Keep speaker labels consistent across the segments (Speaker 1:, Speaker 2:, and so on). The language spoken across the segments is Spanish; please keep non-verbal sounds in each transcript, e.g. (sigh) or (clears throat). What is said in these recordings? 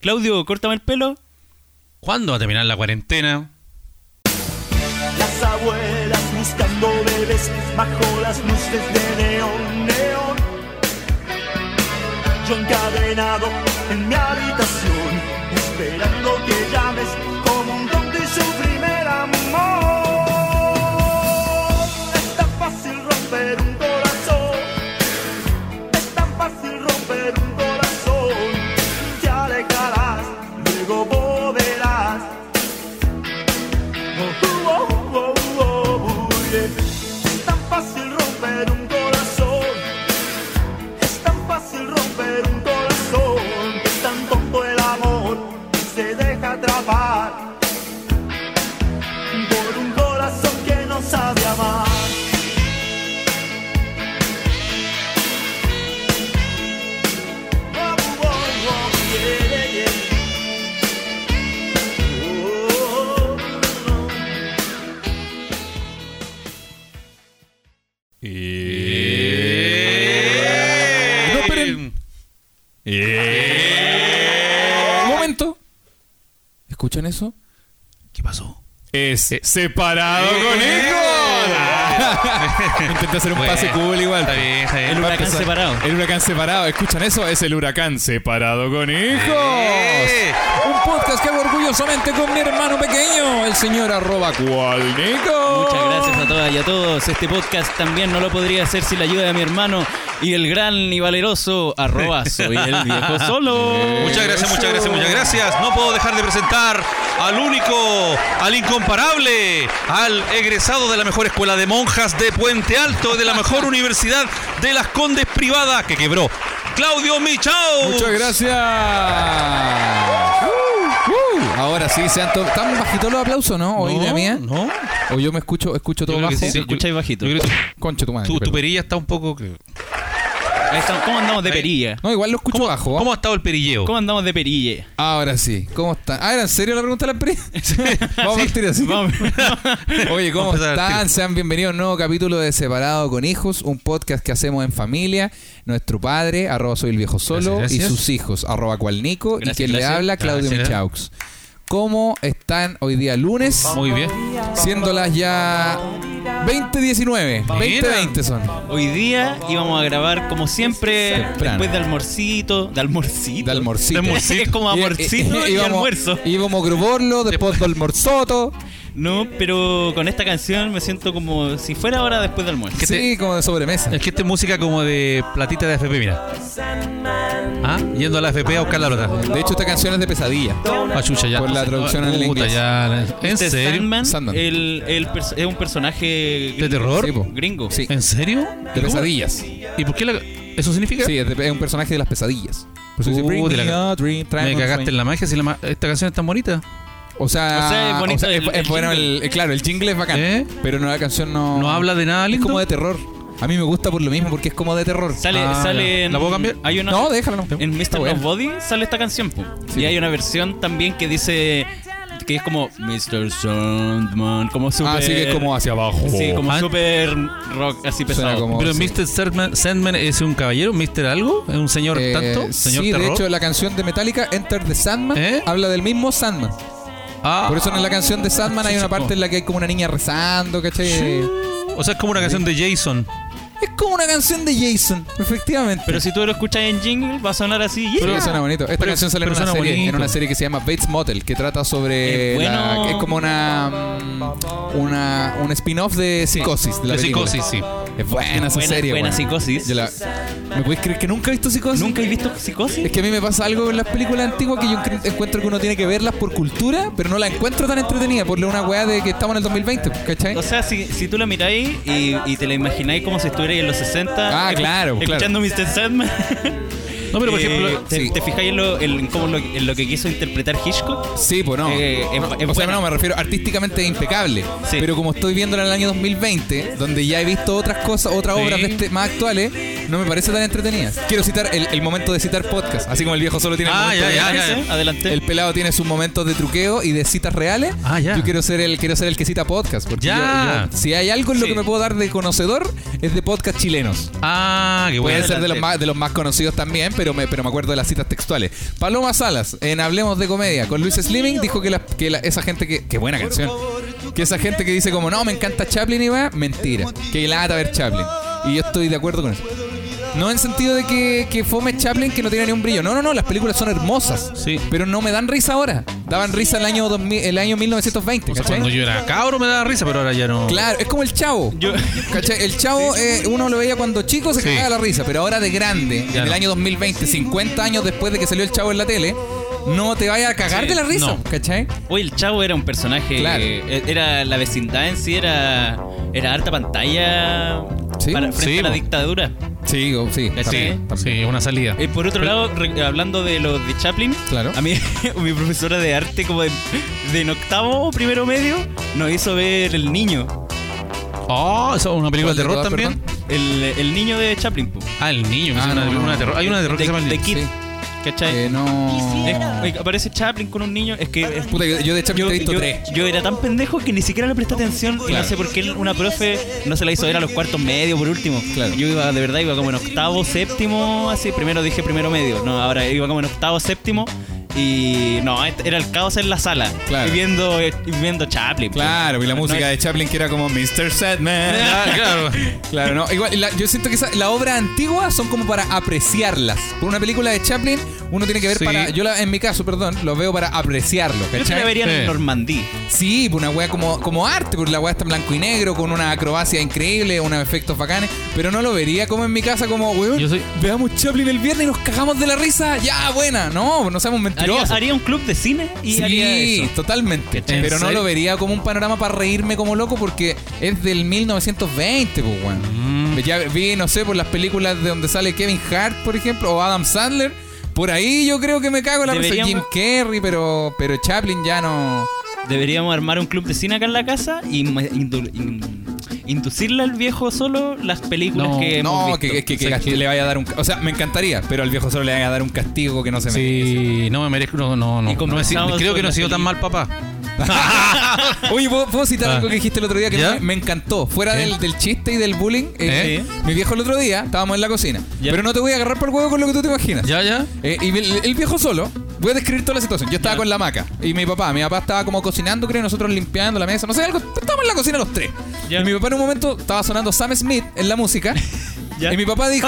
Speaker 1: Claudio, córtame el pelo.
Speaker 2: ¿Cuándo va a terminar la cuarentena?
Speaker 3: Las abuelas buscando bebés bajo las luces de neón, neón. Yo encadenado en mi habitación, esperando que llames como un don de su primer amor. Es tan fácil romper un corazón, es tan fácil romper un corazón. Te alejarás, luego volverás. Oh, oh, oh, oh, oh, yeah. Es tan fácil romper un corazón. Es tan fácil romper un corazón. Es tan tonto el amor que se deja atrapar por un corazón que no sabe amar. Oh, oh, oh, yeah, yeah, yeah. Oh, oh, oh.
Speaker 2: Eh.
Speaker 4: No, esperen. Un momento. ¿Escuchan eso?
Speaker 2: ¿Qué pasó?
Speaker 4: Es separado con
Speaker 2: Eh.
Speaker 4: hijos. Intenta hacer un
Speaker 2: Bueno,
Speaker 4: pase cool igual.
Speaker 2: Está bien, está bien.
Speaker 1: El
Speaker 4: Va a
Speaker 1: huracán
Speaker 4: empezar.
Speaker 1: separado.
Speaker 4: El huracán separado. ¿Escuchan eso? Es el huracán separado con hijos.
Speaker 2: Eh.
Speaker 4: Un podcast que hago orgullosamente con mi hermano pequeño, el señor arroba cual Nico.
Speaker 1: Muchas gracias a todas y a todos. Este podcast también no lo podría hacer sin la ayuda de mi hermano y el gran y valeroso arroba soy el viejo solo.
Speaker 2: Muchas gracias, muchas gracias, muchas gracias. No puedo dejar de presentar al único, al incomparable, al egresado de la mejor escuela de monjas de Puente Alto, de la
Speaker 4: (laughs)
Speaker 2: mejor universidad de las Condes Privadas, que quebró. Claudio Michao.
Speaker 4: Muchas gracias. Uh, uh. Ahora sí, sean to- tan bajito los aplausos, ¿no? Hoy la mía.
Speaker 2: No,
Speaker 4: O yo me escucho, escucho todo
Speaker 2: creo
Speaker 4: bajo.
Speaker 2: que sí.
Speaker 1: Te escucháis bajito.
Speaker 2: yo creo que
Speaker 4: Concha tu madre.
Speaker 2: tu, tu
Speaker 4: perdón.
Speaker 2: perilla está un poco.
Speaker 1: Ahí estamos. ¿Cómo andamos de
Speaker 2: Ahí.
Speaker 1: perilla?
Speaker 4: No, igual lo escucho bajo. ¿ah?
Speaker 2: ¿Cómo ha estado el perilleo?
Speaker 1: ¿Cómo andamos de perilla?
Speaker 4: Ahora sí. ¿Cómo están? Ah, ¿era en serio la pregunta de la
Speaker 2: (laughs)
Speaker 4: experiencia? Vamos a partir así.
Speaker 1: Vamos. (laughs)
Speaker 4: Oye, ¿cómo
Speaker 2: Vamos a empezar al
Speaker 4: están?
Speaker 2: tiro.
Speaker 4: Sean bienvenidos a un nuevo capítulo de Separado con Hijos, un podcast que hacemos en familia. Nuestro padre, arroba soy el viejo solo,
Speaker 2: Gracias, gracias.
Speaker 4: y sus hijos, arroba cual Nico,
Speaker 1: Gracias,
Speaker 4: y quien
Speaker 1: gracias.
Speaker 4: le habla, Claudio
Speaker 2: Gracias.
Speaker 4: Michaux. ¿Cómo están hoy día lunes?
Speaker 2: Muy bien.
Speaker 4: Siéndolas ya 2019.
Speaker 2: Mira.
Speaker 4: 2020 son.
Speaker 1: Hoy día íbamos a grabar como siempre
Speaker 4: Temprano.
Speaker 1: después de almuercito, de almuercito.
Speaker 4: De almorcito. eh,
Speaker 2: De
Speaker 1: (laughs)
Speaker 2: almor-
Speaker 4: (laughs)
Speaker 1: Es como almuercito y,
Speaker 4: íbamos,
Speaker 1: almuerzo.
Speaker 4: Íbamos gruborlo, después del almorzoto.
Speaker 1: No, pero con esta canción me siento como si fuera ahora después del almuerzo.
Speaker 2: ¿Qué te-
Speaker 4: Sí, como de sobremesa.
Speaker 2: Es que esta es música como de platita de FP, mira. ¿Ah? Yendo a la FP a buscar la plata.
Speaker 4: De hecho, esta canción es de pesadilla.
Speaker 2: Ah, chucha, ya.
Speaker 4: Por la traducción al
Speaker 2: Puta,
Speaker 4: inglés.
Speaker 2: ya. ¿En
Speaker 1: Este
Speaker 2: serio?
Speaker 1: Sandman,
Speaker 4: Sandman.
Speaker 1: el- el pers- es un personaje
Speaker 2: ¿De terror?
Speaker 4: Sí, po.
Speaker 1: gringo.
Speaker 4: Sí.
Speaker 2: ¿En serio?
Speaker 4: De
Speaker 2: ¿Y cómo-
Speaker 4: pesadillas.
Speaker 2: ¿Y por qué la- eso significa?
Speaker 4: Sí, es, de- es un personaje de las pesadillas. Por eso dice,
Speaker 2: Uh,
Speaker 4: "Bring
Speaker 2: te la
Speaker 4: me
Speaker 2: ca-
Speaker 4: a dream, try
Speaker 2: Me
Speaker 4: my
Speaker 2: cagaste en
Speaker 4: dream".
Speaker 2: la magia si la ma- esta canción es tan bonita.
Speaker 4: O sea,
Speaker 1: O sea, es bonito
Speaker 4: es-
Speaker 1: el-
Speaker 4: es
Speaker 1: el
Speaker 4: bueno
Speaker 1: jingle.
Speaker 4: el, eh, claro, el jingle es bacán,
Speaker 2: ¿Eh?
Speaker 4: pero no la canción no
Speaker 2: No habla de nada
Speaker 4: es
Speaker 2: lindo.
Speaker 4: como de terror. A mí me gusta por lo mismo porque es como de terror.
Speaker 1: Sale,
Speaker 2: Ah,
Speaker 1: sale
Speaker 2: ya.
Speaker 1: en-
Speaker 2: ¿La puedo cambiar?
Speaker 1: Hay una,
Speaker 4: No, déjala no.
Speaker 1: en
Speaker 4: Está
Speaker 1: Mr.
Speaker 4: buena.
Speaker 1: Nobody sale esta canción. po.
Speaker 4: Sí.
Speaker 1: Y hay una versión también que dice que es como Mr. Sandman, como super
Speaker 4: Ah, sí que es como hacia abajo.
Speaker 1: Sí, como
Speaker 2: Ah.
Speaker 1: super rock así
Speaker 4: Suena
Speaker 1: pesado.
Speaker 4: como-
Speaker 2: Pero
Speaker 4: sí.
Speaker 2: Mr. Sandman, Sandman es un caballero, Mr. algo, es un señor
Speaker 4: Eh,
Speaker 2: tanto, señor
Speaker 4: sí,
Speaker 2: terror.
Speaker 4: de hecho la canción de Metallica Enter the Sandman
Speaker 2: ¿Eh?
Speaker 4: habla del mismo Sandman.
Speaker 2: Ah,
Speaker 4: Por eso en la canción de Sandman hay una
Speaker 2: chucha,
Speaker 4: parte en la que hay como una niña rezando, ¿cachai?
Speaker 2: o sea, es como una canción de Jason.
Speaker 4: Es como una canción de Jason, efectivamente.
Speaker 1: Pero si tú lo escuchas en jingle, va a sonar así. yeah.
Speaker 4: Pero suena bonito. Esta
Speaker 2: Pero-
Speaker 4: canción sale en
Speaker 2: pero
Speaker 4: una,
Speaker 2: suena
Speaker 4: serie,
Speaker 2: bonito.
Speaker 4: en una serie que se llama Bates Motel, que trata sobre.
Speaker 1: Es bueno.
Speaker 4: la- que es como una. mm, una un spin-off de Psicosis. De la
Speaker 2: de
Speaker 4: película.
Speaker 2: psicosis, sí.
Speaker 4: Es buena esa
Speaker 1: Buena-
Speaker 4: serie.
Speaker 1: buena
Speaker 4: weón.
Speaker 1: Psicosis.
Speaker 4: Yo la- ¿Me puedes creer que nunca he visto Psicosis?
Speaker 1: ¿Nunca he visto psicosis?
Speaker 4: Es que a mí me pasa algo en las películas antiguas que yo encre- encuentro que uno tiene que verlas por cultura, pero no la encuentro tan entretenida. Por una weá de que estamos en el 2020, ¿cachai?
Speaker 1: O sea, si, si tú la miráis y, y te la imagináis como si estuvierais en los 60.
Speaker 4: Ah,
Speaker 1: escu-
Speaker 4: claro, claro.
Speaker 1: Escuchando Mr. Sandman.
Speaker 2: No, pero por
Speaker 1: Eh,
Speaker 2: ejemplo,
Speaker 1: ¿te,
Speaker 4: sí.
Speaker 1: te fijáis en lo, en cómo lo- en lo que quiso interpretar Hitchcock?
Speaker 4: Sí, pues no.
Speaker 1: Eh, es-
Speaker 4: No,
Speaker 1: es
Speaker 4: o sea,
Speaker 1: buena.
Speaker 4: no, me refiero artísticamente es impecable.
Speaker 1: Sí.
Speaker 4: Pero como estoy viéndola en el año 2020, donde ya he visto otras cosas, otras
Speaker 2: Sí.
Speaker 4: obras de este- más actuales, no me parece tan entretenida. Quiero citar el, el momento de citar podcast, así como el viejo solo tiene el
Speaker 2: Ah,
Speaker 4: momento de-
Speaker 2: Ya,
Speaker 1: ¿Te
Speaker 2: ya,
Speaker 1: parece?
Speaker 2: ya.
Speaker 1: Adelante.
Speaker 4: El pelado tiene sus momentos de truqueo y de citas reales.
Speaker 2: Ah, ya.
Speaker 4: Yo quiero ser el quiero ser el que cita podcast. Porque
Speaker 2: Ya.
Speaker 4: yo- yo- si hay algo en lo
Speaker 2: Sí.
Speaker 4: que me puedo dar de conocedor es de podcast chilenos.
Speaker 2: ah, qué bueno.
Speaker 4: Pueden ser de los
Speaker 2: Adelante.
Speaker 4: más de los más conocidos también, pero me, pero me acuerdo de las citas textuales. Paloma Salas, en Hablemos de Comedia, con Luis Slimming, dijo que, la- que la- esa gente que. Qué buena canción. Que esa gente que dice como, no, me encanta Chaplin y va, mentira. Que lata ver Chaplin. Y yo estoy de acuerdo con eso. No en sentido de que, que fome Chaplin que no tiene ni un brillo. No, no, no, las películas son hermosas.
Speaker 2: Sí.
Speaker 4: Pero no me dan risa ahora. Daban risa el año, 2000 el año 1920,
Speaker 2: O sea,
Speaker 4: ¿cachai?
Speaker 2: cuando yo era cabro me daba risa, pero ahora ya no.
Speaker 4: Claro, es como el chavo. ¿Cachai? El chavo, eh, uno lo veía cuando chico, se
Speaker 2: Sí.
Speaker 4: cagaba la risa, pero ahora de grande,
Speaker 2: Ya
Speaker 4: en el
Speaker 2: no.
Speaker 4: año 2020, 50 años después de que salió el chavo en la tele, no te vayas a cagar
Speaker 2: Sí,
Speaker 4: de la risa,
Speaker 2: no.
Speaker 4: ¿cachai?
Speaker 1: Oye, el chavo era un personaje.
Speaker 4: Claro.
Speaker 1: eh, Era la vecindad en sí, era, era harta pantalla
Speaker 4: Sí,
Speaker 1: para, frente
Speaker 2: sí,
Speaker 1: a la
Speaker 2: po.
Speaker 1: dictadura.
Speaker 4: Sí, o- sí.
Speaker 1: ¿Cachai?
Speaker 4: también, también.
Speaker 2: Sí, una salida.
Speaker 1: Eh, por otro lado, re- hablando de los de Chaplin,
Speaker 4: Claro.
Speaker 1: a mí (laughs) mi profesora de arte como de, de en octavo o primero medio nos hizo ver El Niño,
Speaker 2: Oh, ¿eso es una película de terror
Speaker 4: ¿Cuál de todas,
Speaker 2: también.
Speaker 1: el, el niño de Chaplin, po.
Speaker 2: Ah, el niño, que
Speaker 4: Ah,
Speaker 2: es una,
Speaker 4: no,
Speaker 2: una
Speaker 4: no.
Speaker 2: de terror. Hay una de terror que
Speaker 1: de,
Speaker 2: se llama el
Speaker 1: de
Speaker 2: niño.
Speaker 1: Kid,
Speaker 4: Sí.
Speaker 1: ¿cachai?
Speaker 4: Eh, no. Eh,
Speaker 1: Es- aparece Chaplin con un niño, es que... es-
Speaker 4: Puta, yo, yo de Chaplin
Speaker 1: yo,
Speaker 4: te he visto
Speaker 1: yo-
Speaker 4: tres.
Speaker 1: yo era tan pendejo que ni siquiera le presté atención y no
Speaker 4: Claro.
Speaker 1: sé por qué una profe no se la hizo ver a los cuartos medio por último.
Speaker 4: Claro.
Speaker 1: Yo iba de verdad, iba como en octavo, séptimo, así, primero dije primero medio, no, ahora iba como en octavo, séptimo y no, este- era el caos en la sala
Speaker 4: Claro.
Speaker 1: y viendo, y viendo Chaplin.
Speaker 4: Claro, y la
Speaker 1: No
Speaker 4: música
Speaker 1: es-
Speaker 4: de Chaplin que era como Mr. Sadman.
Speaker 2: Ah, claro.
Speaker 4: Claro, no. Igual, la- yo siento que esa- las obras antiguas son como para apreciarlas. Por una película de Chaplin, uno tiene que ver
Speaker 2: Sí.
Speaker 4: para. Yo, la- en mi caso, perdón, lo veo para apreciarlo,
Speaker 1: Yo te la
Speaker 4: ¿cachai?
Speaker 1: vería en
Speaker 2: Sí.
Speaker 1: Normandí.
Speaker 4: Sí, pues una wea como, como arte, porque la wea está en blanco y negro, con una acrobacia increíble, unos efectos bacanes, pero no lo vería como en mi casa, como, weón,
Speaker 2: Yo soy-
Speaker 4: veamos Chaplin el viernes y nos cagamos de la risa, ya, buena, no, no seamos
Speaker 1: Haría,
Speaker 4: mentirosos.
Speaker 1: haría un club de cine y haría
Speaker 4: Sí,
Speaker 1: eso.
Speaker 4: totalmente.
Speaker 1: ¿Cachai?
Speaker 4: Pero
Speaker 2: ¿En
Speaker 4: no
Speaker 2: serio?
Speaker 4: lo vería como un panorama para reírme como loco porque es del 1920, pues, weón.
Speaker 1: Mm.
Speaker 4: Ya vi, no sé, por las películas de donde sale Kevin Hart, por ejemplo, o Adam Sandler. Por ahí yo creo que me cago en la risa. Jim
Speaker 1: Deberíamos-
Speaker 4: Carrey, pero, pero Chaplin ya no.
Speaker 1: Deberíamos armar un club de cine acá en la casa y ma- indu- in- inducirle al viejo solo las películas
Speaker 2: No,
Speaker 1: que hemos
Speaker 4: No,
Speaker 1: visto.
Speaker 4: que, que- que- que
Speaker 2: Sí,
Speaker 4: gast-
Speaker 2: que-
Speaker 4: le vaya a dar un. ca- O sea, me encantaría, pero al viejo solo le vaya a dar un castigo que no
Speaker 2: (laughs)
Speaker 4: se merece.
Speaker 2: Sí, no me merezco. No, no, no.
Speaker 1: Y
Speaker 2: No he sido-
Speaker 1: conversamos
Speaker 2: creo que
Speaker 1: sobre
Speaker 2: no he sido
Speaker 1: la
Speaker 2: tan mal papá.
Speaker 4: Oye, ¿puedo, puedo citar
Speaker 2: Ah.
Speaker 4: algo que dijiste el otro día que
Speaker 2: ¿Ya?
Speaker 4: me, me encantó? Fuera
Speaker 2: ¿Eh?
Speaker 4: del, del chiste y del bullying. eh, Mi viejo el otro día, estábamos en la cocina.
Speaker 1: Ya.
Speaker 4: Pero no te voy a agarrar por el huevo con lo que tú te imaginas.
Speaker 2: ¿Ya, ya?
Speaker 4: Eh, y el, el viejo solo, voy a describir toda la situación. Yo estaba con la maca y mi papá, mi papá estaba como cocinando, creo, nosotros limpiando la mesa, no sé, algo. Estábamos en la cocina los tres.
Speaker 1: Ya.
Speaker 4: Y mi papá en un momento estaba sonando Sam Smith en la música.
Speaker 1: (laughs) Ya.
Speaker 4: Y mi
Speaker 1: (laughs)
Speaker 4: papá dijo,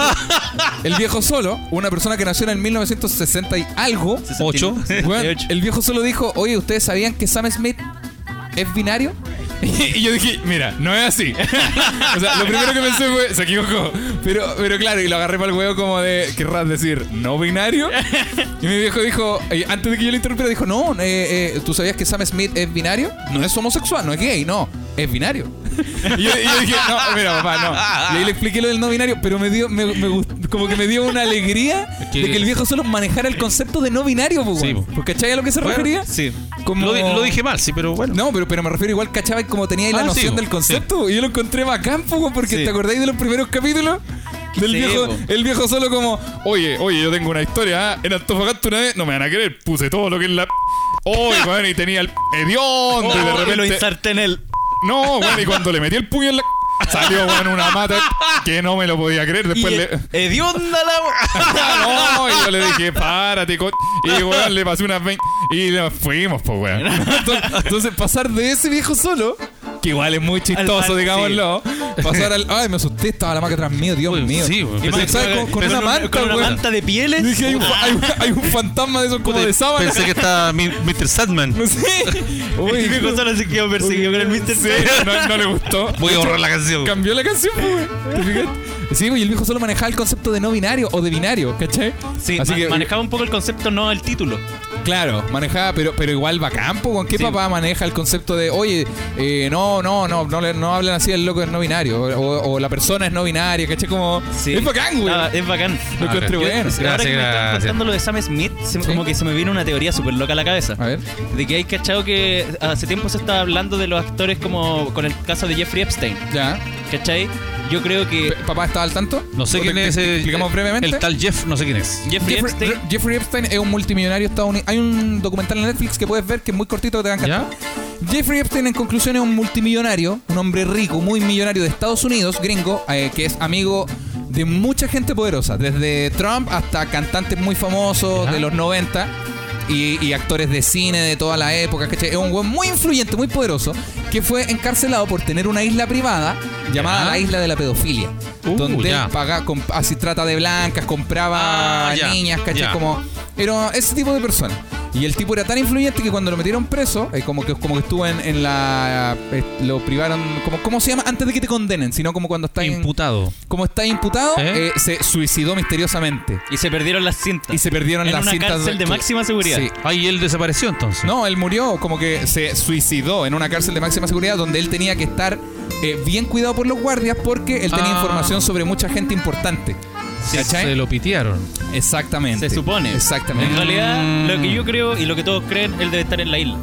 Speaker 4: el viejo solo, una persona que nació en el 1960 y algo,
Speaker 1: 68.
Speaker 2: Ocho.
Speaker 4: (laughs) weón, el viejo solo dijo, oye, ¿ustedes sabían que Sam Smith es binario? (laughs) Y yo dije, mira, no es así. (laughs) o sea, lo primero que pensé fue, se equivocó. Pero, pero claro, y lo agarré para el huevo como de, querrás decir, no binario. Y mi viejo dijo, eh, antes de que yo le interrumpiera, dijo, no, eh, eh, ¿tú sabías que Sam Smith es binario? No es homosexual, no es gay, no, es binario. (laughs) Y yo, y yo dije, no, mira, papá, no. Y ahí le expliqué lo del no binario, pero me dio, me, me gust- como que me dio una alegría
Speaker 2: que-
Speaker 4: de que el viejo solo manejara el concepto de no binario, pues,
Speaker 2: Sí,
Speaker 4: weón.
Speaker 2: pues.
Speaker 4: Porque ¿cachai a lo que se
Speaker 2: Bueno,
Speaker 4: refería?
Speaker 1: Sí.
Speaker 4: Como-
Speaker 2: Lo, di- lo dije mal, sí, pero bueno.
Speaker 4: No, pero, pero me refiero igual, cachaba y como tenía ahí la
Speaker 2: Ah, sí,
Speaker 4: noción
Speaker 2: po.
Speaker 4: del concepto. Y yo lo encontré bacán, po, porque
Speaker 1: Sí.
Speaker 4: ¿te acordáis de los primeros capítulos? Del
Speaker 1: Sí,
Speaker 4: viejo,
Speaker 1: po.
Speaker 4: el viejo solo como, oye, oye, yo tengo una historia, ¿ah? en Antofagasta una vez, no me van a querer, puse todo lo que es la... Oye, weón, y tenía el hediondo y
Speaker 1: Oh,
Speaker 4: de
Speaker 1: y lo
Speaker 4: repente...
Speaker 1: inserté en el.
Speaker 4: No, weón, y cuando le metí el puño en la... Salió, weón, una mata que no me lo podía creer.
Speaker 1: Y
Speaker 4: Después le... (laughs)
Speaker 1: hedionda la.
Speaker 4: No, y yo le dije, párate, co-". Y weón, le pasé unas 20. Y nos fuimos, pues weón. (laughs) Entonces, entonces, pasar de ese viejo solo, que igual es muy
Speaker 1: Al pan,
Speaker 4: chistoso, digámoslo. Pasar al. Ay, me asusté, estaba la maca atrás mío, Dios
Speaker 2: Uy,
Speaker 4: mío.
Speaker 2: sí, weón.
Speaker 4: Y
Speaker 2: Pensé-
Speaker 4: pensaba con, con
Speaker 2: pensé en
Speaker 4: una
Speaker 2: un-
Speaker 1: (laughs)
Speaker 4: manta,
Speaker 1: Con una
Speaker 4: weón.
Speaker 1: manta de pieles. (laughs)
Speaker 4: Dije, hay un, fa- hay un- hay un fantasma de esos como de sábana. (laughs)
Speaker 2: Pensé que estaba mi- Mr. Sadman.
Speaker 4: No sé.
Speaker 1: El
Speaker 4: Uy,
Speaker 1: viejo solo se quedó perseguido con el Mr.
Speaker 4: sí, (laughs) no, no le gustó.
Speaker 2: Voy a borrar la canción.
Speaker 4: (laughs) Cambió la canción, pues, weón. ¿Te fijas? Sí, güey, el viejo solo manejaba el concepto de no binario o de binario, ¿cachai?
Speaker 1: Sí,
Speaker 4: Así
Speaker 1: ma-
Speaker 4: que-
Speaker 1: manejaba un poco el concepto, no el título.
Speaker 4: Claro, manejaba, pero, pero igual va campo. ¿Con qué
Speaker 1: Sí.
Speaker 4: papá maneja el concepto de, oye, eh, no, no, no, no, le- no hablan así, el loco es no binario, o, o- o la persona es no binaria, ¿cachai? Como,
Speaker 1: Sí.
Speaker 4: es bacán, güey.
Speaker 1: Ah, es bacán.
Speaker 4: Lo
Speaker 2: Ah,
Speaker 4: encontré
Speaker 2: yo-
Speaker 4: bueno.
Speaker 1: Ahora
Speaker 2: Gracias,
Speaker 1: que me estás
Speaker 2: gracias.
Speaker 1: contando lo de Sam Smith, se-
Speaker 4: Sí.
Speaker 1: como que se me vino una teoría súper loca a la cabeza.
Speaker 4: A ver.
Speaker 1: De que hay cachado que hace tiempo se estaba hablando de los actores como con el caso de Jeffrey Epstein.
Speaker 4: Ya.
Speaker 1: ¿Cachai? Yo creo que
Speaker 4: Pe- ¿Papá estaba al tanto?
Speaker 2: Eh, No sé
Speaker 4: ¿O te-
Speaker 2: quién
Speaker 4: te-
Speaker 2: es.
Speaker 4: te
Speaker 2: eh,
Speaker 4: explicamos brevemente.
Speaker 2: El tal Jeff, no sé quién es.
Speaker 1: Jeffrey,
Speaker 4: Jeffrey
Speaker 1: Epstein.
Speaker 4: Re- Jeffrey Epstein es un multimillonario estadounidense. Hay un documental en Netflix que puedes ver que es muy cortito que te va a encantar.
Speaker 2: ¿Ya?
Speaker 4: Jeffrey Epstein, en conclusión, es un multimillonario, un hombre rico, muy millonario de Estados Unidos, gringo, eh, que es amigo de mucha gente poderosa, desde Trump hasta cantantes muy famosos de los 90 y, y actores de cine de toda la época, ¿cachai? Es un weón muy influyente, muy poderoso, que fue encarcelado por tener una isla privada llamada
Speaker 2: Ya.
Speaker 4: la isla de la pedofilia,
Speaker 2: Uh,
Speaker 4: donde
Speaker 2: ya.
Speaker 4: él paga, comp- así trata de blancas, compraba
Speaker 2: Ah, ya,
Speaker 4: niñas, ¿cachai?
Speaker 2: ya.
Speaker 4: Como era ese tipo de persona. Y el tipo era tan influyente que cuando lo metieron preso, eh, como que como que estuvo en, en la eh, lo privaron como cómo se llama antes de que te condenen, sino como cuando está en-
Speaker 2: Imputado.
Speaker 4: como está imputado,
Speaker 2: ¿Eh?
Speaker 4: eh, se suicidó misteriosamente
Speaker 1: Y se perdieron las cintas.
Speaker 4: y se perdieron
Speaker 1: En
Speaker 4: las
Speaker 1: una
Speaker 4: cintas
Speaker 1: cárcel de
Speaker 4: que-
Speaker 1: máxima seguridad.
Speaker 4: Sí.
Speaker 2: Ahí él desapareció entonces.
Speaker 4: No, él murió, como que se suicidó en una cárcel de máxima seguridad donde él tenía que estar eh, bien cuidado por los guardias porque él tenía
Speaker 2: Ah.
Speaker 4: información sobre mucha gente importante.
Speaker 2: Se-
Speaker 4: ¿Cachai?
Speaker 2: Se lo pitearon.
Speaker 4: Exactamente.
Speaker 1: Se supone. En
Speaker 4: Exactamente. Mm.
Speaker 1: realidad, lo que yo creo y lo que todos creen, él debe estar en la isla.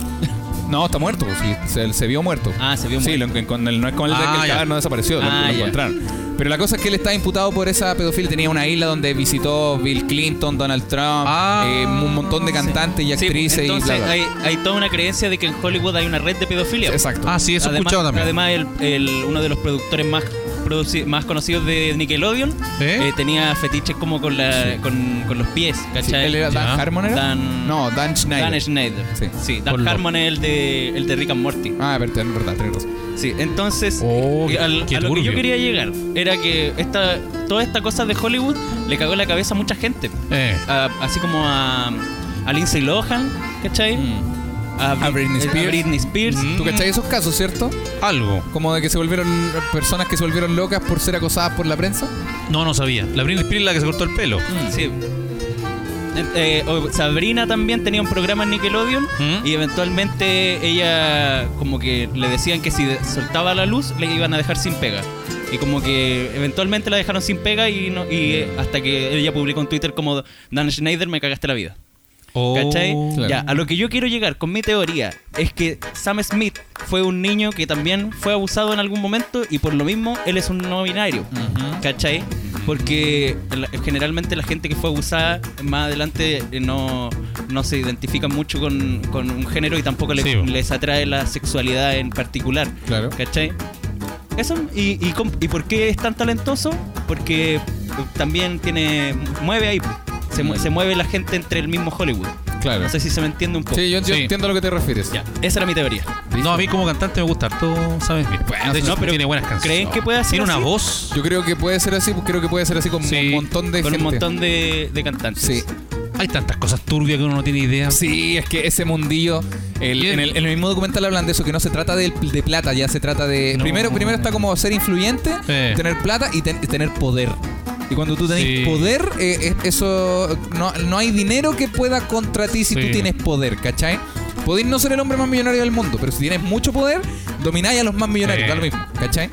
Speaker 4: No, está muerto. sí, se, se vio muerto.
Speaker 1: Ah, se vio
Speaker 4: Sí,
Speaker 1: muerto.
Speaker 4: lo encon- con el- no es como el de
Speaker 2: Ah,
Speaker 4: que el
Speaker 2: ya.
Speaker 4: cadáver no desapareció, lo-
Speaker 1: Ah,
Speaker 4: lo,
Speaker 1: ya.
Speaker 4: encontraron. Pero la cosa es que él está imputado por esa pedofilia. Tenía una isla donde visitó Bill Clinton, Donald Trump,
Speaker 2: Ah,
Speaker 4: eh, un montón de cantantes y
Speaker 1: Sí,
Speaker 4: actrices y
Speaker 1: entonces
Speaker 4: bla, bla.
Speaker 1: Hay, hay toda una creencia de que en Hollywood hay una red de pedofilia.
Speaker 4: Exacto.
Speaker 2: Ah, sí, eso he escuchado también.
Speaker 1: Además, el- el- uno de los productores más produci- más conocidos de Nickelodeon
Speaker 2: ¿Eh?
Speaker 1: eh, tenía fetiches como con la con, con los pies,
Speaker 4: Sí,
Speaker 1: ¿cachai?
Speaker 4: ¿Él era
Speaker 2: Ya.
Speaker 4: Dan Harmon? era?
Speaker 1: Dan-
Speaker 4: no, Dan Schneider.
Speaker 1: Dan Schneider.
Speaker 4: Sí.
Speaker 1: Sí,
Speaker 2: Por
Speaker 1: Dan
Speaker 2: lo-
Speaker 1: Harmon es el de, el de Rick and Morty.
Speaker 4: Ah, es verdad, es verdad, tenés razón.
Speaker 1: Sí, entonces,
Speaker 2: Oh,
Speaker 1: eh, al-
Speaker 2: qué
Speaker 1: a lo que
Speaker 2: turbio.
Speaker 1: yo quería llegar era que esta, toda esta cosa de Hollywood le cagó la cabeza a mucha gente.
Speaker 2: Eh.
Speaker 1: A- así como a, a Lindsay Lohan, ¿cachai? A, Brit-
Speaker 4: Mm. A Britney
Speaker 1: eh,
Speaker 4: Spears. Mm.
Speaker 1: Britney Spears.
Speaker 4: ¿Tú cachai esos casos, cierto?
Speaker 2: Algo.
Speaker 4: Como de que se volvieron personas que se volvieron locas por ser acosadas por la prensa.
Speaker 2: No, no sabía. La Britney Spears es la que se cortó el pelo.
Speaker 1: Sí. Eh, eh, o- Sabrina también tenía un programa en Nickelodeon
Speaker 2: ¿Mm?
Speaker 1: y eventualmente ella como que le decían que si de- soltaba la luz le iban a dejar sin pega. Y como que eventualmente la dejaron sin pega y, no, y eh, hasta que ella publicó en Twitter como Dan Schneider me cagaste la vida.
Speaker 2: Oh,
Speaker 1: ¿Cachai?
Speaker 4: claro.
Speaker 1: Ya, a lo que yo quiero llegar con mi teoría es que Sam Smith fue un niño que también fue abusado en algún momento y por lo mismo él es un no binario. ¿Cachai? Porque la- generalmente la gente que fue abusada más adelante eh, no, no se identifica mucho con, con un género y tampoco le-
Speaker 2: Sí, bo.
Speaker 1: les atrae la sexualidad en particular.
Speaker 4: Claro.
Speaker 1: ¿Cachai? Eso, y, y, com- ¿y por qué es tan talentoso? Porque eh, también tiene mueve ahí, po. se, mue- se mueve la gente entre el mismo Hollywood.
Speaker 4: Claro.
Speaker 1: No sé si se me entiende un poco.
Speaker 4: Sí, yo, yo
Speaker 2: Sí.
Speaker 4: entiendo a lo que te refieres.
Speaker 1: Ya, esa era mi teoría.
Speaker 2: No, a mí como cantante me gusta harto, ¿sabes?
Speaker 4: Bueno,
Speaker 2: de hecho,
Speaker 1: no, pero
Speaker 2: tiene buenas canciones.
Speaker 1: ¿creen que pueda ser
Speaker 2: Tiene una
Speaker 1: así?
Speaker 2: voz.
Speaker 4: Yo creo que puede ser así, creo que puede ser así con
Speaker 2: Sí,
Speaker 4: un montón de
Speaker 1: Con un
Speaker 4: gente.
Speaker 1: montón de, de cantantes.
Speaker 4: Sí.
Speaker 2: Hay tantas cosas turbias que uno no tiene idea.
Speaker 4: Sí, es que ese mundillo. el-
Speaker 2: Bien.
Speaker 4: en, el, en el mismo documental hablan de eso, que no se trata de, de plata, ya se trata de.
Speaker 2: No.
Speaker 4: Primero, primero está como ser influyente,
Speaker 2: Eh.
Speaker 4: tener plata y ten- tener poder. Y cuando tú tenés
Speaker 2: Sí.
Speaker 4: poder, eh, es- eso. No, no hay dinero que pueda contra ti si
Speaker 2: Sí.
Speaker 4: tú tienes poder, ¿cachai? Podéis no ser el hombre más millonario del mundo, pero si tienes mucho poder, domináis a los más millonarios,
Speaker 2: Sí.
Speaker 4: da lo mismo, ¿cachai?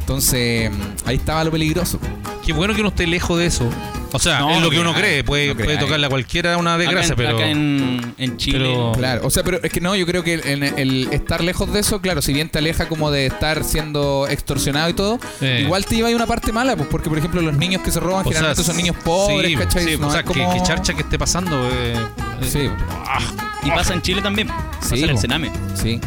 Speaker 4: Entonces, ahí estaba lo peligroso.
Speaker 2: Qué bueno que uno esté lejos de eso. O sea,
Speaker 4: No,
Speaker 2: es lo que
Speaker 4: no
Speaker 2: uno
Speaker 4: crea,
Speaker 2: cree. Puede,
Speaker 4: no crea,
Speaker 2: puede
Speaker 4: eh.
Speaker 2: tocarle a cualquiera una desgracia,
Speaker 1: acá en,
Speaker 2: pero...
Speaker 1: acá en- en Chile.
Speaker 2: pero-
Speaker 4: Claro, o sea, pero es que no, yo creo que en el estar lejos de eso, claro, si bien te aleja como de estar siendo extorsionado y todo,
Speaker 2: Eh.
Speaker 4: igual te lleva ahí una parte mala, pues porque por ejemplo los niños que se roban
Speaker 2: o sea,
Speaker 4: generalmente son niños pobres,
Speaker 2: sí,
Speaker 4: ¿cachai?
Speaker 2: sí,
Speaker 4: No
Speaker 2: o sea,
Speaker 4: es
Speaker 2: que,
Speaker 4: como-
Speaker 2: que charcha que esté pasando. eh, eh,
Speaker 4: Sí,
Speaker 1: Y pasa en Chile también. Pasa
Speaker 4: Sí,
Speaker 1: en el
Speaker 4: po.
Speaker 1: Sename.
Speaker 4: sí,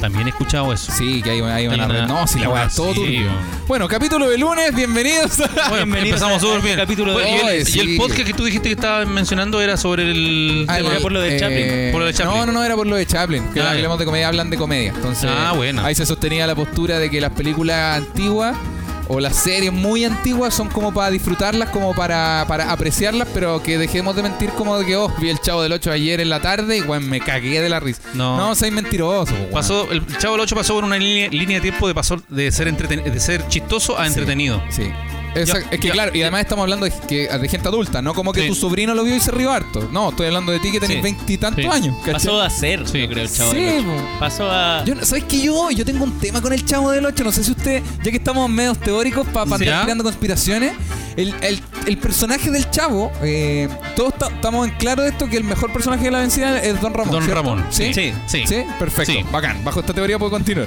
Speaker 2: También he escuchado eso.
Speaker 4: sí, que hay, hay
Speaker 2: una-
Speaker 4: una red. No, si la
Speaker 2: una-
Speaker 4: weá es todo
Speaker 2: sí,
Speaker 4: turbio.
Speaker 2: weón.
Speaker 4: Bueno, capítulo de lunes, bienvenidos. Ah, a-
Speaker 2: Bueno,
Speaker 1: Bienvenidos
Speaker 2: empezamos
Speaker 1: a- a
Speaker 2: súper
Speaker 1: este
Speaker 2: bien.
Speaker 1: capítulo de
Speaker 2: Bueno, y, el,
Speaker 4: hoy,
Speaker 2: y el
Speaker 4: sí.
Speaker 2: podcast que tú dijiste que estabas mencionando era sobre el.
Speaker 4: Ah,
Speaker 1: Sí,
Speaker 4: el-
Speaker 1: era por lo de Chaplin,
Speaker 2: por lo de Chaplin.
Speaker 4: Eh, No, no, no, era por lo de Chaplin. Que
Speaker 2: Ah, ya.
Speaker 4: hablemos de comedia, hablan de comedia. Entonces,
Speaker 2: Ah, buena.
Speaker 4: ahí se sostenía la postura de que las películas antiguas o las series muy antiguas son como para disfrutarlas, como para, para apreciarlas, pero que dejemos de mentir como de que, oh, vi el chavo del 8 ayer en la tarde y, weón, me cagué de la risa.
Speaker 2: No.
Speaker 4: No, seas mentiroso, weón.
Speaker 2: Pasó, el Chavo del 8 pasó por una línea, línea de tiempo de, pasó de, ser entreten- de ser chistoso a
Speaker 4: Sí.
Speaker 2: entretenido.
Speaker 4: Sí. Esa-
Speaker 2: Ya,
Speaker 4: es que
Speaker 2: ya.
Speaker 4: claro, y además estamos hablando de, que, de gente adulta, no como que
Speaker 2: Sí.
Speaker 4: tu sobrino lo vio y se rió harto. No, estoy hablando de ti que tenés
Speaker 2: Sí.
Speaker 4: veintitantos
Speaker 2: Sí.
Speaker 4: años. ¿cachai?
Speaker 1: Pasó a ser,
Speaker 2: Sí.
Speaker 1: yo creo, el chavo.
Speaker 4: Sí,
Speaker 1: del ocho.
Speaker 4: po.
Speaker 1: Pasó a.
Speaker 4: Yo, no- ¿Sabes que yo, yo tengo un tema con el Chavo del 8? No sé si usted, ya que estamos medios teóricos para
Speaker 2: ¿Ya?
Speaker 4: andar creando conspiraciones, el, el- el personaje del Chavo, eh, todos ta- estamos en claro de esto que el mejor personaje de la vencida es Don Ramón.
Speaker 2: Don
Speaker 4: ¿cierto?
Speaker 2: Ramón.
Speaker 4: ¿Sí?
Speaker 1: Sí.
Speaker 2: Sí.
Speaker 4: Sí, perfecto.
Speaker 2: Sí.
Speaker 4: Bacán. Bajo esta teoría
Speaker 2: (laughs)
Speaker 4: puedo continuar.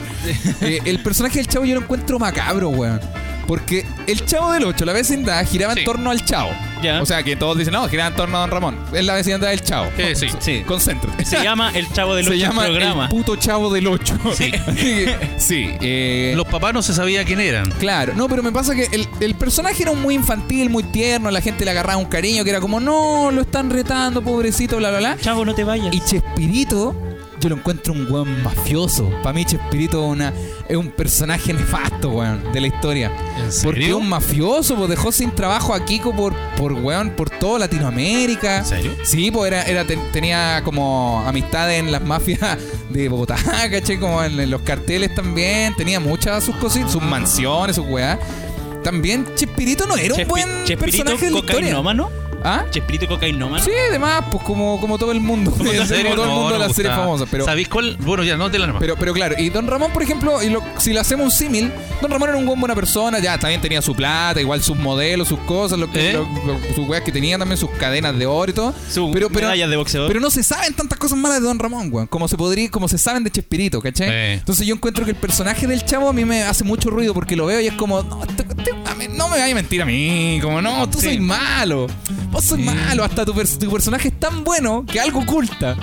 Speaker 4: Eh, el personaje del Chavo yo lo encuentro macabro, weón. Porque el Chavo del 8, la vecindad, giraba
Speaker 2: Sí.
Speaker 4: en torno al Chavo.
Speaker 1: Ya.
Speaker 4: O sea, que todos dicen, no, gira en torno a Don Ramón. Es la vecindad del Chavo.
Speaker 2: Eh, sí.
Speaker 1: Sí.
Speaker 4: Concéntrate.
Speaker 1: Se llama El Chavo del
Speaker 4: Se
Speaker 1: Ocho el
Speaker 4: llama
Speaker 1: programa.
Speaker 4: El puto Chavo del 8.
Speaker 2: Sí.
Speaker 4: (laughs) sí. eh,
Speaker 2: Los papás no se sabía quién eran.
Speaker 4: Claro, no, pero me pasa que el, el personaje era muy infantil, muy tierno, la gente le agarraba un cariño que era como, no, lo están retando, pobrecito, bla, bla, bla.
Speaker 1: Chavo, no te vayas.
Speaker 4: Y Chespirito, yo lo encuentro un weón mafioso. Para mí Chespirito es, una, es un personaje nefasto, weón, de la historia.
Speaker 2: ¿En
Speaker 4: Porque es
Speaker 2: serio?
Speaker 4: (laughs) un mafioso, pues dejó sin trabajo a Kiko por, por weón, por toda Latinoamérica.
Speaker 2: ¿En serio?
Speaker 4: Sí, pues era, era- ten- tenía como amistades en las mafias de Bogotá, (laughs) caché, como en, en los carteles también. Tenía muchas sus cositas, sus mansiones, sus weá. También Chespirito no era un
Speaker 1: Chespi-
Speaker 4: buen
Speaker 1: Chespirito
Speaker 4: personaje de la historia.
Speaker 1: cocainómano.
Speaker 4: ¿Ah?
Speaker 1: Chespirito cocainómano.
Speaker 4: Sí, además, pues como, como todo el mundo. (laughs) Como
Speaker 2: ¿En serio?
Speaker 4: todo el
Speaker 2: No,
Speaker 4: mundo de
Speaker 2: no
Speaker 4: las series
Speaker 2: gustaba.
Speaker 4: famosas. Pero,
Speaker 2: ¿Sabéis cuál? Bueno, ya, no te la nomás.
Speaker 4: (laughs) pero, pero claro, y Don Ramón, por ejemplo, y lo- si le hacemos un símil, Don Ramón era un buen buena persona, ya también tenía su plata, igual sus modelos, sus cosas, lo que-
Speaker 2: ¿Eh?
Speaker 4: lo- lo- sus weas que tenía también, sus cadenas de oro y todo.
Speaker 1: Sus
Speaker 4: pero, pero,
Speaker 1: medallas de boxeador.
Speaker 4: pero no se saben tantas cosas malas de Don Ramón, weón, como se podría, como se saben de Chespirito, ¿cachai?
Speaker 2: Eh.
Speaker 4: Entonces yo encuentro que el personaje del chavo a mí me hace mucho ruido porque lo veo y es como, no, este- este- a mí- no me vayas a mentir a mí, como no, tú
Speaker 1: Sí.
Speaker 4: soy malo, vos sois malo, hasta tu, pers- tu personaje es tan bueno que algo oculta.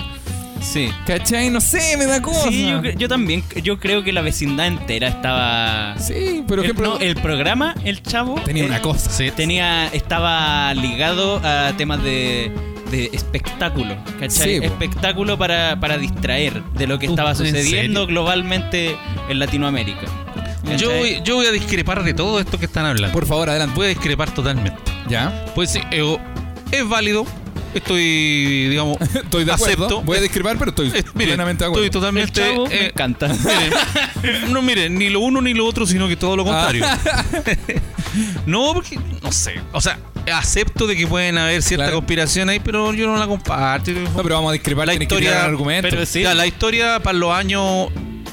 Speaker 1: Sí.
Speaker 4: ¿Cachai? No sé, me da cosa.
Speaker 1: Sí, yo, cre- yo también. Yo creo que la vecindad entera estaba.
Speaker 4: Sí,
Speaker 2: Eh,
Speaker 4: pero
Speaker 1: El-
Speaker 4: ejemplo,
Speaker 1: no, el programa, el chavo.
Speaker 4: tenía
Speaker 1: eh,
Speaker 4: una cosa.
Speaker 2: Sí.
Speaker 1: tenía estaba ligado a temas de, de espectáculo, ¿cachai?
Speaker 4: Sí, po.
Speaker 1: espectáculo para, para distraer de lo que
Speaker 2: Uh,
Speaker 1: estaba
Speaker 2: ¿en
Speaker 1: sucediendo
Speaker 2: serio?
Speaker 1: globalmente en Latinoamérica.
Speaker 2: Yo
Speaker 1: ¿cachai?
Speaker 2: voy, yo voy a discrepar de todo esto que están hablando.
Speaker 4: Por favor, adelante.
Speaker 2: Voy a discrepar totalmente.
Speaker 4: Ya. (laughs)
Speaker 2: Pues sí, eh, es válido. Estoy, digamos,
Speaker 4: (laughs) Estoy de acuerdo.
Speaker 2: acepto.
Speaker 4: Voy a discrepar, pero estoy
Speaker 2: Eh, (laughs) miren,
Speaker 4: plenamente de
Speaker 2: estoy
Speaker 4: acuerdo.
Speaker 1: El
Speaker 2: totalmente.
Speaker 1: chavo me
Speaker 2: eh,
Speaker 1: encanta. (laughs)
Speaker 2: miren, no, miren, ni lo uno ni lo otro, sino que todo lo
Speaker 4: Ah.
Speaker 2: contrario. no, porque, no sé. O sea, acepto de que pueden haber cierta
Speaker 4: Claro.
Speaker 2: conspiración ahí, pero yo no la comparto.
Speaker 4: No, pero vamos a discrepar.
Speaker 2: La
Speaker 4: tienes que
Speaker 2: historia-
Speaker 4: tirar argumentos.
Speaker 1: pero sí.
Speaker 2: Ya, la historia para los años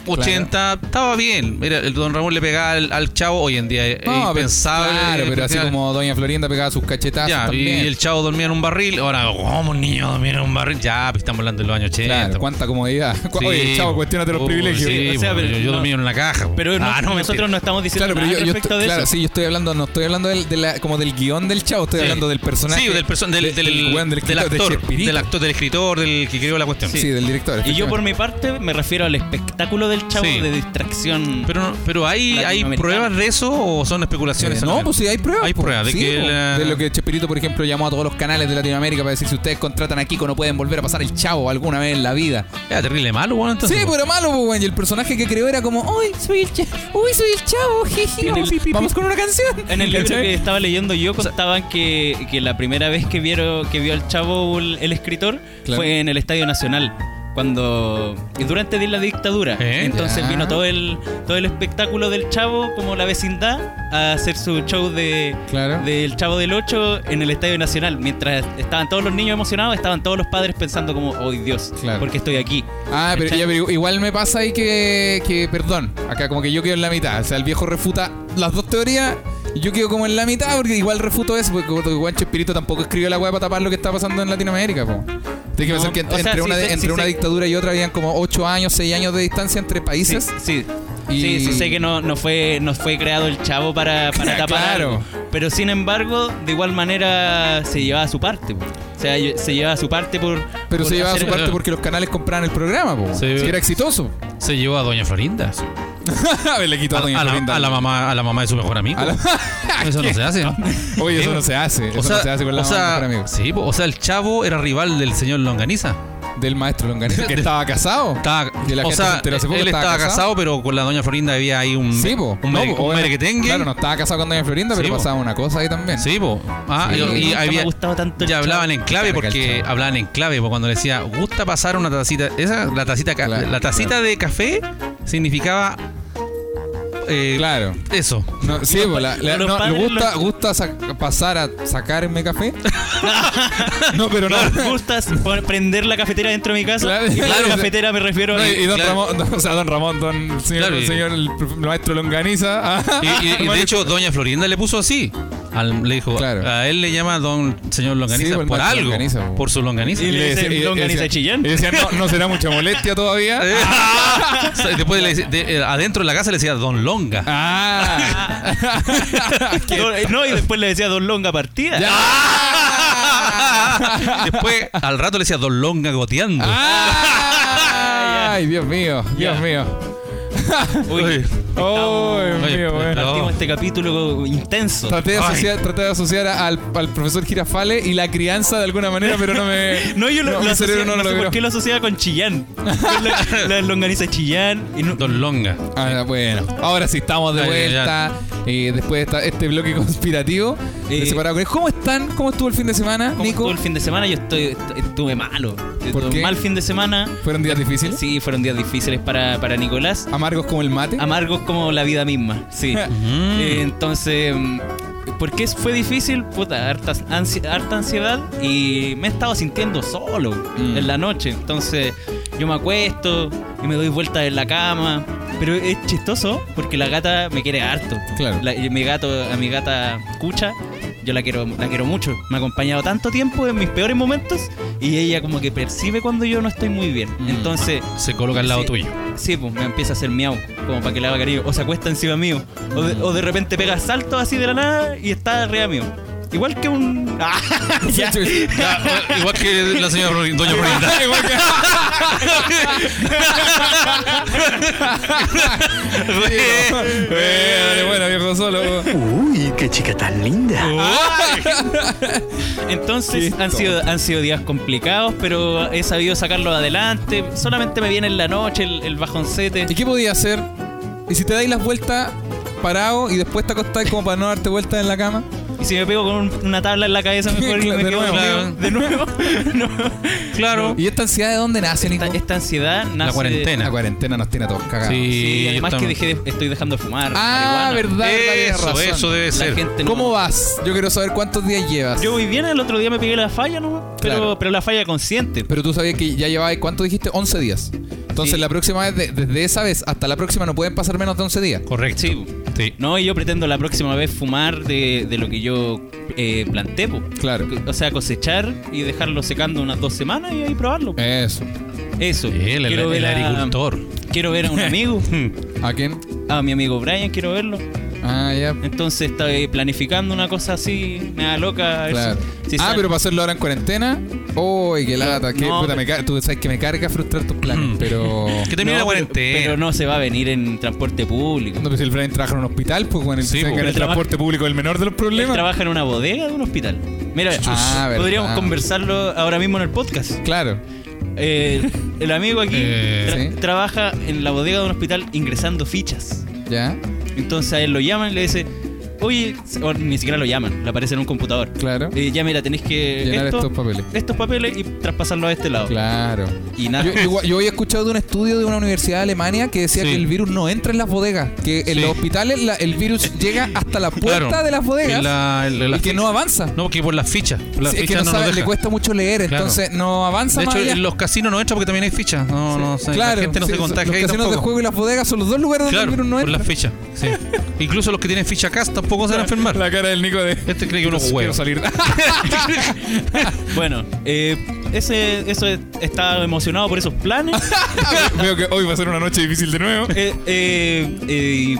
Speaker 2: 80 estaba bien. Mira, el don Ramón le pegaba al, al chavo, hoy en día es
Speaker 4: No, pero-
Speaker 2: impensable.
Speaker 4: Claro, pero así
Speaker 2: impensable.
Speaker 4: como Doña Florinda pegaba sus cachetazos
Speaker 2: Ya, y
Speaker 4: también.
Speaker 2: el chavo dormía en un barril. Ahora, ¿cómo un niño dormía en un barril? Ya, pues, estamos hablando de los años pues. 80.
Speaker 4: Claro, cuánta comodidad. (laughs) Cu-
Speaker 2: Sí,
Speaker 4: Oye, chavo,
Speaker 2: po.
Speaker 4: cuestionate los
Speaker 2: Oh,
Speaker 4: privilegios.
Speaker 2: sí,
Speaker 1: O sea,
Speaker 2: po,
Speaker 1: pero
Speaker 2: yo, yo
Speaker 1: no-
Speaker 2: dormía en una caja. po.
Speaker 1: Pero no-
Speaker 2: Ah, no,
Speaker 1: nosotros no
Speaker 2: mentira.
Speaker 1: estamos diciendo
Speaker 4: Claro, pero
Speaker 1: nada
Speaker 4: yo, yo
Speaker 1: respecto
Speaker 4: estoy,
Speaker 1: de
Speaker 4: claro,
Speaker 1: eso.
Speaker 4: sí, yo estoy hablando, no estoy hablando del, de la- como del guión del chavo, estoy
Speaker 2: Sí.
Speaker 4: hablando del personaje.
Speaker 2: Sí, del, person- del, del,
Speaker 4: del, weón,
Speaker 2: del
Speaker 4: del escritor, de
Speaker 2: actor,
Speaker 4: Chespirito.
Speaker 2: del actor, del escritor, del que creó la cuestión.
Speaker 4: Sí, del director.
Speaker 1: Y yo por mi parte me refiero al espectáculo del chavo
Speaker 2: Sí.
Speaker 1: de distracción.
Speaker 2: Pero, no- pero ¿hay, ¿hay
Speaker 1: Latinoamericano.
Speaker 2: pruebas de eso o son especulaciones?
Speaker 4: Eh, no,
Speaker 2: solamente?
Speaker 4: pues sí, hay pruebas.
Speaker 2: Hay
Speaker 4: pues.
Speaker 2: pruebas de
Speaker 4: Sí,
Speaker 2: que
Speaker 4: pues.
Speaker 2: la-
Speaker 4: De lo que Chespirito, por ejemplo, llamó a todos los canales de Latinoamérica para decir si ustedes contratan a Kiko no pueden volver a pasar el chavo alguna vez en la vida.
Speaker 2: Era Ah, terrible malo, bueno, entonces.
Speaker 4: sí,
Speaker 2: po.
Speaker 4: pero malo, pues, weón. Y el personaje que creó era como, uy, soy el chavo, uy, soy el chavo, (laughs) jeje,
Speaker 1: En
Speaker 4: vamos,
Speaker 1: el-
Speaker 4: pi, vamos con una canción.
Speaker 1: En el libro
Speaker 4: (laughs) ¿Cachai?
Speaker 1: que estaba leyendo yo contaban que, que la primera vez que vieron que vio al chavo el, el escritor
Speaker 4: Claro.
Speaker 1: fue en el Estadio Nacional. Cuando y durante la dictadura,
Speaker 2: Eh,
Speaker 1: entonces
Speaker 4: ya.
Speaker 1: vino todo el todo el espectáculo del chavo como la vecindad a hacer su show de
Speaker 4: Claro.
Speaker 1: del chavo del 8 en el Estadio Nacional, mientras estaban todos los niños emocionados, estaban todos los padres pensando como, "Oh, Dios,
Speaker 4: Claro.
Speaker 1: porque estoy aquí."
Speaker 4: Ah, pero,
Speaker 1: ¿Cachai?
Speaker 4: ya, pero igual me pasa ahí que, que, perdón, acá como que yo quedo en la mitad. O sea, el viejo refuta las dos teorías y yo quedo como en la mitad porque igual refuto eso, porque porque igual Chespirito tampoco escribió la weá para tapar lo que está pasando en Latinoamérica, po. Tienes que
Speaker 1: No,
Speaker 4: pensar que ent-
Speaker 1: o sea,
Speaker 4: entre, una,
Speaker 1: sí
Speaker 4: de-
Speaker 1: sé-
Speaker 4: entre
Speaker 1: sí
Speaker 4: una
Speaker 1: sé-
Speaker 4: dictadura y otra habían como 8 años, 6 años de distancia entre
Speaker 1: Sí,
Speaker 4: países.
Speaker 1: sí.
Speaker 4: Y-
Speaker 1: Sí, sí, sé que no, no, fue, no fue creado el chavo para, para tapar.
Speaker 4: Claro.
Speaker 1: algo. Pero sin embargo, de igual manera se llevaba su parte. po. O sea, yo- se llevaba su parte por.
Speaker 4: Pero
Speaker 1: por
Speaker 4: se llevaba
Speaker 1: hacer-
Speaker 4: su parte porque los canales compraban el programa, po.
Speaker 2: Sí.
Speaker 4: Si era exitoso. (laughs)
Speaker 2: Se llevó a Doña Florinda.
Speaker 4: A ver, le quitó
Speaker 2: A, a
Speaker 4: a, Doña
Speaker 2: la,
Speaker 4: Florinda.
Speaker 2: a la mamá, a la mamá de su mejor amigo.
Speaker 4: A la- (laughs)
Speaker 2: Eso no se hace, ¿no?
Speaker 4: Oye, eso no se hace. Eso
Speaker 2: O sea,
Speaker 4: no se hace con la
Speaker 2: o
Speaker 4: mamá,
Speaker 2: sea,
Speaker 4: mejor amigo.
Speaker 2: sí, po, o sea, el chavo era rival del señor Longaniza.
Speaker 4: Del maestro Longaniza, que estaba casado.
Speaker 2: Estaba,
Speaker 4: Y la
Speaker 2: o
Speaker 4: gente se
Speaker 2: sea,
Speaker 4: enteró hace poco que
Speaker 2: él
Speaker 4: estaba
Speaker 2: estaba casado,
Speaker 4: casado.
Speaker 2: pero con la doña Florinda había ahí un
Speaker 4: Sí, po.
Speaker 2: un, mere-
Speaker 4: po,
Speaker 2: un
Speaker 4: era-
Speaker 2: merequetengue.
Speaker 4: Claro, no estaba casado con Doña Florinda,
Speaker 2: Sí,
Speaker 4: pero
Speaker 2: po.
Speaker 4: pasaba una cosa ahí también.
Speaker 2: Sí, po. Ah, y-
Speaker 4: Sí.
Speaker 2: y,
Speaker 1: Nunca me
Speaker 2: había
Speaker 1: ha gustado tanto el
Speaker 2: ya
Speaker 1: chavo.
Speaker 2: hablaban en clave
Speaker 4: Carga el
Speaker 2: (laughs) porque
Speaker 4: chavo.
Speaker 2: hablaban en clave, po, cuando le decía, "Gusta pasar una tacita, esa la tacita ca-
Speaker 4: Claro,
Speaker 2: la tacita
Speaker 4: claro.
Speaker 2: de café significaba eh,
Speaker 4: Claro.
Speaker 2: eso."
Speaker 4: No, sí, po, la- la-
Speaker 1: los
Speaker 4: no,
Speaker 1: padres
Speaker 4: le gusta,
Speaker 1: los-
Speaker 4: gusta sa- pasar a
Speaker 2: (laughs)
Speaker 4: sacarme café. no, pero no.
Speaker 1: Claro, gustas por prender la cafetera dentro de mi casa.
Speaker 4: Claro.
Speaker 1: y por
Speaker 2: Claro.
Speaker 1: la cafetera me refiero
Speaker 4: No,
Speaker 1: a.
Speaker 4: y, y don
Speaker 2: Claro.
Speaker 4: Ramón, don- o sea, don Ramón, don el señor,
Speaker 2: Claro, y-
Speaker 4: el señor, el prof- maestro Longaniza. (laughs) ah,
Speaker 2: Y, y- y de hecho doña Florinda le puso así. Al- le dijo,
Speaker 4: Claro.
Speaker 2: a él le llama don señor Longaniza
Speaker 4: Sí, por
Speaker 2: por,
Speaker 4: el macho
Speaker 2: algo,
Speaker 4: Longaniza, po.
Speaker 2: por su (laughs) longaniza.
Speaker 1: Y le dice,
Speaker 4: decía-
Speaker 1: "Longaniza
Speaker 4: decía-
Speaker 1: Chillán".
Speaker 4: y (laughs) decía, no, no será mucha molestia todavía.
Speaker 2: (laughs) Ah. Después le dice, de- eh, adentro de la casa le decía don Longa. (laughs)
Speaker 4: Ah. (laughs)
Speaker 1: No, eh, no, y después le decía Don Longa partida.
Speaker 4: Ya.
Speaker 2: (laughs) Después al rato le decía don Longa goteando.
Speaker 4: Ah. (laughs) Ay, Dios mío, Dios
Speaker 1: Ya.
Speaker 4: mío.
Speaker 1: Uy,
Speaker 2: Oye.
Speaker 4: Oh, Dios
Speaker 2: Oye,
Speaker 4: mío, weón.
Speaker 2: pero-
Speaker 1: partimos este capítulo intenso.
Speaker 4: Traté de
Speaker 2: Ay.
Speaker 4: asociar, traté de asociar al, al profesor Girafale y la crianza de alguna manera, pero no me.
Speaker 1: (laughs) No, yo lo, lo
Speaker 4: mi
Speaker 1: asocié-
Speaker 4: cerebro no,
Speaker 1: no
Speaker 4: lo
Speaker 1: sé por
Speaker 4: logró.
Speaker 1: qué lo asociaba con Chillán. Con
Speaker 4: (laughs)
Speaker 1: la, la longaniza Chillán. Y no-
Speaker 2: Don Longa.
Speaker 4: Ah, bueno, ahora sí estamos de
Speaker 2: Ay,
Speaker 4: vuelta. eh, después de esta- este bloque (laughs) conspirativo. de
Speaker 1: Eh,
Speaker 4: separado con- ¿Cómo están? ¿Cómo estuvo el fin de semana,
Speaker 1: ¿Cómo
Speaker 4: Nico?
Speaker 1: estuvo el fin de semana? Yo estoy, est- estuve malo. Yo
Speaker 4: ¿Por
Speaker 1: tuve un
Speaker 4: qué?
Speaker 1: mal fin de semana.
Speaker 4: ¿Fueron días difíciles?
Speaker 1: Sí, fueron días difíciles para, para Nicolás.
Speaker 4: ¿Amargos como el mate? (laughs)
Speaker 1: Amargos como la vida misma, sí. Eh, entonces, mm, ¿por qué fue difícil? Puta, harta, ansi- harta ansiedad y me he estado sintiendo solo en la noche. Entonces, yo me acuesto y me doy vueltas en la cama. Pero es chistoso porque la gata me quiere harto.
Speaker 4: Claro.
Speaker 1: La- y mi gato, a mi gata Cucha, yo la quiero, la quiero mucho. Me ha acompañado tanto tiempo en mis peores momentos y ella como que percibe cuando yo no estoy muy bien.
Speaker 2: Mm.
Speaker 1: Entonces,
Speaker 2: Se coloca al lado
Speaker 1: Sí.
Speaker 2: tuyo.
Speaker 1: Sí, pues me empieza a hacer miau, como para que le haga cariño. O se acuesta encima mío. O de, o de repente pega saltos así de la nada y está arriba mío. Igual que un. (laughs) Ah, ya. (laughs)
Speaker 2: Ya, o- igual que la señora Bruni- Doña Florinda. (laughs)
Speaker 4: Igual que- Eh, dale, bueno, viejo solo.
Speaker 1: (laughs)
Speaker 5: Uy, qué chica tan linda.
Speaker 1: Entonces han sido, han sido días complicados, pero he sabido sacarlo adelante. Solamente me viene en la noche el, el bajoncete.
Speaker 4: ¿Y qué podía hacer? ¿Y si te dais las vueltas parado y después te acostáis como para no darte vueltas en la cama?
Speaker 1: Y si me pego con un- una tabla en la cabeza, mejor
Speaker 4: (laughs) Claro,
Speaker 1: me
Speaker 4: de
Speaker 1: quedo
Speaker 4: nuevo.
Speaker 1: dormido. de nuevo. (laughs) No.
Speaker 2: Claro.
Speaker 4: ¿Y esta ansiedad de dónde nace, Nico?
Speaker 1: Esta, esta ansiedad nace.
Speaker 2: cuarentena.
Speaker 4: La cuarentena nos tiene a todos cagados.
Speaker 1: Sí, además que
Speaker 2: estamos-
Speaker 1: dejé de- estoy dejando de fumar.
Speaker 4: Ah,
Speaker 1: marihuana.
Speaker 4: verdad, verdad, tienes
Speaker 2: Eso,
Speaker 4: razón.
Speaker 2: eso debe
Speaker 1: La
Speaker 2: ser.
Speaker 1: gente no-
Speaker 4: ¿Cómo vas? Yo quiero saber cuántos días llevas.
Speaker 1: Yo muy bien, el otro día me pegué la falla, ¿no? Pero,
Speaker 4: Claro.
Speaker 1: pero la falla consciente.
Speaker 4: Pero tú sabías que ya llevabas, ¿cuánto dijiste? 11 días. Entonces,
Speaker 1: Sí.
Speaker 4: la próxima vez, de- desde esa vez hasta la próxima, no pueden pasar menos de 11 días.
Speaker 2: Correcto.
Speaker 1: Sí.
Speaker 2: Sí.
Speaker 1: No, y yo pretendo la próxima vez fumar de, de lo que yo eh, planté, po.
Speaker 4: Claro.
Speaker 1: O sea, cosechar y dejarlo secando unas dos semanas y ahí probarlo. po.
Speaker 4: Eso.
Speaker 1: Eso.
Speaker 2: Él, Eh, el, el
Speaker 1: a-
Speaker 2: agricultor. Hmm.
Speaker 1: Quiero ver a un
Speaker 2: (laughs)
Speaker 1: amigo,
Speaker 4: ¿A quién?
Speaker 1: a mi amigo Brian, quiero verlo.
Speaker 4: Ah, ya.
Speaker 1: Entonces estaba planificando una cosa así, me da loca. a ver
Speaker 4: Claro.
Speaker 1: si- si
Speaker 4: ah,
Speaker 1: sale.
Speaker 4: pero para hacerlo ahora en cuarentena. Uy, qué lata. Qué
Speaker 1: no,
Speaker 4: puta,
Speaker 1: pero- Mm.
Speaker 4: me car- tú sabes que me carga frustrar tus planes,
Speaker 1: (laughs)
Speaker 4: pero.
Speaker 2: Que
Speaker 1: No,
Speaker 2: termine la
Speaker 1: pero-
Speaker 2: cuarentena.
Speaker 1: Pero no se va a venir en transporte público.
Speaker 4: No, pero si el Brian trabaja en un hospital, pues bueno, el,
Speaker 2: Sí,
Speaker 4: saca
Speaker 2: pues.
Speaker 4: en el
Speaker 1: Él trabaja-
Speaker 4: transporte público es el menor de los
Speaker 1: Él
Speaker 4: problemas.
Speaker 1: trabaja en una bodega de un hospital. Mira,
Speaker 4: Ah, verdad.
Speaker 1: podríamos conversarlo ahora mismo en el podcast.
Speaker 4: Claro.
Speaker 1: Eh, el amigo
Speaker 4: (laughs)
Speaker 1: aquí
Speaker 2: Eh,
Speaker 1: tra-
Speaker 4: sí.
Speaker 1: trabaja en la bodega de un hospital ingresando fichas.
Speaker 4: Ya,
Speaker 1: Entonces a él lo llaman y le dice, oye, o ni siquiera lo llaman, le aparece en un computador.
Speaker 4: claro.
Speaker 1: Eh, ya mira, tenés que
Speaker 4: Llenar
Speaker 1: esto-
Speaker 4: estos papeles.
Speaker 1: estos papeles y traspasarlos a este lado.
Speaker 4: Claro.
Speaker 1: Y nada.
Speaker 4: Yo, yo- yo había escuchado de un estudio de una universidad de Alemania que decía
Speaker 2: Sí.
Speaker 4: que el virus no entra en las bodegas, que en
Speaker 2: Sí. Eh,
Speaker 4: los hospitales la- el virus llega hasta la puerta
Speaker 2: Claro.
Speaker 4: de las bodegas
Speaker 2: Y la- el- el-
Speaker 4: y
Speaker 2: la
Speaker 4: que
Speaker 2: ficha.
Speaker 4: no avanza.
Speaker 2: No, porque por las fichas. Por las
Speaker 4: Sí, es que
Speaker 2: fichas
Speaker 4: no,
Speaker 2: no, nos
Speaker 4: sabe, le
Speaker 2: deja.
Speaker 4: cuesta mucho leer,
Speaker 2: Claro.
Speaker 4: entonces no avanza
Speaker 2: De hecho,
Speaker 4: más allá.
Speaker 2: en los casinos no entra porque también hay fichas. No, no, sé,
Speaker 4: claro,
Speaker 2: la gente no
Speaker 4: sí,
Speaker 2: se
Speaker 4: sí,
Speaker 2: contagia
Speaker 4: los
Speaker 2: ahí
Speaker 4: casinos de
Speaker 2: tampoco.
Speaker 4: juego y las bodegas son los dos lugares donde
Speaker 2: Claro,
Speaker 4: el virus no
Speaker 2: por
Speaker 4: entra.
Speaker 2: las fichas. Sí. Incluso los que tienen ficha cast tampoco se van a enfermar.
Speaker 4: cara del Nico de
Speaker 2: Este cree que uno juega.
Speaker 4: salir. (laughs)
Speaker 1: Bueno, eh, ese, eso es- estaba emocionado por esos
Speaker 4: (laughs)
Speaker 1: planes.
Speaker 4: Veo que hoy va a ser una noche difícil de nuevo.
Speaker 1: Eh, eh, eh,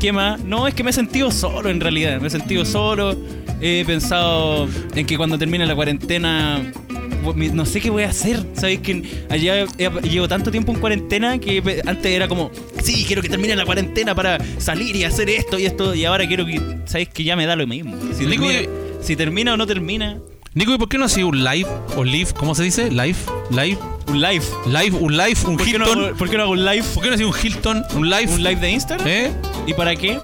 Speaker 1: ¿Qué más? No, es que me he sentido solo en realidad. Me he sentido solo. He pensado en que cuando termine la cuarentena. vo- mi- No sé qué voy a hacer. Sabéis que allá he- llevo tanto tiempo en cuarentena que pe- antes era como, sí, quiero que termine la cuarentena para salir y hacer esto y esto. Y ahora quiero que. Sabéis que ya me da lo mismo. Si
Speaker 2: Nico,
Speaker 1: termina,
Speaker 2: eh,
Speaker 1: si termina o no termina,
Speaker 2: Nico, ¿y por qué no ha sido un live? ¿O live? ¿Cómo se dice? ¿Live? ¿Live?
Speaker 1: un live.
Speaker 2: ¿Live? ¿Un live? ¿Un
Speaker 1: ¿Por qué, no hago,
Speaker 2: Hilton?
Speaker 1: por qué no hago un live?
Speaker 2: ¿Por qué no ha sido un Hilton? ¿Un live?
Speaker 1: ¿Un live de Instagram?
Speaker 2: ¿Eh?
Speaker 1: ¿Y para qué?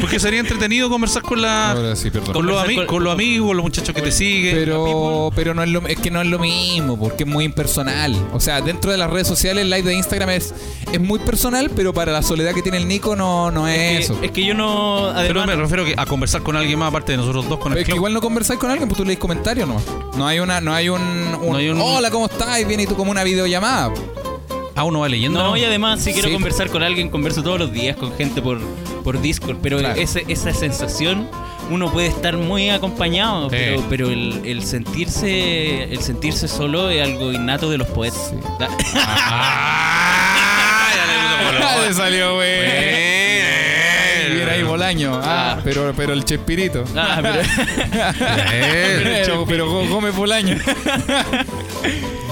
Speaker 2: Porque sería entretenido conversar con la...
Speaker 4: Ahora sí, perdón.
Speaker 2: Con los,
Speaker 1: Conversar con-
Speaker 2: ami- con los amigos, los muchachos que te siguen.
Speaker 4: Pero, pero no es, lo, es que no es lo mismo, porque es muy impersonal. O sea, dentro de las redes sociales, el live de Instagram es, es muy personal, pero para la soledad que tiene el Nico no, no es
Speaker 1: Es
Speaker 4: eso.
Speaker 1: que, es que yo no.
Speaker 2: Pero
Speaker 1: Además,
Speaker 2: me refiero que a conversar con alguien más aparte de nosotros dos con
Speaker 4: Pero
Speaker 2: el
Speaker 4: es que
Speaker 2: club.
Speaker 4: igual no conversáis con alguien, pues tú lees comentarios nomás. No hay una, no hay un, un,
Speaker 2: No hay un-
Speaker 4: hola, ¿cómo estás? Y viene y tú como una videollamada.
Speaker 2: Ah, uno va leyendo.
Speaker 1: No, y además si quiero
Speaker 4: Sí.
Speaker 1: conversar con alguien, converso todos los días con gente por, por Discord, pero
Speaker 4: Claro.
Speaker 1: ese- esa sensación uno puede estar muy acompañado,
Speaker 4: Sí.
Speaker 1: pero, pero el, el sentirse el sentirse solo es algo innato de los poetas. Da-
Speaker 2: Ah, ya le puso
Speaker 4: (laughs)
Speaker 2: color.
Speaker 4: Ah, le salió, güey.
Speaker 2: Bien.
Speaker 4: Bien ahí Bolaño. Ah,
Speaker 1: Ah.
Speaker 4: pero, pero el Chespirito.
Speaker 1: Ah, pero- (laughs)
Speaker 2: Bien.
Speaker 4: (laughs) Pero, pero Go- Gómez Bolaño.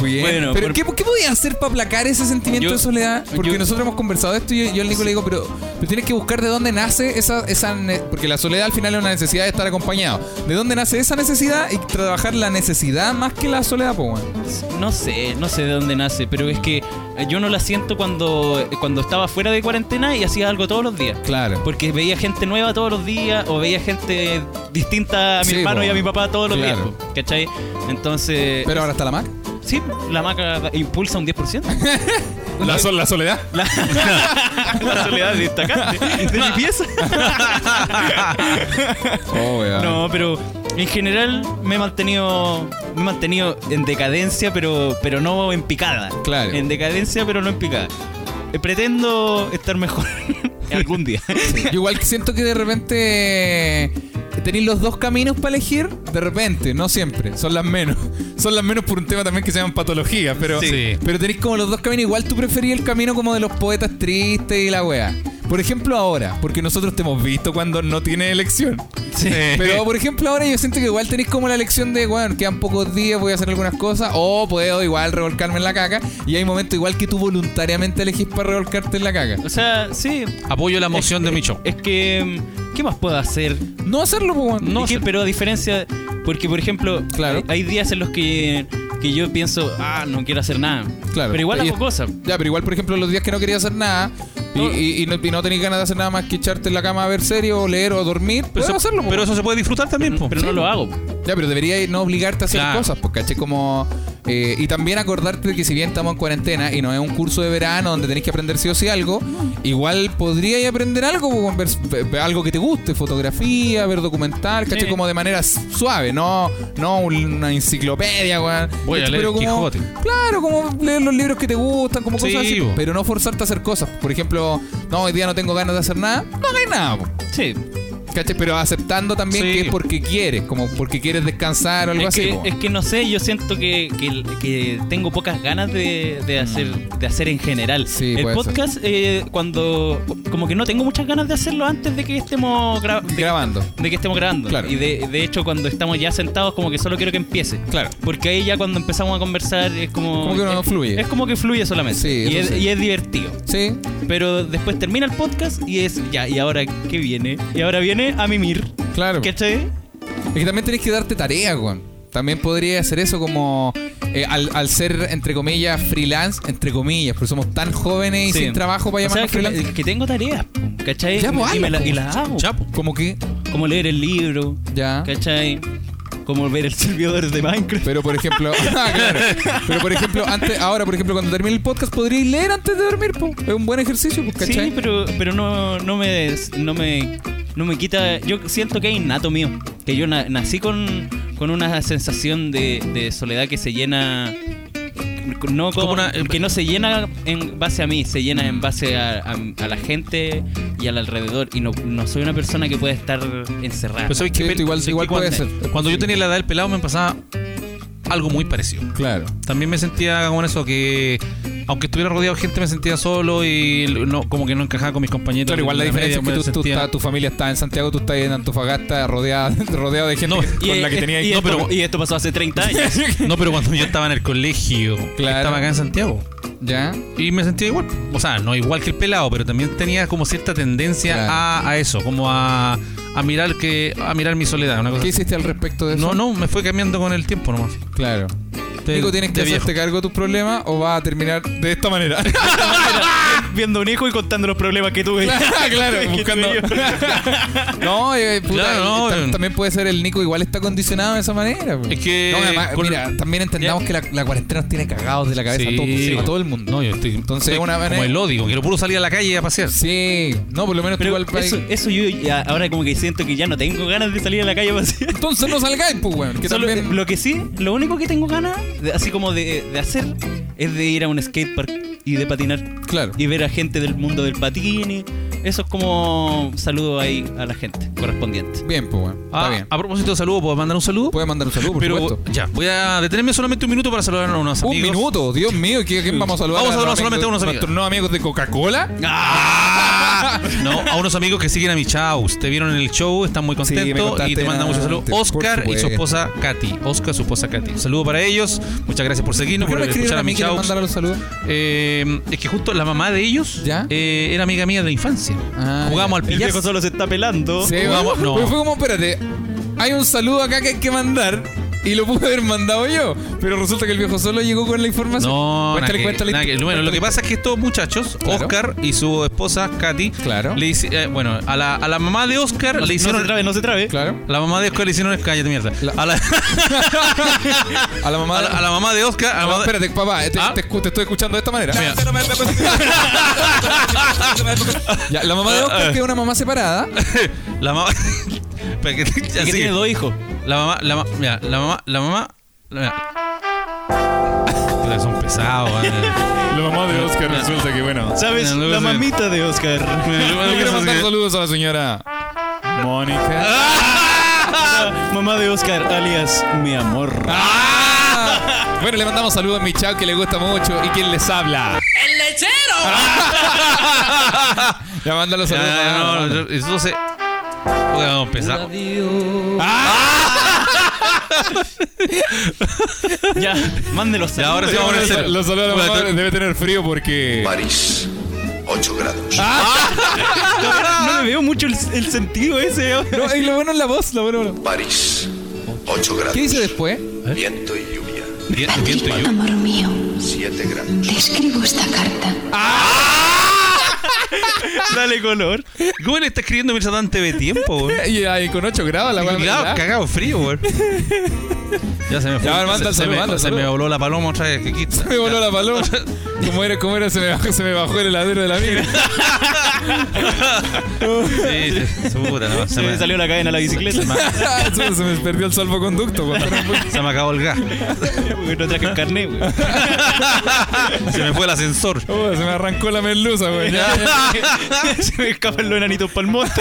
Speaker 4: Bien.
Speaker 1: Bueno,
Speaker 4: pero
Speaker 1: por-
Speaker 4: ¿qué, qué podían hacer para aplacar ese sentimiento
Speaker 1: Yo-
Speaker 4: de soledad? Porque
Speaker 1: yo-
Speaker 4: nosotros hemos conversado de esto y yo, yo al Nico le digo, pero, pero tienes que buscar de dónde nace esa, esa ne- Porque la soledad al final es una necesidad de estar acompañado. ¿De dónde nace esa necesidad y trabajar la necesidad más que la soledad, pues, weón?
Speaker 1: no sé, no sé de dónde nace, pero es que eh, yo no la siento cuando, cuando estaba fuera de cuarentena y hacía algo todos los días.
Speaker 4: Claro.
Speaker 1: Porque veía gente nueva todos los días o veía gente distinta a mi
Speaker 4: Sí,
Speaker 1: hermano
Speaker 4: po.
Speaker 1: y a mi papá todos los
Speaker 4: Claro.
Speaker 1: días. po, ¿Cachai? Entonces,
Speaker 4: Pero ahora está la Mac.
Speaker 1: sí, la maca da- impulsa un (laughs) 10%.
Speaker 4: La, soledad.
Speaker 1: la soledad destacante de mi pieza.
Speaker 4: Oh,
Speaker 1: (laughs)
Speaker 4: weón.
Speaker 1: No, pero en general me he mantenido me he mantenido en decadencia, pero pero no en picada.
Speaker 4: Claro.
Speaker 1: En decadencia, pero no en picada. Eh, Pretendo estar mejor (laughs) algún día.
Speaker 4: Yo igual siento que de repente eh, tenéis los dos caminos para elegir. De repente, no siempre. Son las menos. (laughs) Son las menos por un tema también que se llaman patologías. Pero,
Speaker 2: Sí.
Speaker 4: pero tenéis como los dos caminos. Igual tú preferís el camino como de los poetas tristes y la wea. Por ejemplo, ahora, porque nosotros te hemos visto cuando no tiene elección.
Speaker 1: Sí.
Speaker 4: (laughs) Pero por ejemplo, ahora yo siento que igual tenéis como la elección de, bueno, quedan pocos días, voy a hacer algunas cosas, o puedo igual revolcarme en la caca. Y hay momentos igual que tú voluntariamente elegís para revolcarte en la caca.
Speaker 1: O sea, sí.
Speaker 2: Apoyo la moción de Micho.
Speaker 1: Es que ¿qué más puedo hacer?
Speaker 4: No hacerlo, pues, weón.
Speaker 1: No, pero a diferencia, porque por ejemplo,
Speaker 4: Claro.
Speaker 1: hay, hay días en los que, que yo pienso, ah, no quiero hacer nada.
Speaker 4: Claro.
Speaker 1: Pero igual
Speaker 4: Y-
Speaker 1: hago cosas.
Speaker 4: Ya, pero igual, por ejemplo, los días que no quería hacer nada y,
Speaker 1: No.
Speaker 4: y- y no, y no tenéis ganas de hacer nada más que echarte en la cama a ver serio o leer o dormir, pues
Speaker 2: Pero
Speaker 4: puedes
Speaker 2: eso,
Speaker 4: hacerlo. po.
Speaker 2: pero eso se puede disfrutar también, po.
Speaker 1: Pero no lo hago.
Speaker 4: Ya, pero deberías no obligarte a hacer
Speaker 2: Claro.
Speaker 4: cosas, porque caché como. eh, y también acordarte de que si bien estamos en cuarentena y no es un curso de verano donde tenéis que aprender sí o sí algo, igual podríais aprender algo, po, con vers- ve- ve- algo que te guste, fotografía, ver documental, caché
Speaker 1: Sí.
Speaker 4: como de manera s- suave, no, no una enciclopedia, weón.
Speaker 2: Voy a
Speaker 4: ¿Cachai?
Speaker 2: leer
Speaker 4: Pero como-
Speaker 2: Quijote.
Speaker 4: Claro, como leer los libros que te gustan, como
Speaker 2: Sí,
Speaker 4: cosas así,
Speaker 2: po.
Speaker 4: pero no forzarte a hacer cosas. Por ejemplo, no, hoy día no tengo ganas de hacer nada, no hagáis nada, po.
Speaker 1: Sí.
Speaker 4: ¿Cachai? Pero aceptando también
Speaker 2: Sí.
Speaker 4: que es porque quieres, como porque quieres descansar o algo
Speaker 1: es
Speaker 4: así.
Speaker 1: que,
Speaker 4: po.
Speaker 1: es que no sé, yo siento que, que- que tengo pocas ganas de, de hacer de hacer en general.
Speaker 4: Mm. Sí,
Speaker 1: el
Speaker 4: puede ser.
Speaker 1: podcast, eh, cuando. Como que no tengo muchas ganas de hacerlo antes de que estemos gra- de,
Speaker 4: Grabando.
Speaker 1: de que estemos grabando.
Speaker 4: Claro.
Speaker 1: Y de, de hecho, cuando estamos ya sentados, como que solo quiero que empiece.
Speaker 4: Claro.
Speaker 1: Porque ahí ya cuando empezamos a conversar es como.
Speaker 4: Como que no
Speaker 1: es,
Speaker 4: fluye.
Speaker 1: Es como que fluye solamente.
Speaker 4: Sí,
Speaker 1: y,
Speaker 4: eso
Speaker 1: es,
Speaker 4: sí.
Speaker 1: y es divertido.
Speaker 4: Sí.
Speaker 1: Pero después termina el podcast y es ya, ¿y ahora qué viene? Y ahora viene a mimir.
Speaker 4: Claro.
Speaker 1: ¿Cachai?
Speaker 4: Es que también tenés que darte tarea, weón. También podría hacer eso como eh, al, al ser, entre comillas, freelance, entre comillas, porque somos tan jóvenes y
Speaker 1: Sí.
Speaker 4: sin trabajo para
Speaker 1: O sea,
Speaker 4: llamarnos
Speaker 1: que,
Speaker 4: freelance.
Speaker 1: que tengo tareas, ¿cachai?
Speaker 4: Ya, pues, Ah.
Speaker 1: y, me
Speaker 4: hazla,
Speaker 1: la- y
Speaker 4: po.
Speaker 1: las hago.
Speaker 2: Chapo.
Speaker 4: Como que,
Speaker 1: Como leer el libro,
Speaker 4: ya.
Speaker 1: ¿cachai? Como ver el (laughs) servidor de Minecraft.
Speaker 4: Pero por ejemplo, (laughs) ah, claro. Pero por ejemplo, antes, ahora, por ejemplo, cuando termine el podcast, podríais leer antes de dormir, po. Es un buen ejercicio, po, ¿cachai?
Speaker 1: Sí, pero, pero no, no me no me no me quita. Yo siento que es innato mío. Que yo na- nací con, con una sensación de, de soledad que se llena. No
Speaker 2: Como
Speaker 1: con-
Speaker 2: una-
Speaker 4: eh,
Speaker 1: que no se llena en base a mí, se llena en base a, a- a la gente y al alrededor. Y no, no soy una persona que puede estar encerrada.
Speaker 2: Pero sabes que
Speaker 4: Sí,
Speaker 2: pel-
Speaker 4: igual-
Speaker 2: sabes
Speaker 4: igual
Speaker 2: que cuando,
Speaker 4: puede ser.
Speaker 2: Cuando yo tenía la edad del pelado me pasaba algo muy parecido.
Speaker 4: Claro.
Speaker 2: También me sentía como en eso, que aunque estuviera rodeado de gente me sentía solo y no, como que no encajaba con mis compañeros.
Speaker 4: Claro, igual la diferencia es
Speaker 2: media,
Speaker 4: que tú,
Speaker 2: me
Speaker 4: tú
Speaker 2: sentía-
Speaker 4: estás- tu familia está en Santiago, tú estás en Antofagasta rodeada, rodeado de (laughs) gente
Speaker 2: No,
Speaker 4: que-
Speaker 2: y-
Speaker 4: con la que tenías.
Speaker 1: y,
Speaker 2: No,
Speaker 1: esto,
Speaker 2: pero-
Speaker 1: y esto pasó hace 30
Speaker 4: (laughs)
Speaker 1: años.
Speaker 2: No, pero cuando yo estaba en el colegio,
Speaker 4: Claro.
Speaker 2: estaba acá en Santiago.
Speaker 4: ¿Ya?
Speaker 2: Y me sentía igual. O sea, no igual que el pelado, pero también tenía como cierta tendencia
Speaker 4: Claro.
Speaker 2: a, a eso, como a, a mirar que a mirar mi soledad, una cosa
Speaker 4: ¿Qué
Speaker 2: así.
Speaker 4: hiciste al respecto de
Speaker 2: No,
Speaker 4: eso?
Speaker 2: no, me fue cambiando con el tiempo nomás.
Speaker 4: Claro.
Speaker 2: De-
Speaker 4: Nico, ¿tienes que
Speaker 2: de
Speaker 4: hacerte cargo de tus problemas o vas
Speaker 2: (laughs)
Speaker 4: a terminar de esta manera?
Speaker 1: viendo un hijo y contando los problemas (laughs) que tuve.
Speaker 4: claro, buscando. (laughs) (laughs) no, eh, puta,
Speaker 2: Claro, no,
Speaker 4: eh,
Speaker 2: eh.
Speaker 4: tam- también puede ser el Nico, igual está condicionado de esa manera. po.
Speaker 2: Es que
Speaker 4: No, además,
Speaker 2: con-
Speaker 4: mira, también entendamos que la, la cuarentena nos tiene cagados de la cabeza a, todos, pues,
Speaker 2: Sí.
Speaker 4: a todo el mundo.
Speaker 2: No, yo estoy
Speaker 4: Entonces,
Speaker 2: estoy
Speaker 4: una
Speaker 2: como
Speaker 4: manera-
Speaker 2: el odio, quiero puro salir a la calle a pasear.
Speaker 4: Sí, no, por lo menos tú
Speaker 1: Pero
Speaker 4: igual. pa-
Speaker 1: eso, eso yo ya- ahora como que siento que ya no tengo ganas de salir a la calle a pasear.
Speaker 4: Entonces no salgáis, pues, weón. (laughs) Que
Speaker 1: Solo-
Speaker 4: también-
Speaker 1: Lo que sí, lo único que tengo ganas, de- así como de, de hacer, es de ir a un skatepark y de patinar.
Speaker 4: Claro.
Speaker 1: Y ver a gente del mundo del patín y, Eso es como un saludo ahí a la gente correspondiente.
Speaker 4: Bien, pues, weón. Está
Speaker 2: Ah,
Speaker 4: bien.
Speaker 2: A propósito de saludo, ¿puedo mandar un saludo?
Speaker 4: Puedes mandar un saludo, por
Speaker 2: Pero
Speaker 4: supuesto.
Speaker 2: ya, voy a detenerme solamente un minuto para saludar a unos
Speaker 4: Un
Speaker 2: amigos.
Speaker 4: minuto, Dios mío, ¿qué- ¿quién vamos a saludar?
Speaker 2: Vamos a saludar
Speaker 4: los
Speaker 2: solamente a unos
Speaker 4: amigos-
Speaker 2: amigos.
Speaker 4: nuestros nuevos amigos de Coca-Cola.
Speaker 2: ¡Ah! (laughs) No, a unos amigos que siguen a mi shows. Te vieron en el show, están muy
Speaker 4: Sí, me
Speaker 2: contentos y
Speaker 4: contaste
Speaker 2: te mandan muchos saludos.
Speaker 4: antes, por
Speaker 2: Oscar y su
Speaker 4: supuesto.
Speaker 2: esposa Katy. Oscar, su esposa Katy. Un saludo para ellos. Muchas gracias por seguirnos,
Speaker 4: ¿Por qué
Speaker 2: por
Speaker 4: no
Speaker 2: escuchar
Speaker 4: escribieron a
Speaker 2: a mi
Speaker 4: mí que les
Speaker 2: shows.
Speaker 4: mandara los saludos?
Speaker 2: Eh, es que justo la mamá de ellos
Speaker 4: ¿Ya?
Speaker 2: eh, era amiga mía de la infancia.
Speaker 4: Ah,
Speaker 2: Jugamos al pillas.
Speaker 1: solo se está pelando.
Speaker 4: Sí,
Speaker 2: Jugamos- no.
Speaker 4: Pero fue como, espérate, hay un saludo acá que hay que mandar y lo pude haber mandado yo, pero resulta que el viejo solo llegó con la información.
Speaker 2: No, nada
Speaker 4: Cuéntale,
Speaker 2: que-
Speaker 4: cuéntale.
Speaker 2: nada que- bueno, lo que pasa es que estos muchachos,
Speaker 4: Claro.
Speaker 2: Oscar y su esposa Katy,
Speaker 4: Claro.
Speaker 2: le hice- eh, bueno, a la, a la mamá de Oscar le hicieron
Speaker 1: no se trabe.
Speaker 4: Claro.
Speaker 2: La mamá de Oscar le hicieron cállate mierda.
Speaker 4: La-
Speaker 2: A, la,
Speaker 4: A la (laughs) mamá.
Speaker 2: a la- a la mamá de Oscar. a la
Speaker 4: No,
Speaker 2: mamá de-
Speaker 4: espérate, papá, te,
Speaker 2: ¿Ah?
Speaker 4: te escu- te estoy escuchando de esta manera.
Speaker 2: Mira.
Speaker 4: Ya, la mamá de
Speaker 2: Ah,
Speaker 4: Oscar, que es una mamá separada.
Speaker 2: (laughs) la mamá. Espera, que-
Speaker 1: Y
Speaker 2: así
Speaker 1: que
Speaker 2: que-
Speaker 1: tiene dos hijos.
Speaker 2: La mamá, la mamá, mira, la mamá, la mamá. la- mira. Puta, Son pesados,
Speaker 4: eh.
Speaker 2: (laughs) weón.
Speaker 4: La mamá de Oscar resulta que, bueno.
Speaker 2: ¿Sabes? No, no, La no. mamita
Speaker 1: de Oscar. (laughs)
Speaker 4: Yo quiero mandar
Speaker 2: (laughs)
Speaker 4: saludos a la señora Mónica.
Speaker 1: Mamá de Oscar, alias mi amor.
Speaker 2: (laughs)
Speaker 4: Ah. Bueno, le mandamos saludos a mi chao que le gusta mucho y quien les habla.
Speaker 6: ¡El lechero!
Speaker 4: Ya manda los saludos.
Speaker 2: Ya,
Speaker 4: Ah,
Speaker 2: no, yo- entonces. Weón, pesado.
Speaker 1: Ya, mándelos.
Speaker 2: Ya, ahora sí vamos a poner serio.
Speaker 4: Los saludos a la mamá debe tener frío porque.
Speaker 7: París, 8 grados.
Speaker 1: No me veo mucho el, el sentido ese.
Speaker 4: No, y lo bueno es la voz, lo bueno. lo-
Speaker 7: París, 8 grados.
Speaker 4: ¿Qué dice después?
Speaker 7: Viento y lluvia,
Speaker 2: Viento- viento y lluvia.
Speaker 8: Amor mío,
Speaker 7: 7 grados.
Speaker 8: te escribo esta carta.
Speaker 4: Ah.
Speaker 1: Dale color.
Speaker 2: ¿Cómo le está escribiendo mientras dan TV tiempo, weón?
Speaker 4: Y ahí con 8 grados (laughs) la weá.
Speaker 2: Cagado,
Speaker 4: ¿verdad?
Speaker 2: cagado frío, weón. (laughs) Ya se me fue.
Speaker 4: Ya, manda el
Speaker 2: se,
Speaker 4: saludo,
Speaker 2: me,
Speaker 4: manda el
Speaker 2: se me
Speaker 4: saludo.
Speaker 2: voló la paloma otra vez. (laughs) aquí.
Speaker 4: (laughs) Me voló la paloma. ¿Cómo era? ¿Cómo era? Se me bajó, se me bajó el heladero de la mira.
Speaker 2: Sí, sí, su puta, no, se, me,
Speaker 1: la cadena a la bicicleta. (laughs)
Speaker 4: (laughs) se me perdió el salvoconducto. pues. weón.
Speaker 2: se me acabó el (laughs) gas.
Speaker 1: Porque no traje el carnet,
Speaker 2: (laughs)
Speaker 1: güey.
Speaker 2: Se me fue el (laughs) ascensor.
Speaker 4: Oh, se me arrancó la merluza, pues, weón. Ya, ya.
Speaker 1: Se me escapan los enanitos pa'l monte.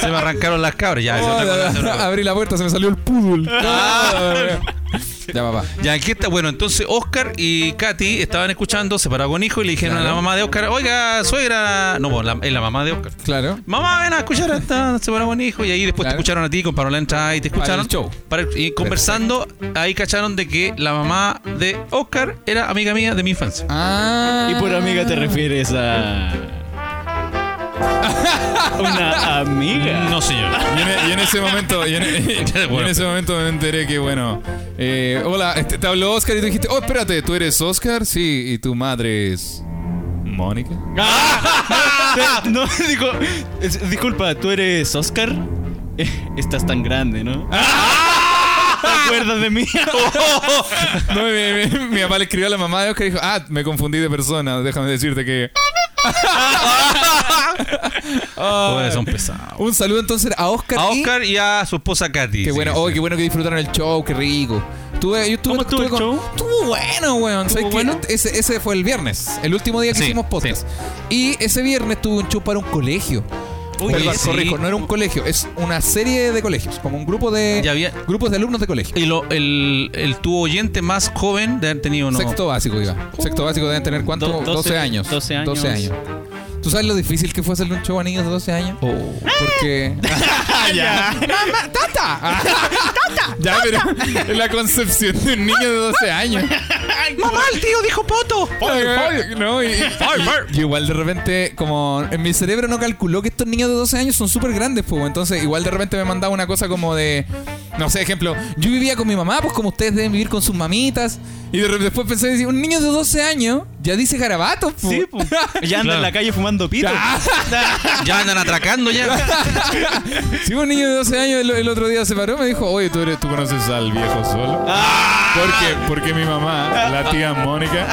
Speaker 2: Se me arrancaron las cabras. Ya, eso es otra
Speaker 4: Oh,
Speaker 2: cosa,
Speaker 4: la-
Speaker 2: eso es otra
Speaker 4: la-
Speaker 2: cosa.
Speaker 4: Abrí la puerta, se me salió el pudul. Ah, ya, papá.
Speaker 2: Ya, aquí está. Bueno, entonces Oscar y Katy estaban escuchando, separados con hijo, y le dijeron a la
Speaker 4: Claro.
Speaker 2: mamá de Oscar, oiga, suegra. No, pues, la- es la mamá de Oscar.
Speaker 4: Claro.
Speaker 2: Mamá, ven a escuchar a esta separado con hijo. Y ahí después
Speaker 4: Claro.
Speaker 2: te escucharon a ti, compraron la entrada y te
Speaker 4: Para el
Speaker 2: escucharon.
Speaker 4: show.
Speaker 2: Para el- y conversando, ahí cacharon de que la mamá de Oscar era amiga mía de mi infancia.
Speaker 4: Ah.
Speaker 1: refieres
Speaker 2: (laughs)
Speaker 1: a. Una amiga.
Speaker 2: No, señor.
Speaker 4: Y en, e-, y en ese momento, y en, e-, (laughs) y en ese momento me enteré que, bueno, eh, hola, este, te habló Oscar y tú dijiste, oh, espérate, ¿tú eres Oscar? Sí, y tu madre es. Mónica.
Speaker 1: No, (laughs) dijo. es- Disculpa, ¿tú eres Oscar? Eh, Estás tan grande, ¿no?
Speaker 4: ¡Ah!
Speaker 1: (laughs) ¿Te acuerdas de mí?
Speaker 4: (laughs) No, mi, mi- mi papá le escribió a la mamá de Oscar y dijo, ah, me confundí de persona, déjame decirte que.
Speaker 2: Joder, son pesados.
Speaker 4: Un saludo entonces a Ah. Oscar.
Speaker 2: A
Speaker 4: y-
Speaker 2: Oscar y a su esposa Katy. Sí,
Speaker 4: Qué bueno,
Speaker 2: sí.
Speaker 4: oh, qué bueno que disfrutaron el show, qué rico. Tuve, yo estuve-
Speaker 1: ¿Cómo estuvo
Speaker 4: estuve
Speaker 1: el
Speaker 4: con-
Speaker 1: show?
Speaker 4: Estuvo bueno, weón. ¿Sabes qué?
Speaker 1: bueno?
Speaker 4: Ese, ese fue el viernes, el último día que
Speaker 2: Sí,
Speaker 4: hicimos podcast. Y ese viernes tuve un show para un colegio.
Speaker 2: Uy,
Speaker 4: Perdón,
Speaker 2: sí.
Speaker 4: corrijo, no era un colegio, es una serie de colegios, como un grupo de
Speaker 2: Ya había-
Speaker 4: grupos de alumnos de colegio.
Speaker 2: Y lo- el, el tu oyente más joven de haber tenido, ¿no?
Speaker 4: Sexto básico iba. Sexto básico deben tener cuánto?
Speaker 1: Do-
Speaker 4: 12,
Speaker 1: doce-
Speaker 4: años.
Speaker 1: 12 años.
Speaker 4: años. ¿Tú sabes lo difícil que fue hacerle un show a niños de 12 años?
Speaker 1: Oh.
Speaker 4: Porque.
Speaker 1: (laughs)
Speaker 4: (laughs) ¡Mamá! ¡Tata! ¡Tata! Ya, pero es la concepción de un niño de 12 años.
Speaker 2: ¡Mamá, el tío dijo poto!
Speaker 4: No, y, y igual de repente, como en mi cerebro no calculó que estos niños de 12 años son súper grandes, pues. Entonces, igual de repente me mandaba una cosa como de. No sé, ejemplo, yo vivía con mi mamá, pues como ustedes deben vivir con sus mamitas. Y de repente después pensé, decir, un niño de 12 años ya dice garabatos, pues.
Speaker 1: Sí, po. Ya anda
Speaker 2: Claro.
Speaker 1: en la calle fumando pito. (laughs)
Speaker 2: Ya andan atracando ya.
Speaker 4: Si un niño de 12 años el, el otro día se paró, me dijo, oye, tú, eres, tú conoces al viejo solo. Porque, porque mi mamá, la tía Mónica,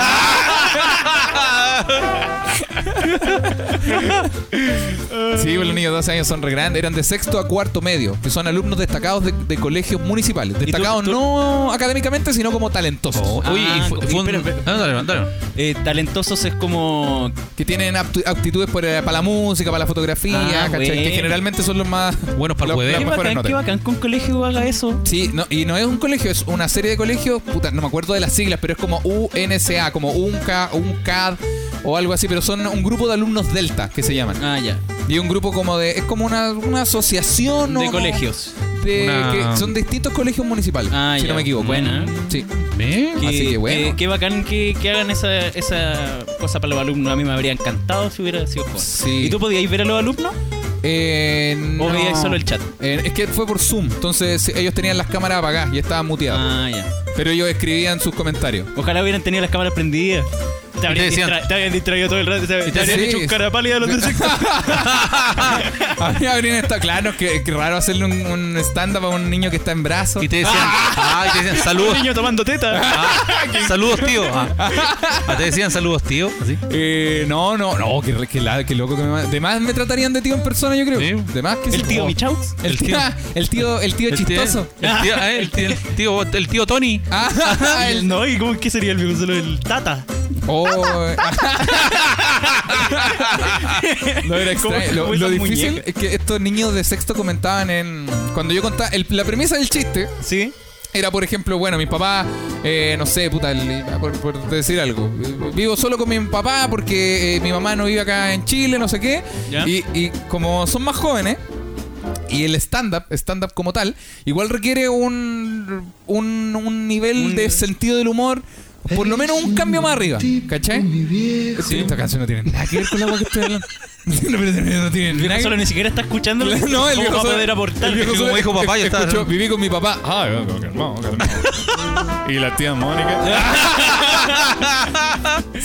Speaker 4: Sí, pues los niños de 12 años son re grandes. Eran de sexto a cuarto medio, que son alumnos destacados de, de colegios municipales. Destacados
Speaker 1: tú-
Speaker 4: no académicamente, sino como talentosos.
Speaker 2: Oye, y
Speaker 1: Ah,
Speaker 2: fue,
Speaker 1: y
Speaker 2: fue un-
Speaker 1: espera, espera.
Speaker 2: Ah, dale, dale.
Speaker 1: Eh, talentosos es como.
Speaker 4: Que tienen aptu- aptitudes por- para la música, para la fotografía,
Speaker 1: Ah,
Speaker 4: ¿cachai?
Speaker 1: bueno.
Speaker 4: Que generalmente son los más...
Speaker 2: Buenos para el
Speaker 4: los-
Speaker 2: hueveo.
Speaker 4: las
Speaker 1: Qué
Speaker 2: Las
Speaker 4: mejores
Speaker 1: bacán,
Speaker 4: notas.
Speaker 1: qué bacán que un colegio haga eso.
Speaker 4: Sí, no, y no es un colegio, es una serie de colegios, puta, no me acuerdo de las siglas, pero es como UNSA, como UNCA, UNCAD o algo así, pero son un grupo de alumnos delta que se llaman.
Speaker 1: Ah, ya.
Speaker 4: Y un grupo como de, es como una, una asociación ¿no?
Speaker 1: de
Speaker 4: no,
Speaker 1: colegios.
Speaker 4: de-
Speaker 2: Una-
Speaker 4: que son distintos colegios municipales,
Speaker 1: Ah,
Speaker 4: si
Speaker 1: ya.
Speaker 4: no me equivoco.
Speaker 1: Buena.
Speaker 4: Sí.
Speaker 2: ¿Eh?
Speaker 4: Así que bueno.
Speaker 1: Qué, qué bacán que, que hagan esa, esa cosa para los alumnos. A mí me habría encantado si hubiera sido joven.
Speaker 4: Sí.
Speaker 1: ¿Y tú podíais ver a los alumnos?
Speaker 4: Eh,
Speaker 1: ¿O
Speaker 4: no.
Speaker 1: veíais solo el chat?
Speaker 4: Eh, es que fue por Zoom, entonces ellos tenían las cámaras apagadas y estaban muteados.
Speaker 1: Ah, ya.
Speaker 4: Pero ellos escribían sus
Speaker 1: (laughs)
Speaker 4: comentarios.
Speaker 1: Ojalá hubieran tenido las cámaras prendidas. Te habrían,
Speaker 2: decían-
Speaker 1: distra- te habrían distraído todo el rato. Te, te habrían
Speaker 4: Sí.
Speaker 1: hecho un cara pálida a los del sexto.
Speaker 4: (laughs) Habrían estado, claro, es que, que raro hacerle un, un stand-up a un niño que está en brazos.
Speaker 2: Y te decían, ah, y te decían
Speaker 1: Un
Speaker 4: (laughs)
Speaker 2: saludos.
Speaker 1: niño tomando teta.
Speaker 2: Ah, saludos, tío. Ah. Ah, te decían saludos, tío. Así.
Speaker 4: Eh, no, no, no, que, que, la- que loco que me ma- De más me tratarían de tío en persona, yo creo.
Speaker 2: Sí.
Speaker 4: De más que
Speaker 1: El
Speaker 4: sí.
Speaker 1: tío
Speaker 4: Oh.
Speaker 1: Michaux.
Speaker 4: El
Speaker 2: El
Speaker 1: (laughs)
Speaker 4: tío,
Speaker 2: tío.
Speaker 4: el tío, el tío chistoso.
Speaker 2: El tío, eh, el tío, el tío, el tío Tony.
Speaker 4: Ah, (laughs)
Speaker 1: (laughs)
Speaker 4: el-
Speaker 1: No, ¿y cómo, qué sería el viejo solo el tata?
Speaker 4: Oh, eh. (laughs) no era extraño.
Speaker 1: (laughs) ¿Cómo-
Speaker 4: Lo,
Speaker 1: cómo
Speaker 4: lo
Speaker 1: esas
Speaker 4: difícil
Speaker 1: muñecas?
Speaker 4: es que estos niños de sexto comentaban en. Cuando yo contaba. el- la premisa del chiste
Speaker 1: ¿Sí?
Speaker 4: Era, por ejemplo, bueno, mi papá, eh, no sé, puta, el- por, por decir algo. eh, Vivo solo con mi papá porque eh, mi mamá no vive acá en Chile, no sé qué.
Speaker 1: Ya.
Speaker 4: Y, y como son más jóvenes, y el stand-up, stand-up como tal, igual requiere un, un, un nivel de sentido del humor. Por lo menos un cambio más arriba, ¿cachai? Sí, Esta canción no tiene nada que ver con la agua que estoy hablando. (laughs) no, pero no tiene
Speaker 1: El
Speaker 4: nada
Speaker 1: viejo
Speaker 4: que
Speaker 1: solo ni siquiera está escuchando.
Speaker 4: (laughs) no, el viejo
Speaker 1: va a
Speaker 4: solo-
Speaker 1: poder aportar?
Speaker 4: el viejo
Speaker 2: como
Speaker 4: solo-
Speaker 2: dijo papá, ya está.
Speaker 4: escuchó, viví con mi papá. Ah, calmado, calmado. oh, Y la tía Mónica.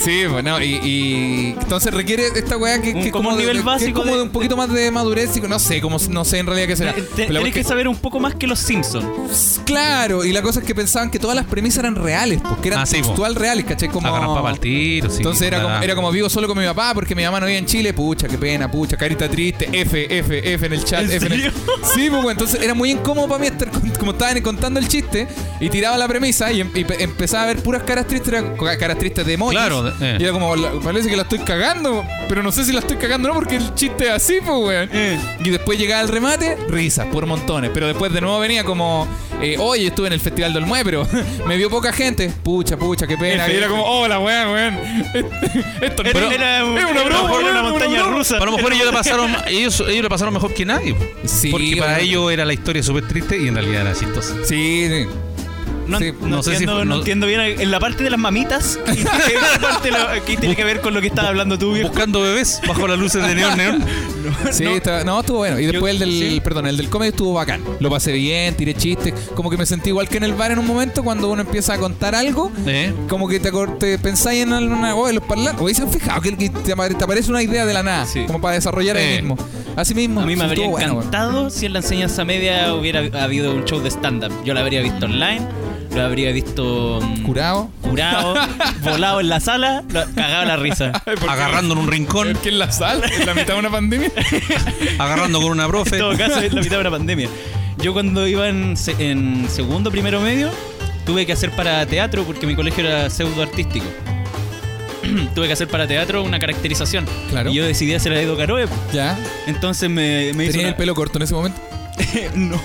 Speaker 4: sí, bueno, y, y- entonces requiere esta weá que,
Speaker 1: Un-
Speaker 4: que
Speaker 1: como un
Speaker 4: de-
Speaker 1: nivel
Speaker 4: que es
Speaker 1: básico
Speaker 4: como de,
Speaker 1: de-
Speaker 4: un poquito más de madurez y no sé, como no sé en realidad qué será.
Speaker 1: eh, Te- te-
Speaker 4: Pero la
Speaker 1: Tenés
Speaker 4: weá
Speaker 1: que
Speaker 4: es que-
Speaker 1: saber un poco más que los Simpsons.
Speaker 4: claro, y la cosa es que pensaban que todas las premisas eran reales, porque eran
Speaker 2: Ah, sí, po.
Speaker 4: textual reales, ¿cachai? Como
Speaker 2: Agarran papa al tiro, sí.
Speaker 4: entonces era
Speaker 2: Nada.
Speaker 4: como, era como vivo solo con mi papá porque mi mamá no vive en Chile. Pucha, qué pena, pucha, carita triste. F, F, F en el chat.
Speaker 1: ¿En
Speaker 4: F en el-
Speaker 1: serio?
Speaker 4: Sí, pues, bueno, entonces era muy incómodo para mí estar con- como estaban contando el chiste y tiraba la premisa y, em- y pe- empezaba a ver puras caras tristes, eran co- caras tristes de emojis.
Speaker 2: Claro, eh.
Speaker 4: Y era como, la- parece que la estoy cagando, pero no sé si la estoy cagando o no porque el chiste es así, pues, weón. Y después llegaba el remate, risas por montones. Pero después de nuevo venía como, eh, oye, estuve en el Festival del Mue, pero (laughs) me vio poca gente. Pucha, pucha, qué pena.
Speaker 2: F, y era como,
Speaker 4: oh, la weón, weón. Esto
Speaker 1: Era- era un- era una montaña rusa.
Speaker 2: Pero a lo mejor ellos la
Speaker 4: (laughs)
Speaker 2: pasaron, ellos, ellos la pasaron mejor que nadie. po.
Speaker 4: Sí,
Speaker 2: Porque para
Speaker 4: bueno.
Speaker 2: ellos era la historia súper triste y en realidad era chistosa.
Speaker 4: Sí,
Speaker 1: (laughs)
Speaker 4: sí.
Speaker 1: No,
Speaker 4: Sí,
Speaker 1: no
Speaker 2: no sé si
Speaker 1: entiendo,
Speaker 2: fue-
Speaker 1: no
Speaker 2: no-
Speaker 1: entiendo bien. En la parte de las mamitas, ¿qué tiene que ver, parte de lo- qué tiene que ver con lo que estás hablando tú, viejo?
Speaker 2: Buscando bebés bajo las luces de neón
Speaker 4: (laughs)
Speaker 2: neón.
Speaker 4: Sí,
Speaker 1: No.
Speaker 4: estaba- no, estuvo bueno. Y después el del,
Speaker 1: sí.
Speaker 4: perdón, el del comedy estuvo bacán. Lo pasé bien, tiré chistes. Como que me sentí igual que en el bar en un momento cuando uno empieza a contar algo.
Speaker 2: ¿Eh?
Speaker 4: Como que te, acor- te pensáis en alguna voz de los parlantes. Oye, se han fijado que que te, apare- te aparece una idea de la nada.
Speaker 1: Sí.
Speaker 4: Como para desarrollar ahí
Speaker 2: Eh.
Speaker 4: mismo. Así mismo.
Speaker 1: A mí me
Speaker 4: sí,
Speaker 1: habría
Speaker 4: estuvo bueno, weón.
Speaker 1: encantado si en la enseñanza media hubiera habido un show de stand-up. Yo lo habría visto online, lo habría visto. mm,
Speaker 4: Curado. (laughs)
Speaker 1: Curado, volado en la sala, lo- cagado la risa.
Speaker 2: Agarrando en un rincón,
Speaker 4: en la sala, en la mitad de una pandemia.
Speaker 2: agarrando con una
Speaker 1: En
Speaker 4: (laughs)
Speaker 2: profe.
Speaker 1: todo caso, es la mitad de una pandemia. Yo cuando iba en, se- en segundo, primero medio, tuve que hacer para teatro porque mi colegio era pseudo artístico. (clears throat) tuve que hacer para teatro una caracterización.
Speaker 4: Claro.
Speaker 1: Y yo decidí hacer a Edo Caroe.
Speaker 4: ya.
Speaker 1: Entonces me, me hizo.
Speaker 4: Tenía
Speaker 1: una-
Speaker 4: el pelo corto en ese momento.
Speaker 1: (laughs) no.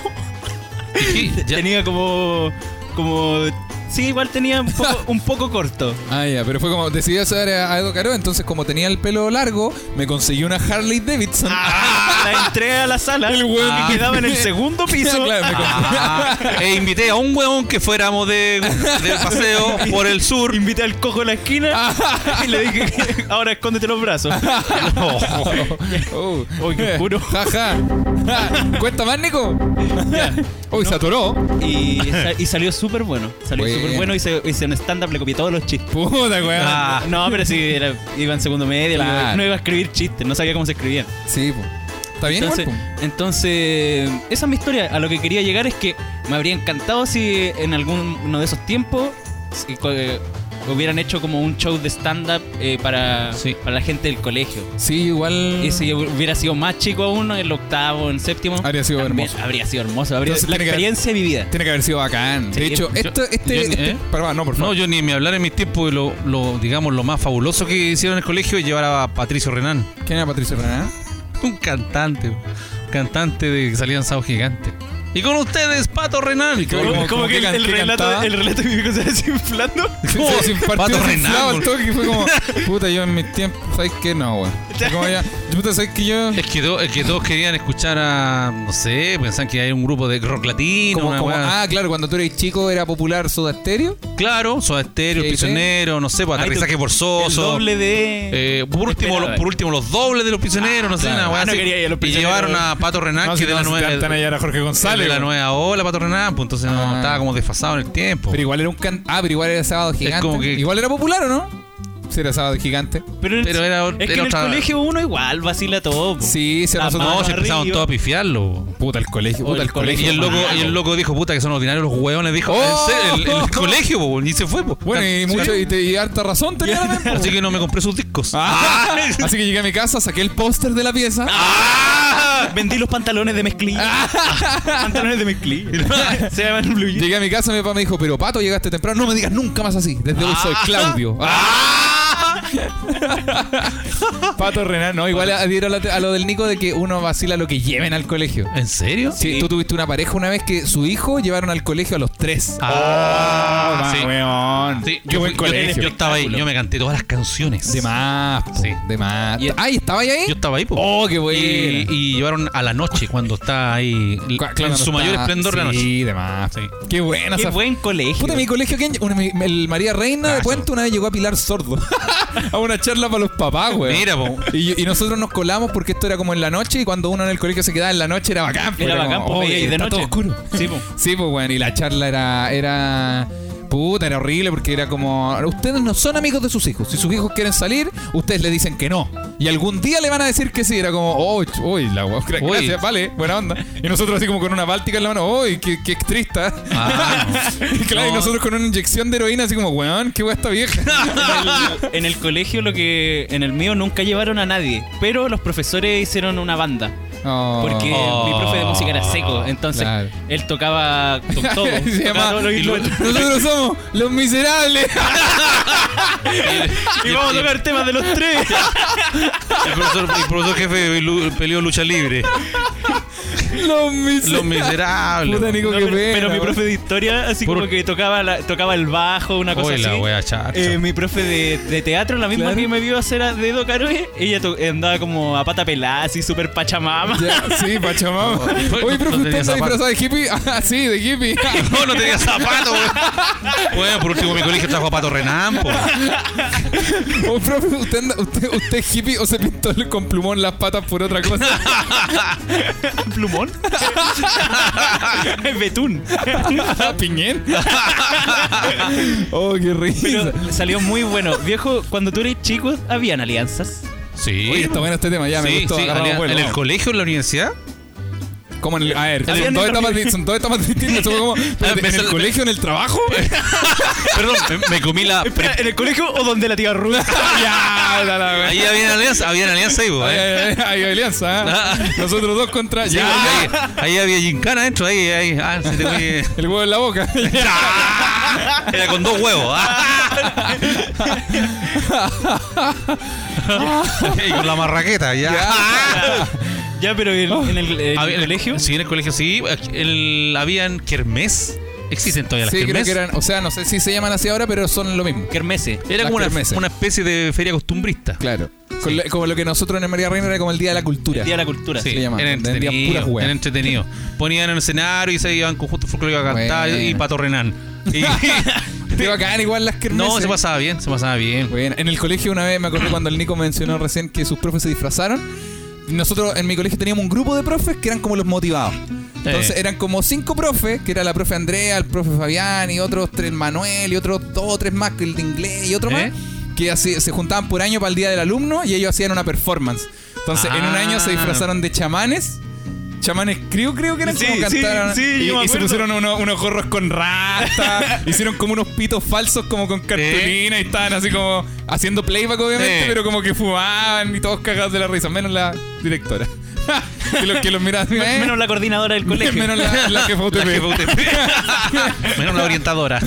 Speaker 2: Sí, ya.
Speaker 1: Tenía como. como. Sí, igual tenía un poco, un poco corto.
Speaker 4: Ah, ya, pero fue como decidí hacer a, a Edo Caro, entonces como tenía el pelo largo, me conseguí una Harley Davidson.
Speaker 1: Ah, La entré a la sala el
Speaker 4: weón
Speaker 1: y
Speaker 4: que-
Speaker 1: quedaba en el segundo piso.
Speaker 4: Claro, me compré-
Speaker 2: Ah, e invité a un weón que fuéramos de,
Speaker 4: (laughs)
Speaker 2: de paseo por el sur.
Speaker 1: Invité al cojo a la esquina (laughs) y le dije que ahora escóndete los brazos.
Speaker 4: Oh.
Speaker 1: Uy, qué oscuro.
Speaker 4: Ja, ja. Ja. ¿Cuesta más, Nico? Uy, se atoró.
Speaker 1: Y, sa- y salió súper bueno. Salió
Speaker 4: Bueno.
Speaker 1: súper bueno y se, y se en stand-up le copié todos los chistes.
Speaker 4: Puta, weón.
Speaker 2: Ah.
Speaker 1: No, pero sí, era- iba en segundo medio,
Speaker 4: Claro.
Speaker 1: no iba- no iba a escribir chistes, no sabía cómo se escribían.
Speaker 4: Sí, po. Está bien,
Speaker 1: Entonces,
Speaker 4: igual,
Speaker 1: entonces, esa es mi historia. A lo que quería llegar es que me habría encantado si en alguno de esos tiempos si co- eh, hubieran hecho como un show de stand-up eh, para,
Speaker 2: Sí.
Speaker 1: para la gente del colegio.
Speaker 4: Sí, igual.
Speaker 1: Y si hubiera sido más chico aún, el octavo, el séptimo.
Speaker 4: Habría sido
Speaker 1: también
Speaker 4: hermoso.
Speaker 1: Habría sido hermoso. Habría
Speaker 4: Entonces
Speaker 1: la
Speaker 4: tiene que-
Speaker 1: experiencia vivida.
Speaker 4: Tiene que haber sido bacán. de
Speaker 1: Sí,
Speaker 4: hecho,
Speaker 1: yo-
Speaker 4: esto, este.
Speaker 2: yo-
Speaker 4: este-
Speaker 2: ¿eh?
Speaker 4: Pará, no, por
Speaker 2: No,
Speaker 4: favor.
Speaker 2: yo ni me hablar en mis tiempos de lo, lo, digamos, lo más fabuloso que hicieron en el colegio es llevar a Patricio Renán.
Speaker 4: ¿Quién era Patricio Renan?
Speaker 1: (laughs)
Speaker 2: Un cantante, un cantante de que salía en Sábado Gigante. Y con ustedes, Pato Renán.
Speaker 4: ¿Cómo- cómo que can- que cantaba?
Speaker 1: relato de mi hijo se va (laughs) desinflando.
Speaker 2: ¿Cómo?
Speaker 4: Sí, sí, partió
Speaker 2: Pato
Speaker 4: desinflado
Speaker 2: Renal.
Speaker 4: al toque y
Speaker 1: (laughs)
Speaker 4: fue como, puta, yo en mis tiempos, ¿sabes qué? No, weón. Fue Como ya, puta, ¿sabes qué? Yo.
Speaker 2: Es que, to- es que todos querían escuchar a, no sé, pensaban que hay un grupo de rock latino.
Speaker 4: Como,
Speaker 2: una
Speaker 4: como-
Speaker 2: weá.
Speaker 4: ah, claro, cuando tú eres chico era popular Soda Stereo.
Speaker 2: Claro, Soda Estéreo,
Speaker 4: ¿Qué dice?
Speaker 2: Prisionero, no sé, pues, Aterrizaje
Speaker 1: El
Speaker 2: Forzoso.
Speaker 1: doble de.
Speaker 2: Eh, por, último,
Speaker 1: Esperaba.
Speaker 2: lo- por último, los dobles de los prisioneros, no sé,
Speaker 4: claro.
Speaker 2: una weá
Speaker 1: Ah, no
Speaker 2: así.
Speaker 1: quería ir a los
Speaker 2: Y
Speaker 1: prisioneros.
Speaker 2: llevaron a Pato Renán, que de la nueva.
Speaker 4: a Jorge
Speaker 2: de la nueva ola, Pato Renán, pues entonces no
Speaker 4: Ah.
Speaker 2: estaba como desfasado en el tiempo.
Speaker 4: Pero igual era un can... Ah, pero igual era sábado gigante.
Speaker 2: Oh. como que-
Speaker 4: Igual era popular, ¿o no? Sí, era sábado gigante.
Speaker 1: Pero, en-
Speaker 2: pero era-
Speaker 1: es que
Speaker 2: era
Speaker 1: en el
Speaker 2: otra-
Speaker 1: colegio uno igual vacila todo. po.
Speaker 4: Sí, se
Speaker 1: La
Speaker 4: pasó
Speaker 1: mano
Speaker 2: no, se empezaron
Speaker 1: arriba.
Speaker 2: todos a pifiarlo. po.
Speaker 4: Puta, el colegio,
Speaker 1: O
Speaker 4: puta,
Speaker 1: el
Speaker 4: el colegio.
Speaker 2: Y Oh, el, loco, y el loco dijo, puta, que son ordinarios los hueones. Dijo,
Speaker 4: ¡Oh!
Speaker 2: "En serio, el,
Speaker 4: (laughs)
Speaker 2: el colegio, po", y se fue. po.
Speaker 4: Bueno, y,
Speaker 2: Sí.
Speaker 4: mucho, y, te- y harta razón
Speaker 2: (laughs)
Speaker 4: tenía también, po.
Speaker 2: Así que no me compré sus discos.
Speaker 4: Ah, así que llegué a mi casa, saqué el póster de la pieza.
Speaker 2: Ah,
Speaker 1: Vendí los pantalones de
Speaker 4: (laughs)
Speaker 1: mezclilla. pantalones de mezclilla. se llaman Blue Jeans.
Speaker 4: Llegué a mi casa, mi papá me dijo, pero Pato, llegaste temprano, no me digas nunca más así. Desde hoy soy Claudio.
Speaker 2: Ah.
Speaker 4: Ah. Pato Renan, no, igual adhiero a, la- a lo del Nico de que uno vacila lo que lleven al colegio.
Speaker 2: ¿En serio?
Speaker 4: Sí, tú tuviste una pareja una vez que su hijo llevaron al colegio a los tres. oh,
Speaker 2: Ah, sí. Sí,
Speaker 4: Qué
Speaker 2: yo,
Speaker 4: buen
Speaker 2: fui- yo-
Speaker 4: colegio.
Speaker 2: Yo, estaba ahí, yo me canté todas las canciones.
Speaker 4: De más, po,
Speaker 2: Sí.
Speaker 4: de más.
Speaker 2: Y-
Speaker 4: Ay, ¿estaba ahí?
Speaker 2: Yo estaba ahí, po.
Speaker 4: Oh, qué bueno.
Speaker 2: y, y llevaron a la noche cuando está ahí l- en su mayor esplendor la
Speaker 4: (laughs)
Speaker 2: noche.
Speaker 4: Sí, de más.
Speaker 2: Sí.
Speaker 4: Qué buena
Speaker 1: Qué
Speaker 4: esa
Speaker 1: buen colegio.
Speaker 4: Puta, mi colegio, ¿quién? Una- mi- el María Reina
Speaker 2: Ah,
Speaker 4: de Puente una vez llegó a Pilar Sordo (laughs) a una charla para los papás, güey.
Speaker 2: Mira, po.
Speaker 4: Y, y nosotros nos colamos porque esto era como en la noche y cuando uno en el colegio se quedaba en la noche era bacán. pues,
Speaker 1: Era bacán,
Speaker 4: como,
Speaker 1: po,
Speaker 4: "Oye,
Speaker 1: veía de
Speaker 4: está
Speaker 1: noche".
Speaker 4: todo oscuro.
Speaker 1: Sí, po.
Speaker 4: Sí, pues, güey. Y la charla era, era... Puta, era horrible porque era como... Ustedes no son amigos de sus hijos. Si sus hijos quieren salir, ustedes le dicen que no. Y algún día le van a decir que sí. Era como... "Oh, ch- uy, la güey.
Speaker 2: Uy.
Speaker 4: Gracias, vale. Buena onda. Y nosotros así como con una báltica en la mano. Uy, qué, qué triste.
Speaker 2: Ah,
Speaker 4: (laughs) Y claro, y
Speaker 2: No.
Speaker 4: nosotros con una inyección de heroína, así como, weón, qué weá esta vieja.
Speaker 1: En el- en el colegio lo que en el mío nunca llevaron a nadie, pero los profesores hicieron una banda.
Speaker 4: Oh. (laughs)
Speaker 1: Porque
Speaker 2: Oh.
Speaker 1: mi profe de música era seco, entonces
Speaker 4: Claro.
Speaker 1: él tocaba to- todo.
Speaker 4: (laughs) Se
Speaker 1: tocaba
Speaker 4: llama-
Speaker 1: todos los
Speaker 4: y lo-
Speaker 1: instrumentos.
Speaker 4: Nosotros somos los miserables. (laughs)
Speaker 1: Y vamos a tocar temas de los
Speaker 4: (laughs)
Speaker 1: tres.
Speaker 2: El profesor, el profesor jefe lu- peleó lucha libre.
Speaker 4: los miserables.
Speaker 2: Los miserables.
Speaker 4: Puta, Nico,
Speaker 1: No,
Speaker 4: qué
Speaker 1: pero,
Speaker 4: pena,
Speaker 1: pero mi
Speaker 4: weón.
Speaker 1: profe de historia, así
Speaker 2: Por-
Speaker 1: como que tocaba, la- tocaba el bajo, una cosa
Speaker 2: Oye, la
Speaker 1: así.
Speaker 2: wea charcha.
Speaker 1: Eh, mi profe de, de teatro, la misma
Speaker 4: Claro.
Speaker 1: que me vio hacer a dedo caroe, ella to- andaba como a pata pelada, así súper pachamama.
Speaker 4: Ya, sí, pachamama.
Speaker 2: No,
Speaker 4: Oye, profe,
Speaker 2: no
Speaker 4: ¿usted
Speaker 2: tenía
Speaker 4: está
Speaker 2: zapato.
Speaker 4: disfrazado de hippie? (laughs) Ah, sí, de
Speaker 2: (laughs)
Speaker 4: hippie.
Speaker 2: (laughs)
Speaker 4: Ah,
Speaker 2: No, no tenía zapatos, weón. Bueno, por último mi colegio trajo a Pato Renán, po.
Speaker 4: O profe, ¿usted, anda- usted, ¿usted es hippie o se pintó el- con plumón las patas por otra cosa?
Speaker 1: (laughs)
Speaker 2: (laughs)
Speaker 1: ¿Plumón? Betún.
Speaker 4: ¿Piñén? oh, qué risa.
Speaker 1: Pero salió muy bueno. Viejo, cuando tú eres chico, habían alianzas.
Speaker 2: Sí.
Speaker 4: Oye, está bueno este tema, ya me
Speaker 2: Sí,
Speaker 4: gustó.
Speaker 2: sí,
Speaker 4: agarramos
Speaker 2: alia-
Speaker 4: vuelo,
Speaker 2: ¿En el
Speaker 4: vamos.
Speaker 2: colegio, en la universidad?
Speaker 4: Como en el, a ver,
Speaker 1: Habían
Speaker 4: son dos,
Speaker 1: otras
Speaker 4: etapas, di- son dos etapas distintas.
Speaker 2: (laughs)
Speaker 4: son como, espérate,
Speaker 2: me
Speaker 4: ¿En el
Speaker 2: sal-
Speaker 4: colegio, en el
Speaker 2: (laughs)
Speaker 4: trabajo?
Speaker 2: Eh.
Speaker 4: Eh,
Speaker 2: Perdón, me, me comí
Speaker 4: (laughs)
Speaker 2: la. pre-
Speaker 1: ¿En el colegio o donde la tía Ruda?
Speaker 4: ya, la, la, la.
Speaker 2: Ahí había alianza, había alianza ahí, po,
Speaker 4: Ay,
Speaker 2: eh.
Speaker 4: ay, ay, ay, alianza. ¿ah?
Speaker 2: Ah.
Speaker 4: Nosotros dos contra.
Speaker 2: Sí,
Speaker 4: ya.
Speaker 2: ahí, ahí había gincana adentro, ahí, ahí. Ah, se te
Speaker 4: (laughs)
Speaker 2: fue-
Speaker 4: El huevo en la boca.
Speaker 2: Era con dos huevos.
Speaker 4: (laughs)
Speaker 2: ah. Y con la marraqueta, ya.
Speaker 1: (laughs)
Speaker 2: (laughs)
Speaker 1: ya, pero en, en el, en
Speaker 2: Había-
Speaker 1: el colegio.
Speaker 2: Sí, en el colegio, sí. El, habían kermés. Existen todavía las
Speaker 4: sí, creo
Speaker 2: kermés.
Speaker 4: que eran. O sea, no sé si se llaman así ahora, pero son lo mismo.
Speaker 1: Kermese.
Speaker 2: Era
Speaker 4: las
Speaker 2: como una,
Speaker 4: kermeses.
Speaker 2: una especie de feria costumbrista.
Speaker 4: Claro. Con la- como lo que nosotros en el María Reina era como el Día de la Cultura.
Speaker 1: Día de la cultura.
Speaker 2: Sí,
Speaker 4: se llama.
Speaker 2: era
Speaker 4: Vendían puras
Speaker 2: entretenido,
Speaker 4: weas.
Speaker 2: era entretenido. Ponían en el escenario y se iban conjuntos folclóricos a cantar
Speaker 4: Bueno.
Speaker 2: y Pato Renán.
Speaker 4: (laughs)
Speaker 2: (laughs) Y-
Speaker 4: Te bacán igual las kermeses.
Speaker 2: no, se pasaba bien, se pasaba bien.
Speaker 4: Bueno, en el colegio una vez me acordé cuando el Nico mencionó recién que sus profes se disfrazaron. Nosotros en mi colegio teníamos un grupo de profes que eran como los motivados. Entonces
Speaker 2: Eh.
Speaker 4: eran como cinco profes, que era la profe Andrea, el profe Fabián y otros tres Manuel y otros dos o tres más, que el de inglés y otro
Speaker 2: Eh.
Speaker 4: más, que así, se juntaban por año para el día del alumno y ellos hacían una performance. Entonces en un
Speaker 2: Ah.
Speaker 4: año se disfrazaron de chamanes. chamanes creo creo que eran
Speaker 2: Sí,
Speaker 4: como
Speaker 2: sí,
Speaker 4: cantaron.
Speaker 2: sí,
Speaker 4: y,
Speaker 2: yo me
Speaker 4: y se
Speaker 2: acuerdo.
Speaker 4: pusieron uno- unos gorros con rasta, hicieron como unos pitos falsos como con cartulina y estaban así como haciendo playback obviamente,
Speaker 2: Eh.
Speaker 4: pero como que fumaban y todos cagados de la risa, menos la directora. (laughs) que los que los miraban así, eh,
Speaker 1: Menos la coordinadora del colegio.
Speaker 4: menos la, la jefa UTP.
Speaker 2: La jefa UTP. Menos la orientadora.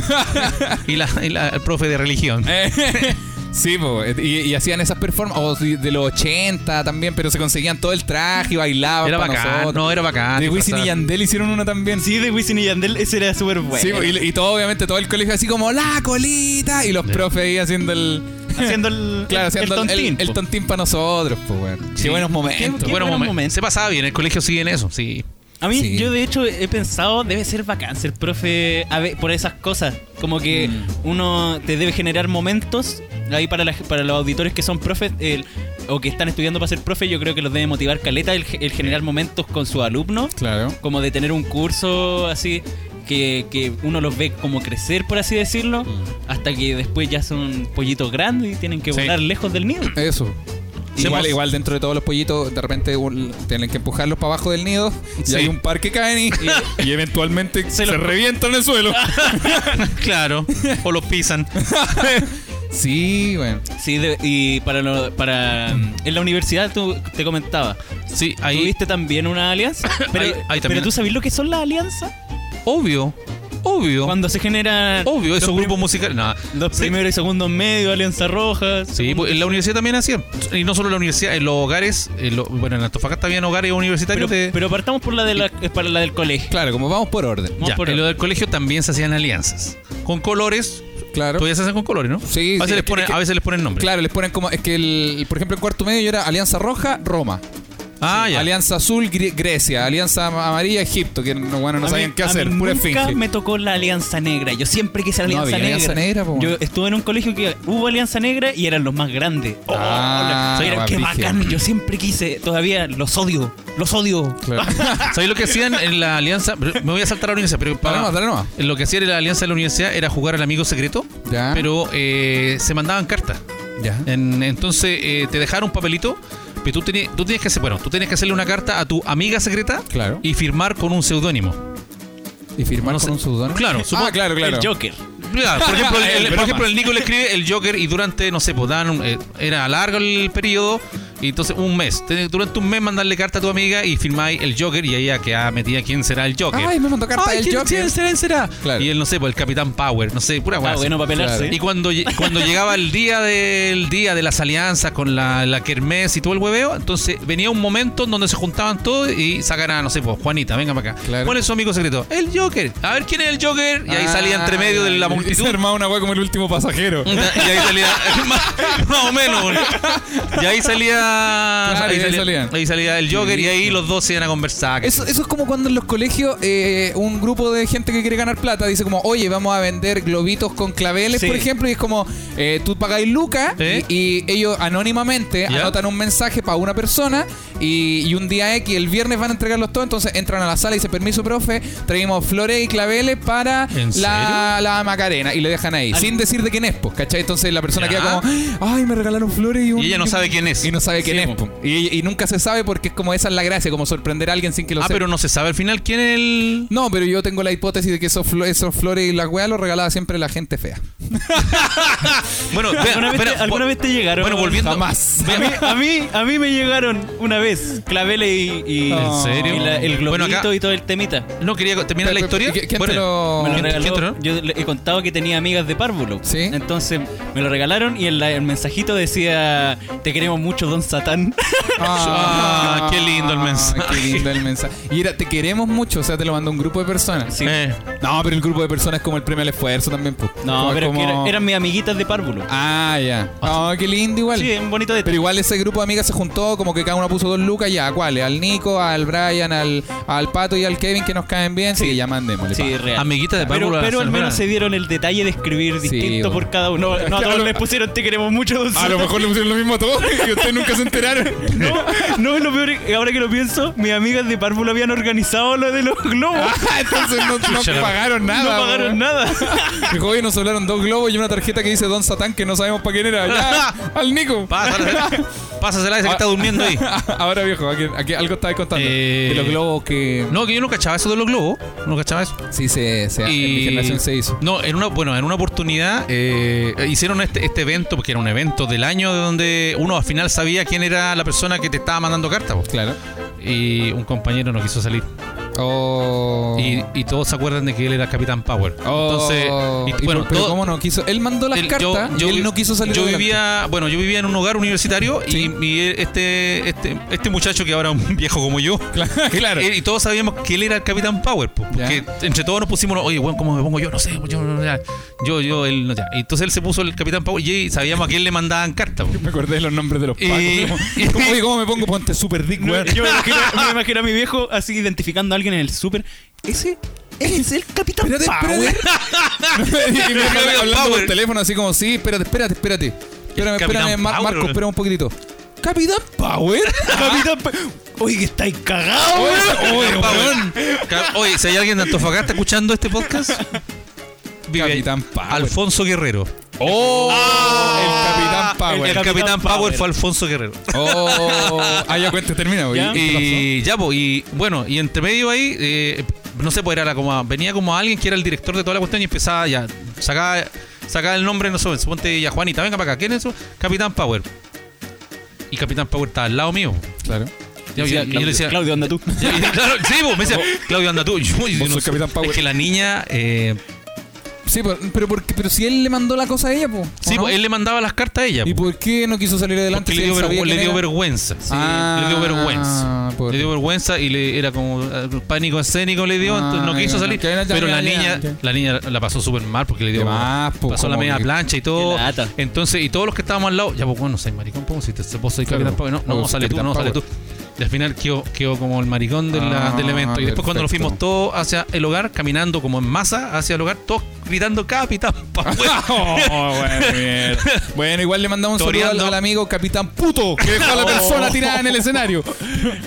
Speaker 2: Y la, y la- el profe de religión.
Speaker 4: (laughs) Eh, Sí, po, y, y hacían esas performances o de los 80 también, pero se conseguían todo el traje y bailaban.
Speaker 2: Era
Speaker 4: pa'
Speaker 2: bacán.
Speaker 4: nosotros.
Speaker 2: No, era bacán.
Speaker 4: De Wisin y
Speaker 2: Pasaba-
Speaker 4: Yandel hicieron una también.
Speaker 1: Sí, de Wisin y Yandel, ese era súper bueno.
Speaker 4: Sí, po, y, y todo, obviamente, todo el colegio así como la colita. Y los profes ahí haciendo el.
Speaker 1: haciendo el,
Speaker 4: (laughs) Claro,
Speaker 1: el-
Speaker 4: haciendo
Speaker 1: el tontín. po.
Speaker 4: para nosotros, pues, weón.
Speaker 2: Sí.
Speaker 4: Qué buenos momentos.
Speaker 1: Qué- qué
Speaker 2: Buenos
Speaker 1: buenos
Speaker 2: momentos.
Speaker 1: momentos.
Speaker 2: Se pasaba bien. El colegio sigue en eso. Sí.
Speaker 1: A mí,
Speaker 4: Sí.
Speaker 1: yo de hecho he pensado, debe ser bacán ser profe a ve- por esas cosas. Como que uno te debe generar momentos. Ahí para, la- para los auditores que son profes el- o que están estudiando para ser profe, yo creo que los debe motivar caleta el, ge- el generar momentos con sus alumnos.
Speaker 4: Claro.
Speaker 1: Como de tener un curso así que, que uno los ve como crecer, por así decirlo, hasta que después ya son pollitos grandes y tienen que
Speaker 2: Sí.
Speaker 1: volar lejos del nido.
Speaker 4: Eso. Igual,
Speaker 2: Hacemos-
Speaker 4: igual dentro de todos los pollitos, de repente un- tienen que empujarlos para abajo del nido y
Speaker 2: Sí.
Speaker 4: hay un par que caen y, y eventualmente se,
Speaker 1: los-
Speaker 4: revientan en el suelo. (laughs)
Speaker 2: claro. O los pisan.
Speaker 4: sí, bueno.
Speaker 1: Sí, de- y para, lo- para mm, en la universidad tú te comentaba,
Speaker 2: Sí, ahí.
Speaker 1: tuviste también una alianza, pero,
Speaker 2: Ahí- ahí
Speaker 1: pero
Speaker 2: también.
Speaker 1: tú sabes lo que son las alianzas
Speaker 2: Obvio. Obvio.
Speaker 1: cuando se generan
Speaker 2: Obvio.
Speaker 1: los
Speaker 2: Esos
Speaker 1: prim-
Speaker 2: grupos musicales. Nada.
Speaker 1: los
Speaker 2: Sí.
Speaker 1: primeros y segundos medios, alianzas rojas.
Speaker 2: Sí, pues, en la universidad también hacían. Y no solo en la universidad, en los hogares. en lo- bueno, en Antofagasta habían hogares
Speaker 1: pero,
Speaker 2: universitarios de.
Speaker 1: pero partamos por la de la para la del colegio.
Speaker 4: Claro, como vamos por orden.
Speaker 1: Vamos
Speaker 2: Ya,
Speaker 1: por
Speaker 2: en lo
Speaker 1: orden.
Speaker 2: del colegio también se hacían alianzas. Con colores.
Speaker 4: Claro.
Speaker 2: Todavía se hacen con colores, ¿no?
Speaker 4: Sí,
Speaker 2: a veces,
Speaker 4: sí,
Speaker 2: les
Speaker 4: es que-
Speaker 2: ponen,
Speaker 4: es que-
Speaker 2: a veces les ponen nombre.
Speaker 4: Claro, les ponen como. Es que, el, por ejemplo, en cuarto medio yo era Alianza Roja, Roma.
Speaker 2: Ah, ya.
Speaker 4: Alianza Azul, Gre- Grecia. Alianza Amarilla, Egipto. Que no, bueno, no
Speaker 1: A mí-
Speaker 4: sabían qué
Speaker 1: a mí
Speaker 4: hacer. Pura
Speaker 1: nunca
Speaker 4: esfinge.
Speaker 1: me tocó la alianza negra. Yo siempre quise la
Speaker 4: No,
Speaker 1: alianza
Speaker 4: había
Speaker 1: negra.
Speaker 4: alianza negra, po.
Speaker 1: Yo estuve en un colegio que hubo alianza negra y eran los más grandes. Oh,
Speaker 4: Ah,
Speaker 1: la- o sea, eran-
Speaker 4: va,
Speaker 1: qué
Speaker 4: brígido.
Speaker 1: bacán. Yo siempre quise. Todavía los odio. Los odio.
Speaker 4: Claro.
Speaker 2: ¿Sabéis lo que hacían en la alianza? Me voy a saltar a la universidad, pero
Speaker 4: Dale
Speaker 2: para,
Speaker 4: nomás, dale nomás.
Speaker 2: lo que hacían en la alianza de la universidad era jugar al amigo secreto,
Speaker 4: Ya.
Speaker 2: pero eh, se mandaban cartas.
Speaker 4: Ya.
Speaker 2: En- entonces eh, te dejaron un papelito, pero tú tenías, tú tenías que hacer, bueno, tú tenías que hacerle una carta a tu amiga secreta
Speaker 4: Claro.
Speaker 2: y firmar con un seudónimo.
Speaker 4: Y firmar
Speaker 2: no
Speaker 4: con
Speaker 2: sé.
Speaker 4: un pseudónimo.
Speaker 2: Claro, supongo-
Speaker 4: Ah, claro, claro.
Speaker 1: El Joker.
Speaker 2: Claro, por ejemplo, el,
Speaker 4: El
Speaker 2: el- por
Speaker 4: broma.
Speaker 2: ejemplo, el Nico le escribe el Joker y durante, no sé, pues dan, un- eh, era largo el periodo, y entonces un mes. Tenés- Durante un mes mandarle carta a tu amiga y firmáis el Joker y ella queda metida quién será el Joker.
Speaker 4: Ay, me mandó carta
Speaker 2: Ay,
Speaker 4: del
Speaker 2: ¿quién,
Speaker 4: Joker.
Speaker 2: ¿Quién será? ¿Quién será?
Speaker 4: Claro.
Speaker 2: Y él, no sé, pues el Capitán Power, no sé, pura
Speaker 1: Ah,
Speaker 2: guasa.
Speaker 1: bueno, para pelarse.
Speaker 2: Y cuando, lle- cuando llegaba el día del día de las alianzas con la, la kermés y todo el hueveo, entonces venía un momento en donde se juntaban todos y sacaban a, no sé, pues Juanita, venga para acá.
Speaker 4: Claro.
Speaker 2: ¿Cuál es su amigo secreto? El Joker. A ver quién es el Joker. Y ahí salía entre medio de la
Speaker 4: Ah, Y
Speaker 2: multitud.
Speaker 4: se armaba una weá como el último pasajero.
Speaker 2: Y ahí salía, (laughs) más, más o menos. boludo. Y ahí salía,
Speaker 4: Claro,
Speaker 2: ahí,
Speaker 4: y ahí
Speaker 2: salía
Speaker 4: salían.
Speaker 2: ahí salía el Joker y ahí los dos se iban a conversar.
Speaker 4: Eso, eso es como cuando en los colegios eh, un grupo de gente que quiere ganar plata dice como, oye, vamos a vender globitos con claveles,
Speaker 1: Sí.
Speaker 4: por ejemplo, y es como, eh, tú pagáis lucas
Speaker 2: ¿Eh?
Speaker 4: y, y ellos anónimamente
Speaker 2: ¿Ya?
Speaker 4: anotan un mensaje para una persona y, y un día X, el viernes van a entregarlos todos, entonces entran a la sala y dicen, permiso, profe, traímos flores y claveles para
Speaker 2: ¿En
Speaker 4: la, la Macarena y le dejan ahí,
Speaker 1: Al-
Speaker 4: sin decir de quién es, pues, ¿cachai? Entonces la persona
Speaker 2: ¿Ya?
Speaker 4: queda como, ay, me regalaron flores y un...
Speaker 2: Y ella no
Speaker 4: un-
Speaker 2: sabe quién es.
Speaker 4: Y no sabe quién
Speaker 1: Sí,
Speaker 4: es,
Speaker 1: po.
Speaker 4: po. Y, y nunca se sabe porque es como esa es la gracia, como sorprender a alguien sin que lo
Speaker 2: ah,
Speaker 4: sepa.
Speaker 2: pero no se sabe al final quién es el.
Speaker 4: No, pero yo tengo la hipótesis de que esos, flo- esos flores y las weas los regalaba siempre la
Speaker 1: (laughs)
Speaker 4: gente fea.
Speaker 2: Bueno, vea,
Speaker 1: ¿Alguna, vez,
Speaker 2: espera,
Speaker 1: te, alguna
Speaker 2: vo-
Speaker 1: vez te llegaron?
Speaker 2: Bueno, volviendo.
Speaker 4: Jamás.
Speaker 1: A mí, a, mí, a mí me llegaron una vez claveles y, y-
Speaker 4: ¿En serio?
Speaker 1: y la- el globito
Speaker 2: Bueno, acá-
Speaker 1: y todo el temita.
Speaker 2: No quería terminar la
Speaker 4: Pero-
Speaker 2: historia.
Speaker 4: ¿Qui- ¿Quién
Speaker 2: Bueno,
Speaker 4: te lo.?
Speaker 1: Me lo
Speaker 2: ¿Quién-
Speaker 1: regaló-
Speaker 2: quién te lo-
Speaker 1: yo le he contado que tenía amigas de párvulo.
Speaker 4: Sí.
Speaker 1: Entonces me lo regalaron y en la- el mensajito decía: Te queremos mucho, don Satán.
Speaker 2: Ah, qué lindo el mensaje.
Speaker 4: Qué lindo el mensaje. Y era, te queremos mucho, o sea, te lo mandó un grupo de personas.
Speaker 1: (laughs) Sí.
Speaker 2: Eh,
Speaker 4: No, pero el grupo de personas es como el premio al esfuerzo también, pues.
Speaker 1: no,
Speaker 4: Como-
Speaker 1: pero es que
Speaker 4: como-
Speaker 1: era- eran mis amiguitas de párvulo.
Speaker 4: Ah, ya. Ah, qué lindo igual.
Speaker 1: Sí, un bonito detalle.
Speaker 4: Pero igual ese grupo de amigas se juntó, como que cada uno puso dos lucas, ya, ¿a ¿cuáles? Al Nico, al Brian, al, al Pato y al Kevin que nos caen bien. Sí,
Speaker 1: Sí.
Speaker 4: ya mandémosle. pa.
Speaker 1: Sí, real.
Speaker 2: Amiguita de
Speaker 1: Pero,
Speaker 2: párvulo,
Speaker 1: pero al menos
Speaker 2: Salvador.
Speaker 1: se dieron el detalle de escribir
Speaker 4: Sí,
Speaker 1: distinto
Speaker 4: bueno.
Speaker 1: por cada uno. No, a
Speaker 4: Claro. Ah,
Speaker 1: todos les pusieron te queremos mucho, don Satán.
Speaker 4: le pusieron lo mismo a todos (laughs) y ustedes nunca se
Speaker 2: (laughs)
Speaker 4: enteraron.
Speaker 1: No, lo peor, es que ahora que lo pienso, mis amigas de Párvulo habían organizado lo de los globos.
Speaker 4: (laughs) Ah, entonces no, no
Speaker 2: Chucha.
Speaker 4: pagaron nada.
Speaker 1: no
Speaker 4: po.
Speaker 1: pagaron nada.
Speaker 4: Dijo, oye, nos hablaron dos globos y una tarjeta que dice Don Satán que no sabemos para quién era.
Speaker 2: (laughs)
Speaker 4: Ya, al Nico.
Speaker 2: Pásasela, pásasela ese que está durmiendo ahí.
Speaker 4: (laughs) Ahora, viejo, aquí, aquí algo estabas contando.
Speaker 2: Eh,
Speaker 4: De los globos que.
Speaker 2: No, que yo no cachaba eso de los globos. No cachaba eso.
Speaker 4: Sí, se, se, en mi
Speaker 2: Y-
Speaker 4: generación se hizo.
Speaker 2: No, en una, bueno, en una oportunidad eh, hicieron este, este evento, porque era un evento del año de donde uno al final sabía quién era la persona que te estaba mandando cartas. po.
Speaker 4: Claro.
Speaker 2: Y un compañero no quiso salir.
Speaker 4: Oh.
Speaker 2: Y, y todos se acuerdan de que él era Capitán Power. Entonces,
Speaker 4: Oh.
Speaker 2: y,
Speaker 4: ¿Y
Speaker 2: bueno,
Speaker 4: por- pero
Speaker 2: todo-
Speaker 4: ¿cómo no quiso? Él mandó las
Speaker 2: él-
Speaker 4: cartas y él
Speaker 2: vi-
Speaker 4: no quiso salir
Speaker 2: Yo
Speaker 4: adelante.
Speaker 2: vivía, bueno, yo vivía en un hogar universitario y-
Speaker 4: Sí.
Speaker 2: y, este, este este muchacho que ahora es un (laughs) viejo como yo,
Speaker 4: Claro, claro.
Speaker 2: Él- y todos sabíamos que él era el Capitán Power, po,
Speaker 4: Ya.
Speaker 2: porque entre todos nos pusimos, oye, weón, ¿cómo me pongo yo? No sé, yo, no- ya. yo, yo, él, no, ya. Y Entonces él se puso el Capitán Power y sabíamos a quién le mandaban cartas. po.
Speaker 4: (laughs) Me acordé de los nombres de los pacos. (laughs)
Speaker 2: Y- (laughs)
Speaker 4: Como- como, Oye, ¿cómo me pongo? este Ponte super dick,
Speaker 1: No,
Speaker 4: weón.
Speaker 1: yo me imagino, me imagino a mi viejo así identificando a alguien en el súper. Ese es el Capitán
Speaker 4: Espérate,
Speaker 1: Power.
Speaker 2: (laughs)
Speaker 4: espérate. y me
Speaker 2: Capitán
Speaker 4: hablando por
Speaker 2: Power.
Speaker 4: teléfono así como, sí, espérate, espérate, espérate. Espérame,
Speaker 2: Capitán
Speaker 4: espérame, Mar-
Speaker 2: Power,
Speaker 4: Marco,
Speaker 2: weón.
Speaker 4: espérame un poquitito. ¿Capitán Power?
Speaker 1: Capitán Pa- Oye, que estáis cagados, weón.
Speaker 4: Oye,
Speaker 2: Capitán Power.
Speaker 4: weón.
Speaker 2: Ca- Oye, si hay alguien de Antofagasta escuchando este podcast, vive ahí.
Speaker 4: Capitán Power.
Speaker 2: Alfonso Guerrero.
Speaker 4: ¡Oh!
Speaker 2: Ah,
Speaker 4: el Capitán Power.
Speaker 2: El, Capitán,
Speaker 1: Capitán
Speaker 2: Power,
Speaker 1: Power.
Speaker 2: fue Alfonso Guerrero.
Speaker 4: ¡Oh! Ah, ya cuenta, termina,
Speaker 1: Ya.
Speaker 4: güey.
Speaker 2: Y ya, pues, y bueno, y entre medio ahí, eh, no sé, pues era la, como, a- venía como alguien que era el director de toda la cuestión y empezaba ya, sacaba, sacaba el nombre, no sé, pues, suponte ya Juanita, venga para acá, ¿quién es eso? Capitán Power. Y Capitán Power estaba al lado mío.
Speaker 4: Claro.
Speaker 2: Yo- yo- yo le decía,
Speaker 1: Claudio, anda tú.
Speaker 2: y claro, (laughs) sí, pues, me decía, Claudio, anda tú. (laughs) Yo- yo
Speaker 4: sos Capitán Power.
Speaker 2: Es que la niña, eh,
Speaker 4: Sí, pero, pero, por qué- pero si él le mandó la cosa a ella, po. ¿o
Speaker 2: sí,
Speaker 4: no?
Speaker 2: pues él le mandaba las cartas a ella.
Speaker 4: ¿Y
Speaker 2: pues,
Speaker 4: por qué no quiso salir adelante?
Speaker 2: porque
Speaker 4: si
Speaker 2: le dio,
Speaker 4: él
Speaker 2: vergü-
Speaker 4: sabía
Speaker 2: le
Speaker 4: quién
Speaker 2: dio
Speaker 4: era?
Speaker 2: vergüenza. sí,
Speaker 4: Ah,
Speaker 2: le dio vergüenza.
Speaker 4: pobre.
Speaker 2: Le dio vergüenza y le era como eh, pánico escénico le dio,
Speaker 4: Ah,
Speaker 2: entonces no quiso
Speaker 4: ya,
Speaker 2: salir.
Speaker 4: ya, ya, ya,
Speaker 2: pero la
Speaker 4: ya,
Speaker 2: niña,
Speaker 4: ya.
Speaker 2: la niña la pasó súper mal porque le dio
Speaker 4: De más, po,
Speaker 2: pasó la
Speaker 4: como
Speaker 2: media
Speaker 4: que-
Speaker 2: plancha y todo.
Speaker 1: Qué lata.
Speaker 2: Entonces, y todos los que estábamos al lado, ya vos, bueno, soy maricón, ¿cómo si te vos sois
Speaker 4: Claro,
Speaker 2: capitán Power? No, no,
Speaker 4: vos sois
Speaker 2: sale tú,
Speaker 4: Capitán
Speaker 2: no, sale tú.
Speaker 4: Power.
Speaker 2: Y al final quedó, quedó como el maricón de la-
Speaker 4: Ah,
Speaker 2: del evento. Y después cuando nos
Speaker 4: perfecto.
Speaker 2: fuimos todos hacia el hogar, caminando como en masa hacia el hogar, todos gritando Capitán (laughs)
Speaker 4: (laughs)
Speaker 2: Power.
Speaker 4: Oh, bueno, bien. bueno, igual le mandamos un saludo
Speaker 2: Toreando.
Speaker 4: al, al amigo Capitán Puto, que dejó a la
Speaker 1: Oh.
Speaker 4: persona tirada en el escenario.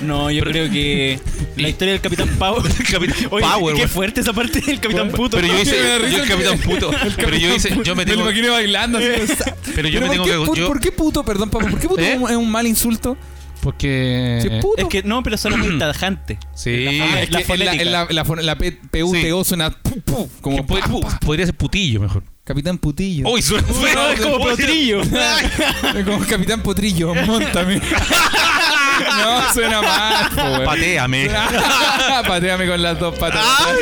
Speaker 1: No, yo creo que la historia del Capitán
Speaker 4: (laughs)
Speaker 1: Power.
Speaker 2: Capitán
Speaker 1: Oye,
Speaker 2: Power,
Speaker 1: qué
Speaker 2: weón.
Speaker 1: fuerte esa parte del Capitán Puto.
Speaker 2: Pero yo hice,
Speaker 4: Me da
Speaker 2: yo
Speaker 4: risa
Speaker 2: el capitán puto. pero yo hice, yo me tengo,
Speaker 4: lo imaginé bailando. así,
Speaker 2: pero yo me
Speaker 4: ¿por
Speaker 2: tengo
Speaker 4: qué
Speaker 2: que,
Speaker 4: puto-
Speaker 2: yo-
Speaker 4: ¿Por qué puto? Perdón, papá. ¿Por qué puto
Speaker 2: ¿Eh?
Speaker 4: es un- es un mal insulto?
Speaker 2: Porque.
Speaker 4: Si es puto.
Speaker 1: Es que no, pero son
Speaker 4: (clears throat)
Speaker 1: muy tajante.
Speaker 2: Sí.
Speaker 1: Ah,
Speaker 4: Ah, es
Speaker 1: la
Speaker 4: que en la,
Speaker 1: fonética.
Speaker 4: en la, en la fon- la P- PUTO suena pu- pu,
Speaker 2: Que
Speaker 4: como
Speaker 2: pod-
Speaker 4: pa,
Speaker 2: pu-
Speaker 4: pa.
Speaker 2: podría ser putillo mejor.
Speaker 4: Capitán Putillo.
Speaker 2: Uy, suena
Speaker 1: No, (laughs) es como
Speaker 4: (laughs)
Speaker 1: potrillo.
Speaker 4: Como Capitán Potrillo, montame.
Speaker 2: (laughs)
Speaker 4: no, suena mal. po, weón.
Speaker 2: Pateame.
Speaker 4: (laughs) Pateame con las dos patas. (laughs)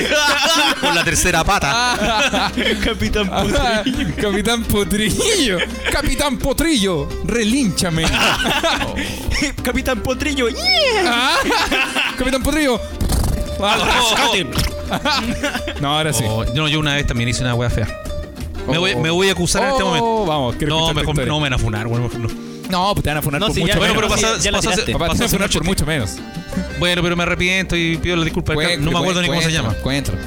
Speaker 2: Con la tercera pata.
Speaker 1: Capitán Puto.
Speaker 4: Ah, Capitán Potrillo. Capitán Potrillo, relínchame.
Speaker 1: (laughs) Capitán Potrillo.
Speaker 4: Ah, Capitán Potrillo.
Speaker 2: Oh, oh,
Speaker 4: No, ahora sí.
Speaker 2: oh. No, yo una vez también hice una wea fea. Me voy, me voy a acusar en este
Speaker 4: Oh,
Speaker 2: momento.
Speaker 4: Vamos, quiero
Speaker 2: No,
Speaker 4: escuchar tu
Speaker 2: mejor
Speaker 4: historia.
Speaker 2: no me van a funar, bueno, mejor no.
Speaker 4: No, pues te van a funar
Speaker 1: No,
Speaker 4: por
Speaker 1: sí, ya-
Speaker 4: mucho
Speaker 2: Bueno, pero
Speaker 4: menos.
Speaker 1: no, sí,
Speaker 2: pasas-
Speaker 1: ya la
Speaker 2: pasas-
Speaker 1: tiraste.
Speaker 4: Papá, te
Speaker 2: pasó
Speaker 4: van a
Speaker 2: hace
Speaker 4: funar
Speaker 2: mucho
Speaker 4: por mucho menos.
Speaker 2: Bueno, pero me arrepiento y pido la disculpa. No me acuerdo ni cómo se llama.
Speaker 4: Cuéntalo.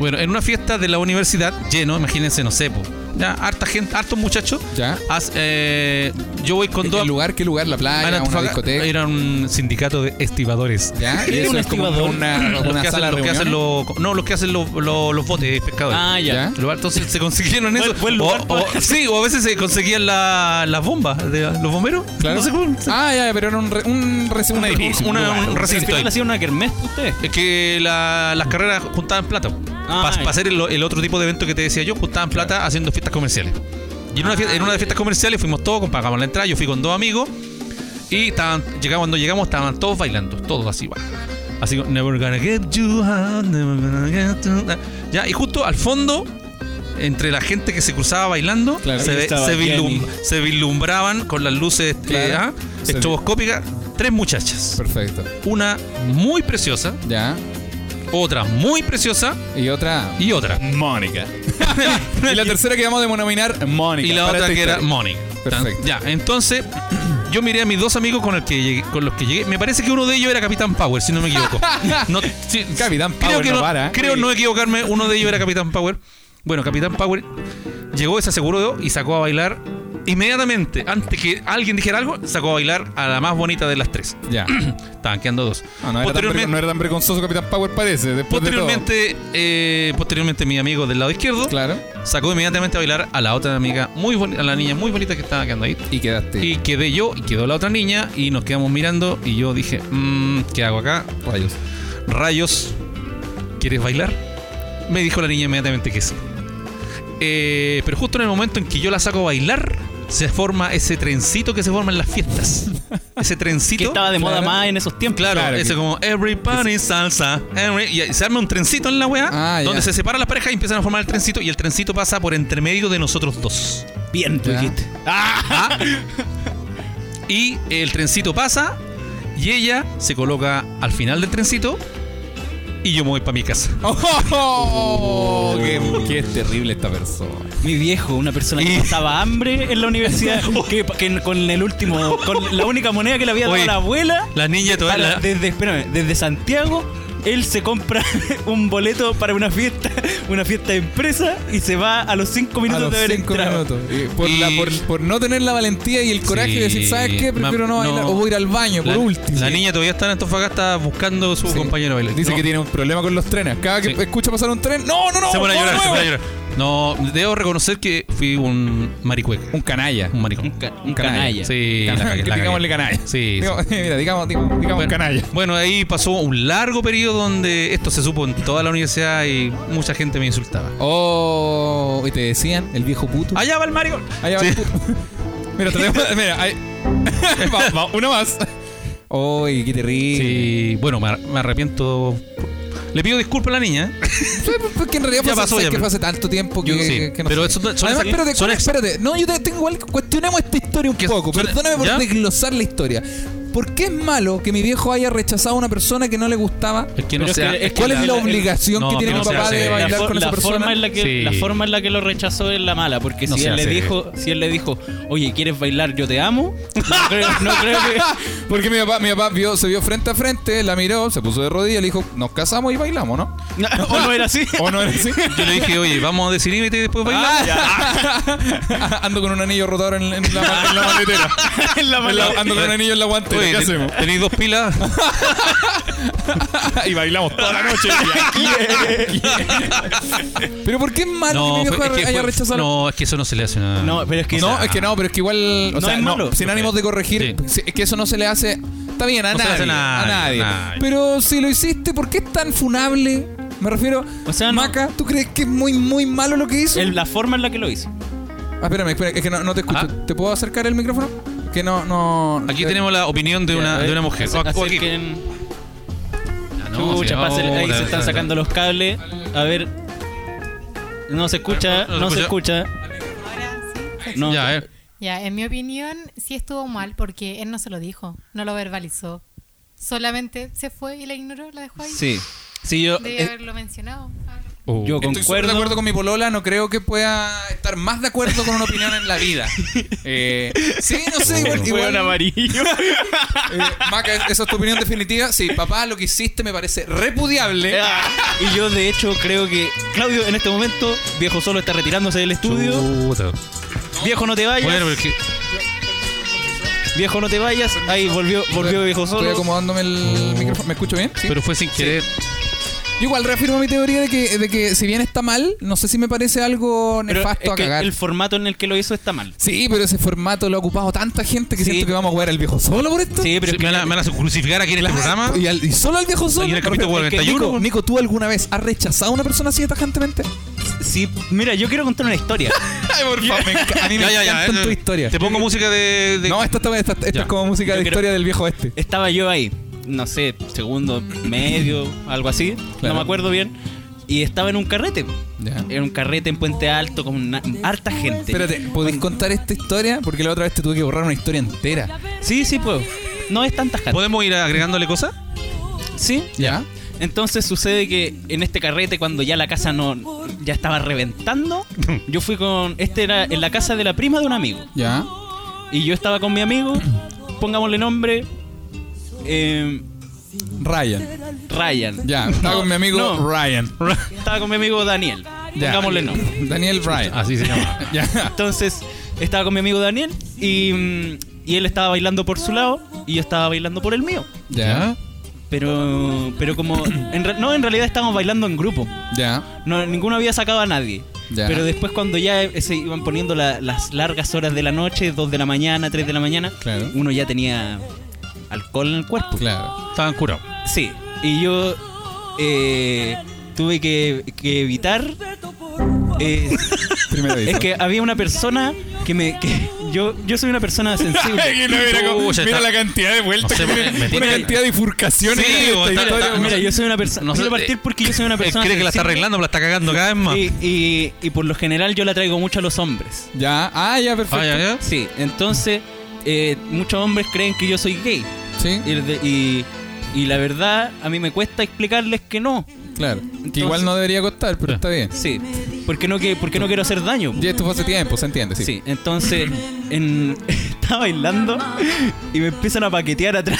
Speaker 2: Bueno, en una fiesta de la universidad, lleno, imagínense, no sé, po, ya, harta gente, hartos muchachos.
Speaker 4: Ya.
Speaker 2: As- eh, yo voy con
Speaker 4: ¿El
Speaker 2: dos.
Speaker 4: lugar? ¿Qué lugar? ¿La
Speaker 2: a
Speaker 4: playa? Ah, ¿Una
Speaker 2: Antofagasta.
Speaker 4: discoteca?
Speaker 2: Era un sindicato de estibadores. (laughs)
Speaker 4: ¿Ya? ¿Y
Speaker 1: Era
Speaker 4: eso
Speaker 1: un
Speaker 4: es como una,
Speaker 1: estibador.
Speaker 4: una,
Speaker 2: Los que,
Speaker 4: sala
Speaker 2: hacen, los que
Speaker 4: de
Speaker 2: hacen
Speaker 4: reuniones?
Speaker 2: los- no, los que hacen los, los- los botes pescadores.
Speaker 1: Ah, ya.
Speaker 4: ¿Ya?
Speaker 2: Entonces se consiguieron eso.
Speaker 1: Buen- buen lugar
Speaker 2: o,
Speaker 1: para-
Speaker 2: o- sí, o a veces se conseguían la- las bombas de los bomberos.
Speaker 4: Claro.
Speaker 2: No sé cómo.
Speaker 4: Ah, ya, pero era un, re- un, reci- un edificio.
Speaker 2: una-
Speaker 4: lugar.
Speaker 2: un
Speaker 1: Al
Speaker 2: recinto. ahí.
Speaker 1: final hacía una kermés usted.
Speaker 2: Es que la- las carreras juntaban plata.
Speaker 1: Ah,
Speaker 2: Para
Speaker 1: ya.
Speaker 2: hacer el, el otro tipo de evento que te decía yo, juntaban plata haciendo fiestas comerciales. Y en una, fiesta- en una de las fiestas comerciales fuimos todos, pagamos la entrada, yo fui con dos amigos y estaban, llegamos, cuando llegamos estaban todos bailando, todos así, va. Así como, never gonna get you out, never gonna get you out". Ya, y justo al fondo, entre la gente que se cruzaba bailando,
Speaker 4: Claro.
Speaker 2: se,
Speaker 4: Ahí
Speaker 2: ve-
Speaker 1: estaba
Speaker 2: se vilum-
Speaker 1: Jenny.
Speaker 2: se vislumbraban con las luces
Speaker 4: Claro.
Speaker 2: eh, ah,
Speaker 4: Se vi-
Speaker 2: estroboscópicas tres muchachas.
Speaker 4: Perfecto.
Speaker 2: Una muy preciosa,
Speaker 4: Ya.
Speaker 2: otra muy preciosa
Speaker 4: Y otra.
Speaker 2: y otra.
Speaker 4: Mónica. y (laughs) la tercera que vamos a denominar Mónica.
Speaker 2: y la
Speaker 4: para
Speaker 2: otra
Speaker 4: esta
Speaker 2: que era
Speaker 4: historia.
Speaker 2: Mónica.
Speaker 4: Perfecto.
Speaker 2: Ya, entonces (clears throat) yo miré a mis dos amigos con, el que llegué- con los que llegué. Me parece que uno de ellos era Capitán Power, si no me
Speaker 4: (laughs)
Speaker 2: equivoco. No, sí,
Speaker 4: Capitán
Speaker 2: creo
Speaker 4: Power
Speaker 2: que
Speaker 4: no para, ¿eh?
Speaker 2: Creo no equivocarme, uno de ellos era Capitán Power. Bueno, Capitán Power llegó, se aseguró y sacó a bailar inmediatamente, antes que alguien dijera algo, sacó a bailar a la más bonita de las tres.
Speaker 4: eh, (coughs) Ya.
Speaker 2: Estaban quedando dos.
Speaker 4: Ah, No, no, era tan, ver-
Speaker 2: posteriormente,
Speaker 4: no era tan vergonzoso Capitán Power, parece. Después Pues De
Speaker 2: posteriormente, eh, posteriormente, mi amigo del lado izquierdo
Speaker 4: todo. Claro.
Speaker 2: sacó inmediatamente a bailar a la otra amiga muy bonita, a la niña muy bonita que estaba quedando ahí.
Speaker 4: Y quedaste.
Speaker 2: Y quedé yo y quedó la otra niña y nos quedamos mirando y yo dije, "Mm, ¿qué hago acá?
Speaker 4: Rayos.
Speaker 2: Rayos, ¿quieres bailar? Me dijo la niña inmediatamente que sí. Eh, pero justo en el momento en que yo la saco a bailar, se forma ese trencito que se forma en las
Speaker 4: (laughs)
Speaker 2: fiestas. Ese trencito.
Speaker 1: Que estaba de moda
Speaker 4: Claro.
Speaker 1: más en esos tiempos.
Speaker 2: Claro,
Speaker 4: Claro,
Speaker 2: ese
Speaker 4: que-
Speaker 2: como everybody salsa. every- y se arma un trencito en la weá,
Speaker 4: Ah, ya.
Speaker 2: donde se separan las parejas y empiezan a formar el trencito. Y el trencito pasa por entre medio de nosotros dos.
Speaker 1: Bien, tú
Speaker 4: Ya.
Speaker 1: dijiste.
Speaker 2: Ah. Y el trencito pasa y ella se coloca al final del trencito y yo me voy para mi casa.
Speaker 4: ¡Oh! qué, qué es terrible esta persona.
Speaker 1: Mi viejo, una persona que pasaba hambre en la
Speaker 2: (laughs)
Speaker 1: universidad, que, que con el último, con la única moneda que le había dado
Speaker 2: Oye,
Speaker 1: la abuela,
Speaker 2: La niña
Speaker 1: para-
Speaker 2: todavía... la-
Speaker 1: desde, espérame, desde Santiago, él se compra (laughs) un boleto para una fiesta, una fiesta de empresa, y se va a los cinco
Speaker 4: A
Speaker 1: minutos
Speaker 4: los
Speaker 1: de haber
Speaker 4: cinco
Speaker 1: entrado.
Speaker 4: minutos. Y por,
Speaker 2: Y-
Speaker 4: la- por, por no tener la valentía y el coraje de decir,
Speaker 2: Sí,
Speaker 4: ¿sabes qué? Prefiero no
Speaker 2: mam-
Speaker 4: bailar.
Speaker 2: no.
Speaker 4: O voy a ir al baño,
Speaker 2: la-
Speaker 4: por último.
Speaker 2: la niña todavía está en Antofagasta buscando a su
Speaker 4: Sí.
Speaker 2: compañero de baile.
Speaker 4: Dice
Speaker 2: No.
Speaker 4: que tiene un problema con los trenes. Cada que
Speaker 2: Sí.
Speaker 4: escucha pasar un tren, ¡no, no, no!
Speaker 2: Se pone a
Speaker 4: no,
Speaker 2: llorar,
Speaker 4: no,
Speaker 2: se pone a
Speaker 4: no".
Speaker 2: llorar. No, debo reconocer que fui un maricueca.
Speaker 4: Un canalla.
Speaker 2: Un
Speaker 1: Un,
Speaker 2: maricón.
Speaker 1: ca- un
Speaker 4: canalla.
Speaker 1: canalla.
Speaker 2: Sí, la cagué,
Speaker 4: (laughs) Que
Speaker 2: la
Speaker 4: digámosle
Speaker 2: cagué.
Speaker 4: canalla.
Speaker 2: Sí, sí.
Speaker 4: Digo, (laughs) mira, digamos, digamos, digamos canalla.
Speaker 2: Bueno, ahí pasó un largo periodo donde esto se supo en toda la universidad y mucha gente me insultaba.
Speaker 4: Oh, y te decían, el viejo puto.
Speaker 2: Allá va el Mario.
Speaker 4: Allá va
Speaker 2: Sí.
Speaker 4: el puto. (laughs) Mira, tenemos- (laughs) mira, ahí. va, va, uno más. Uy, qué terrible.
Speaker 2: Sí, bueno, me, ar- me arrepiento. Le pido disculpas a la niña. ¿eh?
Speaker 4: Fue- fue- Porque en realidad
Speaker 2: Ya
Speaker 4: fue,
Speaker 2: pasó,
Speaker 4: sé
Speaker 2: ya,
Speaker 4: que
Speaker 2: pero-
Speaker 4: fue hace tanto tiempo que,
Speaker 2: Yo sí,
Speaker 4: que- que no
Speaker 2: pero
Speaker 4: sé.
Speaker 2: eso- son-
Speaker 4: Además,
Speaker 2: son-
Speaker 4: espérate,
Speaker 2: son ex-
Speaker 4: espérate. No, yo te- tengo igual. Cuestionemos esta historia un
Speaker 2: Que
Speaker 4: poco.
Speaker 2: son-
Speaker 4: Perdóname por
Speaker 2: ¿ya?
Speaker 4: desglosar la historia. ¿Por qué es malo que mi viejo haya rechazado a una persona que no le gustaba?
Speaker 2: Es que no
Speaker 1: Pero es
Speaker 2: sea-
Speaker 1: que- es que
Speaker 4: ¿Cuál es
Speaker 1: la-
Speaker 4: la
Speaker 1: la-
Speaker 4: obligación
Speaker 2: no,
Speaker 4: que
Speaker 2: que
Speaker 4: tiene
Speaker 2: no
Speaker 4: mi
Speaker 2: se
Speaker 4: papá
Speaker 2: hace.
Speaker 4: de
Speaker 2: La
Speaker 4: bailar
Speaker 1: for-
Speaker 4: con esa
Speaker 1: Forma
Speaker 4: persona?
Speaker 1: en la, que,
Speaker 2: Sí.
Speaker 1: la forma en la que lo rechazó es la mala, porque
Speaker 2: No
Speaker 1: si
Speaker 2: se
Speaker 1: él le
Speaker 2: hace.
Speaker 1: dijo, si él le dijo, oye, ¿quieres bailar? Yo te amo. No creo, no creo
Speaker 2: (laughs)
Speaker 1: que.
Speaker 4: (laughs) Porque mi papá, mi papá vio, se vio frente a frente, la miró, se puso de rodillas, le dijo, nos casamos y bailamos, ¿no?
Speaker 1: (laughs) o no era así.
Speaker 4: ¿O no
Speaker 2: (laughs)
Speaker 4: era así?
Speaker 2: Yo le dije, oye, vamos a decidirte y
Speaker 1: Ah,
Speaker 2: después bailar.
Speaker 4: (laughs) Ando con un anillo rotador en, en la, en la maletera.
Speaker 1: En
Speaker 2: (laughs)
Speaker 1: la
Speaker 4: En
Speaker 1: mala-
Speaker 4: la- ando con un anillo en la guantera.
Speaker 2: Oye,
Speaker 4: ¿Qué
Speaker 2: ten-
Speaker 4: hacemos?
Speaker 2: ¿tenéis dos
Speaker 1: (laughs)
Speaker 2: pilas?
Speaker 4: y bailamos toda la noche. pero ¿por qué es
Speaker 1: Ah,
Speaker 4: malo que mi viejo
Speaker 2: fue- es que
Speaker 4: haya
Speaker 2: fue-
Speaker 4: rechazado?
Speaker 2: no, es que eso no se le hace nada.
Speaker 1: No, pero es que.
Speaker 4: No, es que no, pero es que igual.
Speaker 1: No
Speaker 4: O sea,
Speaker 1: es
Speaker 4: no,
Speaker 1: malo.
Speaker 4: sin ánimos de corregir,
Speaker 2: Sí.
Speaker 4: si- es que eso no se le hace. Está bien, a
Speaker 2: No se le hace
Speaker 4: nadie.
Speaker 2: a
Speaker 4: a nadie.
Speaker 2: nadie, a nadie.
Speaker 4: Pero si lo hiciste, ¿por qué es tan funable? Me refiero.
Speaker 1: O sea, no-
Speaker 4: Maca, ¿tú crees que es muy, muy malo lo que hizo?
Speaker 1: el- la forma en la que lo hizo.
Speaker 4: Ah, espérame, espérame, es que no, no te escucho.
Speaker 2: Ah.
Speaker 4: ¿Te puedo acercar el micrófono? Que no, no.
Speaker 2: Aquí
Speaker 4: eh,
Speaker 2: tenemos la opinión de una, de una mujer.
Speaker 1: eh, Así-
Speaker 2: O- o aquí.
Speaker 1: acerquen-
Speaker 2: Ah, no,
Speaker 1: Chucha,
Speaker 2: sí,
Speaker 1: pásale, ahí
Speaker 2: ahora,
Speaker 1: se están
Speaker 2: ahora.
Speaker 1: sacando los cables. A ver. No se escucha,
Speaker 2: No se
Speaker 1: no se escucha.
Speaker 6: Ahora sí.
Speaker 1: No.
Speaker 2: Ya, eh. a ver.
Speaker 6: Ya, en mi opinión, sí estuvo mal porque él no se lo dijo, no lo verbalizó. Solamente se fue y la ignoró, la dejó ahí.
Speaker 1: Sí. Sí, yo.
Speaker 6: Debe
Speaker 1: eh,
Speaker 6: haberlo mencionado.
Speaker 2: Oh,
Speaker 1: yo
Speaker 4: Estoy súper
Speaker 1: concuerdo.
Speaker 4: de acuerdo con mi polola, no creo que pueda estar más de acuerdo con una opinión en la (laughs) vida. Eh, sí, no sé,
Speaker 1: (laughs) Hueón
Speaker 4: igual, igual,
Speaker 1: amarillo.
Speaker 4: eh, Maca, ¿esa es tu opinión definitiva? Sí, papá, lo que hiciste me parece repudiable.
Speaker 1: y yo, de hecho, creo que Claudio, en este momento, viejo solo está retirándose del estudio.
Speaker 2: Chuta.
Speaker 1: Viejo, no te vayas.
Speaker 2: Bueno, pero es que
Speaker 1: Viejo, no te vayas. Ahí volvió, volvió viejo
Speaker 4: Estoy
Speaker 1: solo.
Speaker 4: acomodándome el micrófono. ¿Me escucho bien? Sí.
Speaker 2: pero fue sin querer.
Speaker 4: Yo igual reafirmo mi teoría de que, de que si bien está mal, no sé si me parece algo
Speaker 1: Pero
Speaker 4: nefasto
Speaker 1: es
Speaker 4: a
Speaker 1: que
Speaker 4: cagar.
Speaker 1: el formato en el que lo hizo está mal.
Speaker 4: Sí, pero ese formato lo ha ocupado tanta gente que
Speaker 1: Sí.
Speaker 4: siento que vamos a jugar al viejo solo por esto.
Speaker 1: Sí, pero
Speaker 2: Sí,
Speaker 1: es que-
Speaker 2: me, van a, me van a crucificar aquí en este programa.
Speaker 4: (laughs) Y, al- y solo al viejo solo.
Speaker 2: Ahí en el
Speaker 4: Me refiero-
Speaker 2: capítulo
Speaker 4: es que,
Speaker 2: 41,
Speaker 4: Nico,
Speaker 2: weón.
Speaker 4: Nico, ¿tú alguna vez has rechazado a una persona así tajantemente?
Speaker 1: sí, mira, yo quiero contar una historia.
Speaker 4: Ay, por favor. a mí me encantan
Speaker 2: eh,
Speaker 4: tus historias.
Speaker 2: Te pongo música de. de-
Speaker 4: No, esta, está- esta- esta
Speaker 2: Ya.
Speaker 4: es como música
Speaker 1: Yo
Speaker 4: de
Speaker 1: quiero-
Speaker 4: historia del viejo este.
Speaker 1: (laughs) Estaba yo ahí, no sé, segundo, medio, algo así,
Speaker 4: Claro.
Speaker 1: no me acuerdo bien. Y estaba en un carrete.
Speaker 4: Ya.
Speaker 1: En un carrete en Puente Alto con una- harta gente.
Speaker 4: Espérate, ¿podéis contar esta historia? Porque la otra vez te tuve que borrar una historia entera.
Speaker 1: Sí, sí, puedo. No es tanta gente.
Speaker 2: ¿Podemos ir agregándole cosas?
Speaker 1: Sí.
Speaker 4: ¿Ya?
Speaker 1: Entonces sucede que en este carrete, cuando ya la casa no ya estaba
Speaker 4: (laughs)
Speaker 1: reventando, yo fui con. Este era en la casa de la prima de un amigo.
Speaker 4: ¿Ya?
Speaker 1: Y yo estaba con mi amigo, pongámosle nombre. eh,
Speaker 4: Ryan.
Speaker 1: Ryan.
Speaker 4: Ya, estaba con mi amigo
Speaker 1: no.
Speaker 4: Ryan.
Speaker 1: Estaba con mi amigo Daniel.
Speaker 4: (laughs) Ya.
Speaker 1: Pongámosle nombre.
Speaker 4: Daniel Ryan.
Speaker 2: Así se llama.
Speaker 4: (laughs) Ya.
Speaker 1: Entonces, estaba con mi amigo Daniel y, mm, y él estaba bailando por su lado y yo estaba bailando por el mío.
Speaker 4: Ya,
Speaker 1: Pero, pero como, en re- no, en realidad estábamos bailando en grupo.
Speaker 4: ya.
Speaker 1: No, ninguno había sacado a nadie.
Speaker 4: Ya.
Speaker 1: Pero después cuando ya eh, se iban poniendo la- las largas horas de la noche, 2 de la mañana, 3 de la mañana,
Speaker 4: Claro.
Speaker 1: uno ya tenía alcohol en el cuerpo.
Speaker 4: Claro.
Speaker 2: Estaban curados.
Speaker 1: Sí, y yo eh, tuve que, que evitar... eh,
Speaker 2: (laughs)
Speaker 4: Primero
Speaker 1: es que había una persona que me... que- yo, yo soy una
Speaker 2: (laughs)
Speaker 1: persona sensible.
Speaker 2: Pucha,
Speaker 4: mira
Speaker 2: está-
Speaker 4: la cantidad de vueltas.
Speaker 2: No sé,
Speaker 4: que
Speaker 2: me-
Speaker 4: tiene,
Speaker 2: me tiene-
Speaker 4: una cantidad de bifurcaciones.
Speaker 2: Sí,
Speaker 4: en esta
Speaker 2: o está-
Speaker 4: historia,
Speaker 2: está-
Speaker 4: weón.
Speaker 1: Mira, yo soy una persona... No
Speaker 2: sé,
Speaker 1: quiero partir porque yo soy una
Speaker 2: Él
Speaker 1: persona...
Speaker 2: cree que la está
Speaker 1: sensible
Speaker 2: arreglando, pero la está cagando cada vez más.
Speaker 1: Y, y- y por lo general yo la traigo mucho a los hombres.
Speaker 4: Ya, ah, ya, perfecto.
Speaker 2: Ah, ya, ya.
Speaker 1: Sí, entonces eh, muchos hombres creen que yo soy gay.
Speaker 4: Sí,
Speaker 1: Y, de- y- y la verdad, a mí me cuesta explicarles que no.
Speaker 4: claro. que igual no debería costar, pero está bien.
Speaker 1: Sí, porque no, que, porque no quiero hacer daño.
Speaker 4: Ya esto fue hace tiempo, se entiende, sí.
Speaker 1: Sí, entonces en, (laughs) estaba bailando y me empiezan a paquetear atrás.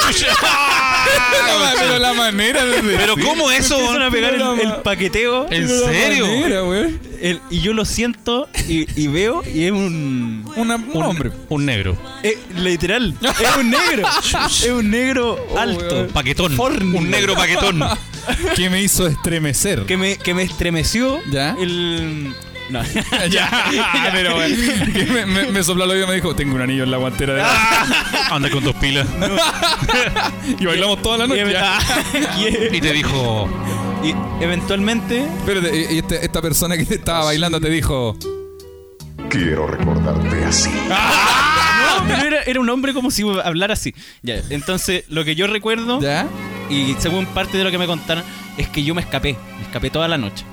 Speaker 2: (laughs)
Speaker 4: Ah, pero la manera de
Speaker 2: Pero
Speaker 4: decir-
Speaker 2: ¿cómo eso?
Speaker 1: (laughs) Me empiezan a pegar el, el paqueteo
Speaker 2: ¿En
Speaker 4: pero la
Speaker 2: serio?
Speaker 4: manera, weón.
Speaker 1: el- y yo lo siento y, y veo y es un...
Speaker 4: Una- un hombre.
Speaker 2: Un negro.
Speaker 1: eh, literal, es un
Speaker 2: (laughs)
Speaker 1: negro. es un negro alto.
Speaker 2: Paquetón.
Speaker 1: Fornido.
Speaker 2: Un negro paquetón.
Speaker 4: que me hizo estremecer.
Speaker 1: que me, que me estremeció
Speaker 4: ¿Ya?
Speaker 1: el... No.
Speaker 4: (laughs) ya, pero (laughs) bueno. Que me, me, me sopló el oído y me dijo, tengo un anillo en la guantera de
Speaker 2: Anda con dos pilas.
Speaker 4: Y bailamos toda la
Speaker 1: Y
Speaker 4: noche.
Speaker 1: ev-
Speaker 4: Ya.
Speaker 1: (laughs) y- e-
Speaker 2: Y te dijo.
Speaker 1: y eventualmente
Speaker 4: Espérate, y- y este- esta persona que te estaba bailando te dijo,
Speaker 7: Quiero recordarte así.
Speaker 4: (laughs)
Speaker 1: no, pero era, era un hombre como si hablara así ya entonces lo que yo recuerdo
Speaker 4: ¿ya?
Speaker 1: y según parte de lo que me contaron es que yo me escapé me escapé toda la noche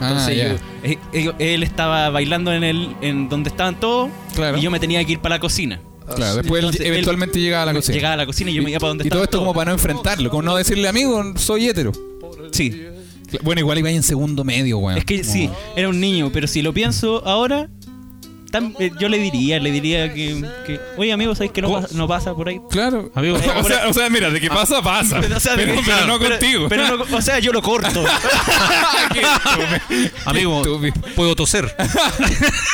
Speaker 4: Ah,
Speaker 1: entonces
Speaker 4: ya.
Speaker 1: yo- eh, ellos- él estaba bailando en el en donde estaban todos
Speaker 4: Claro.
Speaker 1: y yo me tenía que ir para la cocina
Speaker 4: Claro, después él
Speaker 1: Entonces, él-
Speaker 4: eventualmente llegaba a la cocina.
Speaker 1: llegaba a la cocina y yo me iba para donde
Speaker 4: Y todo
Speaker 1: estaban
Speaker 4: esto como
Speaker 1: todos.
Speaker 4: para no enfrentarlo, como no decirle, amigo, soy hétero.
Speaker 1: sí
Speaker 4: Cla- Bueno, igual iba en segundo medio, weón.
Speaker 1: Es que
Speaker 4: Como-
Speaker 1: sí, era un niño, pero si lo pienso ahora, tam- eh, yo le diría, le diría que, que, oye amigo, ¿sabes que no pasa, no pasa por ahí?
Speaker 4: Claro.
Speaker 2: Amigo,
Speaker 4: o, sea, o sea, mira, de que pasa, pasa. (laughs) Pero,
Speaker 1: o sea,
Speaker 4: pero
Speaker 1: claro,
Speaker 4: no
Speaker 1: pero-
Speaker 4: contigo.
Speaker 1: pero no- o sea, yo lo
Speaker 4: (laughs)
Speaker 1: corto.
Speaker 2: Amigo,
Speaker 4: Estúpido.
Speaker 2: puedo toser.
Speaker 4: (laughs)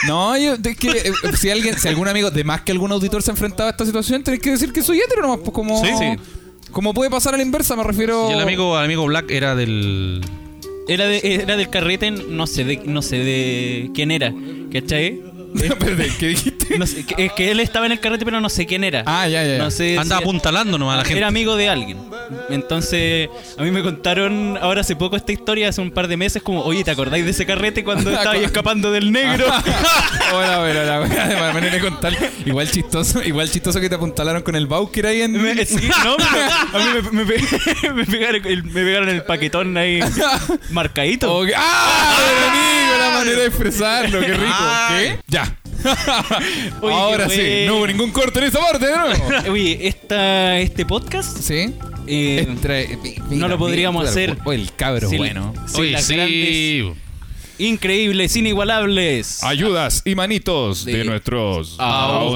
Speaker 4: No, yo, es que eh, si alguien, si algún amigo, de más que algún auditor se ha enfrentado a esta situación, tenés que decir que soy hétero nomás, pues como.
Speaker 2: Sí, sí.
Speaker 4: Como puede pasar a la inversa, me refiero.
Speaker 2: Y el
Speaker 4: (laughs)
Speaker 2: amigo, el amigo Black era del.
Speaker 1: era, de- era del carrete, no sé de, no sé de quién era, ¿cachai?
Speaker 4: Espérate, ¿Qué
Speaker 1: (laughs)
Speaker 4: dijiste?
Speaker 1: No sé, que, es que él estaba en el carrete, pero no sé quién era.
Speaker 4: Ah, ya, ya. ya.
Speaker 1: No sé
Speaker 2: Anda
Speaker 1: si-
Speaker 2: apuntalando nomás a la gente.
Speaker 1: Era amigo de alguien. Entonces, a mí me contaron ahora hace poco esta historia, hace un par de meses, como, oye, ¿te acordáis de ese carrete
Speaker 4: (laughs)
Speaker 1: cuando estaba ahí escapando del negro?
Speaker 4: Hola, hola, hola, hola, de manera de contar. Igual chistoso, igual chistoso que te apuntalaron con el Bowker ahí en. (laughs)
Speaker 1: Me- sí, no, pero a mí me, me pe- (laughs) me pegaron, el, me pegaron el paquetón
Speaker 4: (laughs)
Speaker 1: ahí marcadito.
Speaker 4: Oh, que- ¡Ah! Pero amigo, la manera de expresarlo, qué rico.
Speaker 2: Ay.
Speaker 4: ¿Qué? Ya.
Speaker 1: Oye,
Speaker 4: Ahora
Speaker 1: Ah, qué
Speaker 4: sí,
Speaker 1: bueno.
Speaker 4: no hubo ningún corte en esa parte, de nuevo.
Speaker 1: (laughs) Oye, esta, este podcast
Speaker 4: Sí.
Speaker 1: eh,
Speaker 4: Entre- mira,
Speaker 1: no lo podríamos
Speaker 4: mira,
Speaker 1: hacer.
Speaker 4: Oye, el cabro,
Speaker 1: sin-
Speaker 4: Este bueno.
Speaker 1: sin
Speaker 2: Oye,
Speaker 1: las grandes,
Speaker 2: sí.
Speaker 1: increíbles, inigualables.
Speaker 4: Ayudas y manitos
Speaker 1: de
Speaker 4: nuestros
Speaker 2: Ah,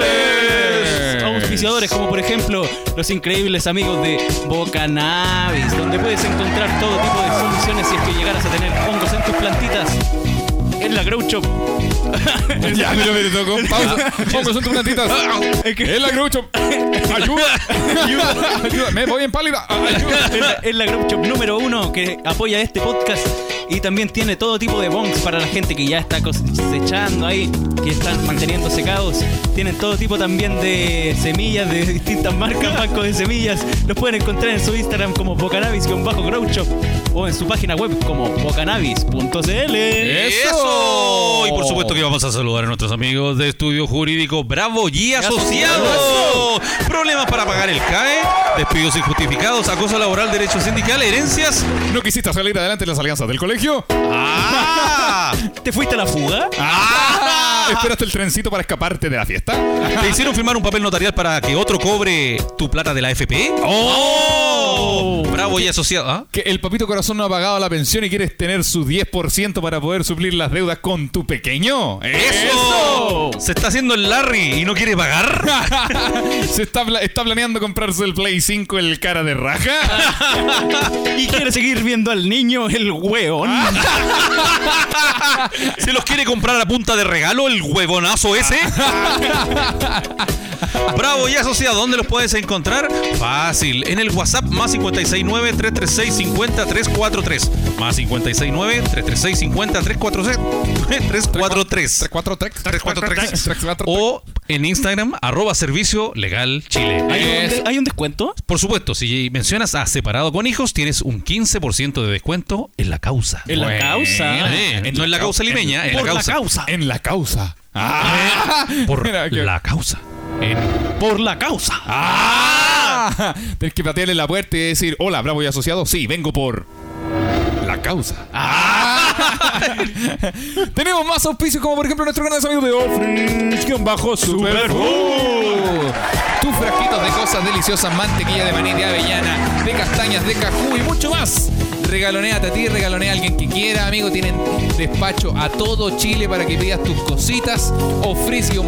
Speaker 2: auspiciadores.
Speaker 1: Auspiciadores como por ejemplo los increíbles amigos de Bocanabis, donde puedes encontrar todo tipo de soluciones si es que llegaras a tener hongos en tus plantitas. En la Grow Shop.
Speaker 4: (laughs)
Speaker 1: (laughs)
Speaker 4: Ya, pero me tocó. Pausa. Pongo son tus plantitas. Es la grucho. Ayuda.
Speaker 1: (laughs)
Speaker 4: Ayuda. Ayuda. Me voy en pálida. Ayuda.
Speaker 1: es la, es la Group Shop número uno que apoya este podcast y también tiene todo tipo de bongs para la gente que ya está cosechando ahí, que están manteniendo secados. Tienen todo tipo también de semillas de distintas marcas, bancos de semillas. Los pueden encontrar en su Instagram como bocanabis-grouchop o en su página web como bocanabis.cl.
Speaker 2: ¡Eso! Y por supuesto que vamos a saludar a nuestros amigos de Estudio Jurídico Bravo y Asociados. Problemas para pagar el CAE, despidos injustificados, acoso laboral, derecho sindical, herencias.
Speaker 4: ¿No quisiste salir adelante en las alianzas del colegio?
Speaker 2: ¡Ah!
Speaker 1: ¿Te fuiste a la fuga?
Speaker 4: Ah, ¿Esperaste el trencito para escaparte de la fiesta?
Speaker 2: ¿Te hicieron firmar un papel notarial para que otro cobre tu plata de la FP? ¡Oh! Bravo y Asociados. ¿Ah?
Speaker 4: Que el papito corazón no ha pagado la pensión y quieres tener su 10% para poder suplir las deudas con tu pequeño.
Speaker 2: ¡Eso! Se está haciendo el Larry y no quiere (laughs) pagar.
Speaker 4: Se está, pla- está planeando comprarse el Play 5 el cara de raja.
Speaker 1: Y quiere seguir viendo al niño, el hueón.
Speaker 2: ¿Se los quiere comprar a punta de regalo el huevonazo ese? Bravo y asociado, ¿dónde los puedes encontrar? Fácil, en el WhatsApp más 569-336-50343. Más 569-336-50343.
Speaker 4: 4 Trex.
Speaker 2: 343.
Speaker 4: 343.
Speaker 2: O en Instagram, arroba servicio legal chile.
Speaker 1: ¿Hay, un
Speaker 4: Es-
Speaker 1: de- hay un descuento?
Speaker 2: Por supuesto, si mencionas a separado con hijos, tienes un 15% de descuento en la causa.
Speaker 1: En la
Speaker 4: Bueno,
Speaker 1: causa.
Speaker 2: Eh, no en la causa limeña, en la
Speaker 1: Por la
Speaker 2: causa.
Speaker 1: causa.
Speaker 4: En la causa.
Speaker 2: Ah, (laughs) por
Speaker 4: Mira, qué-
Speaker 2: la causa.
Speaker 1: Por la causa.
Speaker 4: ¡Ah! Tienes que patearle la puerta y decir, hola, bravo y asociado. Sí, vengo por la causa. (laughs) Tenemos más auspicios como por ejemplo nuestro gran amigo de Office, bajo Superfood. Tus frasquitos de cosas deliciosas, mantequilla de maní de avellana, de castañas, de cajú y mucho más. Regaloneate a ti, regalonea a alguien que quiera, amigo. Tienen despacho a todo Chile para que pidas tus cositas.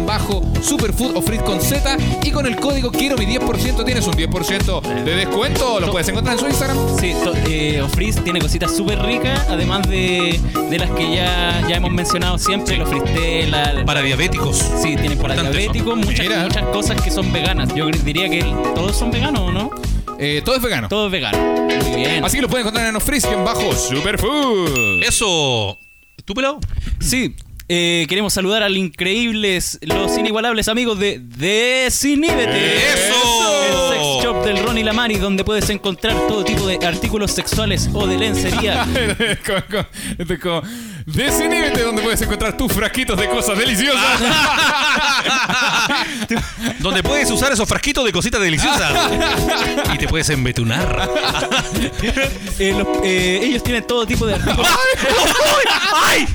Speaker 4: bajo superfood ofriz con Z. Y con el código quiero mi 10% tienes un 10% de descuento. Lo puedes encontrar en su Instagram.
Speaker 1: Sí, to- eh, Ofriz tiene cositas súper ricas, además de, de las que ya, ya hemos mencionado siempre, los fristela.
Speaker 2: Para diabéticos.
Speaker 1: Sí, tienen para
Speaker 2: Importante eso.
Speaker 1: diabéticos, muchas,
Speaker 4: Mira.
Speaker 1: muchas cosas que son veganas. Yo cre- diría que todos son veganos, ¿o ¿no?
Speaker 4: Eh, todo es vegano.
Speaker 1: Todo es vegano. Muy bien.
Speaker 4: Así que lo pueden encontrar en Ofrizium bajo Superfood. (laughs)
Speaker 2: Eso. ¿Tú pelado?
Speaker 1: Sí, eh, queremos saludar al increíbles, los inigualables amigos de Desiníbete.
Speaker 2: ¡Eso!
Speaker 1: El sex shop del Ron y la Mari, donde puedes encontrar todo tipo de artículos sexuales o de lencería.
Speaker 4: Como- como- esto es como Desiníbete este, donde puedes encontrar tus frasquitos de cosas deliciosas.
Speaker 2: Donde puedes usar esos frasquitos de cositas deliciosas.
Speaker 4: (laughs)
Speaker 2: y te puedes embetunar.
Speaker 1: Eh, los- eh, ellos tienen todo tipo de
Speaker 4: (laughs)
Speaker 1: artículos.
Speaker 2: ¡Ay!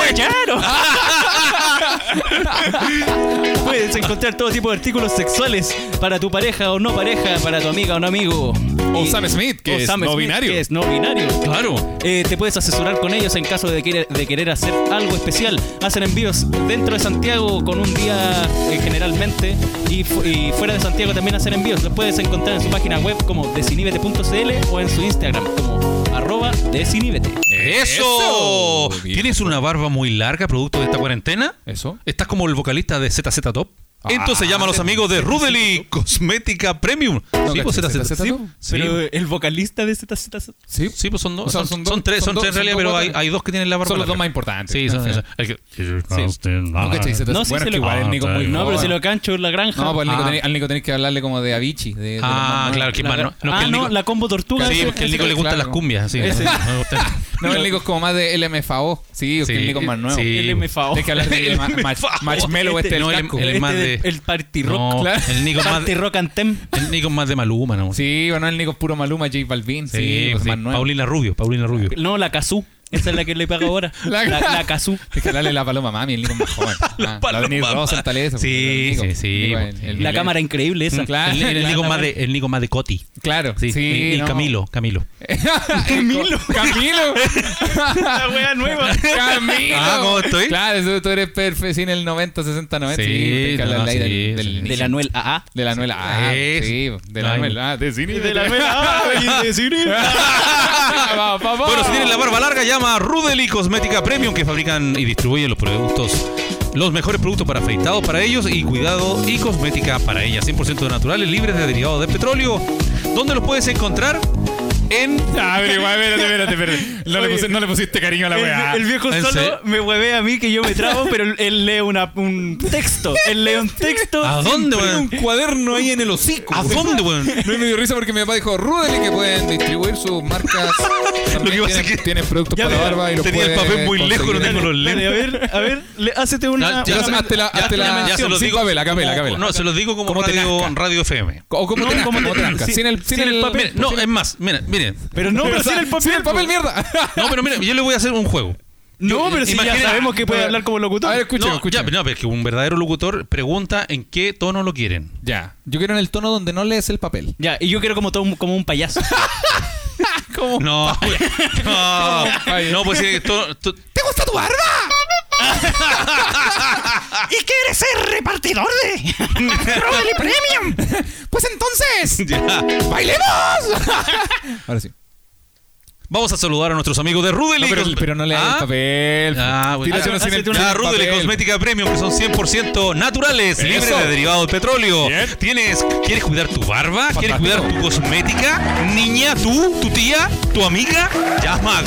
Speaker 4: (laughs)
Speaker 1: Puedes encontrar todo tipo de artículos sexuales para tu pareja o no pareja, para tu amiga o no amigo.
Speaker 4: O
Speaker 1: Y-
Speaker 4: Sam Smith, que
Speaker 1: o
Speaker 4: es
Speaker 1: Sam
Speaker 4: no
Speaker 1: Smith,
Speaker 4: binario.
Speaker 1: que es no binario.
Speaker 2: Claro.
Speaker 1: Eh, te puedes asesorar con ellos en caso de querer, de querer hacer algo especial. Hacen envíos dentro de Santiago con un día eh, generalmente y, fu- y fuera de Santiago también hacen envíos. Los puedes encontrar en su página web como desinibete.cl o en su Instagram como arroba desinibete.
Speaker 2: ¡Eso!
Speaker 4: Eso.
Speaker 2: ¿Tienes una barba muy larga producto de esta cuarentena?
Speaker 4: Eso.
Speaker 2: ¿Estás como el vocalista de ZZ Top?
Speaker 4: Ah,
Speaker 2: Entonces llama a los amigos de Rudely Cosmética Premium. Sí,
Speaker 4: caché,
Speaker 2: pues ZZ,
Speaker 4: ZZ
Speaker 2: sí,
Speaker 4: Top.
Speaker 2: sí.
Speaker 1: el vocalista de ZZ
Speaker 4: Sí.
Speaker 2: Sí, pues son dos.
Speaker 4: O sea,
Speaker 2: son, son
Speaker 4: son dos-
Speaker 2: tres, son,
Speaker 4: son dos-
Speaker 2: tres en realidad,
Speaker 4: son dos
Speaker 2: pero hay,
Speaker 4: cuatro.
Speaker 2: hay dos que tienen la barba.
Speaker 4: Son los
Speaker 2: larga.
Speaker 4: dos más importantes.
Speaker 2: Sí, son
Speaker 4: Sí.
Speaker 2: esos. Ah, El que-
Speaker 4: No, cachai, ZZ.
Speaker 1: No, sí
Speaker 4: bueno,
Speaker 1: se
Speaker 4: es que
Speaker 1: lo-
Speaker 4: igual el Nico es muy
Speaker 1: No, pero
Speaker 4: joven.
Speaker 1: si lo cancho en la granja.
Speaker 4: No, pues al Nico,
Speaker 2: Ah.
Speaker 4: tenés- al Nico tenés que hablarle como de Avicii. De, de los
Speaker 2: Ah,
Speaker 4: más-
Speaker 2: claro, que
Speaker 1: La
Speaker 2: más. No,
Speaker 1: gra-
Speaker 2: no, que
Speaker 1: ah,
Speaker 2: el
Speaker 1: no,
Speaker 2: Nico-
Speaker 1: la combo tortuga.
Speaker 2: Sí,
Speaker 1: ese-
Speaker 2: porque
Speaker 4: (laughs)
Speaker 2: el Nico le
Speaker 4: claro.
Speaker 2: gustan las cumbias. Sí, (laughs)
Speaker 1: Ese.
Speaker 2: Me gusta.
Speaker 4: No, el Nico es como más de LMFAO. Sí, es que
Speaker 2: (laughs) Sí,
Speaker 4: el Nico es más nuevo.
Speaker 1: (laughs)
Speaker 2: sí.
Speaker 1: El MFAO.
Speaker 4: Tienes que hablar de ma- ma-
Speaker 2: LMFAO.
Speaker 4: Marshmello
Speaker 1: Este-
Speaker 4: este,
Speaker 2: no,
Speaker 4: el
Speaker 2: el-
Speaker 4: casco.
Speaker 2: el-
Speaker 1: Este
Speaker 2: más
Speaker 1: de-
Speaker 2: de-
Speaker 1: el party rock.
Speaker 2: No,
Speaker 4: claro.
Speaker 2: el Nico es más
Speaker 1: Party
Speaker 2: de-
Speaker 1: rock anthem.
Speaker 2: el Nico es más de Maluma, ¿no?
Speaker 4: Sí, bueno, el Nico es puro Maluma, J Balvin. Sí, pues,
Speaker 2: sí.
Speaker 4: más nuevo.
Speaker 2: Paulina Rubio, Paulina Rubio.
Speaker 1: No, la Kazú. Esa es la que le pago ahora.
Speaker 4: (laughs) La-
Speaker 1: la, la Kazú.
Speaker 4: Tienes que hablarle la paloma mami, el Nico es más joven. Ah, (laughs) la
Speaker 2: paloma
Speaker 4: de Nick Rosen, tal vez.
Speaker 2: Sí,
Speaker 4: el Nico-
Speaker 2: sí, sí,
Speaker 4: el Nico
Speaker 2: pues,
Speaker 4: es- el-
Speaker 1: La
Speaker 4: el-
Speaker 1: cámara increíble esa.
Speaker 4: Claro.
Speaker 2: El, el
Speaker 4: Claro,
Speaker 2: Nico
Speaker 4: la
Speaker 2: más de, el Nico más de Coti.
Speaker 4: Claro,
Speaker 2: Sí,
Speaker 4: sí.
Speaker 2: y- y
Speaker 4: no.
Speaker 2: Camilo, Camilo.
Speaker 4: Camilo. Camilo.
Speaker 1: La wea nueva.
Speaker 4: (laughs) Camilo.
Speaker 2: Ah, ¿cómo estoy?
Speaker 4: Claro, tú, tú eres perfecto sin el 90, 60, 90.
Speaker 2: Sí,
Speaker 4: tienes que hablar
Speaker 2: no,
Speaker 4: ahí
Speaker 2: sí,
Speaker 4: del,
Speaker 2: sí.
Speaker 4: del-
Speaker 1: De la Anuel AA.
Speaker 4: de la Anuela. Ah,
Speaker 2: Es-
Speaker 4: sí, de la
Speaker 2: Ay.
Speaker 4: Anuela. Ah, de cine. De la
Speaker 1: AA. (laughs)
Speaker 4: Vamos, vamos.
Speaker 2: Bueno, si tienen la barba larga, llama a Rudely Cosmética Premium, que fabrican y distribuyen los productos, los mejores productos para afeitados para ellos y cuidado y cosmética para ellas. 100% naturales, libres de derivados de petróleo. ¿Dónde los puedes encontrar? En.
Speaker 4: Ah, pero igual, espérate, espérate, espérate. No, le
Speaker 1: Oye.
Speaker 4: puse- no le pusiste cariño a la weá.
Speaker 1: El, el viejo
Speaker 2: ¿En serio?
Speaker 1: solo me hueve a mí que yo me trago, pero él- él lee una- un texto. Él lee un texto.
Speaker 2: ¿A dónde, weón?
Speaker 4: cuaderno ahí en el hocico.
Speaker 2: ¿A dónde, weón?
Speaker 4: No me dio risa porque mi papá dijo, rúdele que pueden distribuir
Speaker 2: (laughs)
Speaker 4: sus marcas. También
Speaker 2: que pasa
Speaker 4: tienen,
Speaker 2: es que-
Speaker 4: tienen productos
Speaker 1: Ya
Speaker 4: para la
Speaker 1: mira,
Speaker 4: barba y los
Speaker 2: tenía el
Speaker 4: pueden
Speaker 2: papel muy lejos, no
Speaker 4: conseguir.
Speaker 2: tengo los
Speaker 1: Dale, a ver, a ver, le- hácete una.
Speaker 2: Ya,
Speaker 4: Ya,
Speaker 1: una-
Speaker 2: se-
Speaker 4: hazte la,
Speaker 2: ya
Speaker 4: hazte
Speaker 2: te la-
Speaker 4: la,
Speaker 2: ya se los
Speaker 4: sin
Speaker 2: digo.
Speaker 4: papel, a capela, a capela.
Speaker 2: No, se los digo como
Speaker 4: ¿Cómo te
Speaker 2: radio,
Speaker 4: nazca?
Speaker 2: radio FM.
Speaker 4: O como te
Speaker 1: No,
Speaker 4: nazca,
Speaker 1: como
Speaker 4: como
Speaker 1: te-
Speaker 4: te nazca.
Speaker 1: sí,
Speaker 4: Sin el, sin
Speaker 1: sin el
Speaker 4: el-
Speaker 1: papel.
Speaker 2: Mire, no, es más, miren, miren.
Speaker 1: pero no, pero sin el papel.
Speaker 4: Sin el papel, mierda.
Speaker 2: (laughs) No, pero mira, yo le voy a hacer un juego.
Speaker 1: No,
Speaker 2: Yo-
Speaker 1: pero si ya
Speaker 2: imagina-
Speaker 1: sabemos que puede hablar como locutor.
Speaker 4: A ver, escucha,
Speaker 2: no,
Speaker 4: escucha.
Speaker 2: Ya, pero no, pero es que un verdadero locutor pregunta en qué tono lo
Speaker 4: (laughs)
Speaker 2: quieren.
Speaker 4: Ya. Yo quiero en el tono donde no lees el papel.
Speaker 1: Ya, y yo quiero como todo un- como un
Speaker 2: (laughs)
Speaker 1: payaso.
Speaker 2: No, (laughs) no,
Speaker 4: Oh, (laughs)
Speaker 2: eh,
Speaker 4: Ay.
Speaker 2: no, pues tiene que to- to-
Speaker 4: ¿Te gusta tu barba?
Speaker 1: ¿Quiere ser repartidor de
Speaker 2: (laughs)
Speaker 1: (laughs) Royal Premium?
Speaker 4: Pues
Speaker 2: (laughs)
Speaker 4: entonces,
Speaker 2: Ya. (laughs)
Speaker 4: ¡bailemos! Ahora sí.
Speaker 2: Vamos a saludar a nuestros amigos de Rudely.
Speaker 4: No, pero,
Speaker 2: Cosme-
Speaker 4: pero no le hagas
Speaker 2: Ah,
Speaker 4: el papel.
Speaker 2: Ah, bueno.
Speaker 4: Tíraselo
Speaker 1: Ah,
Speaker 4: sin el-
Speaker 1: hazte
Speaker 4: sin
Speaker 2: Ya,
Speaker 4: el
Speaker 2: Rudely
Speaker 4: papel.
Speaker 2: Cosmética Premium, que son 100% naturales, libres de derivados del petróleo.
Speaker 4: Bien.
Speaker 2: ¿Tienes, ¿Quieres cuidar tu barba? ¿Quieres cuidar tu cosmética? Niña, tú, tu tía, tu amiga, llama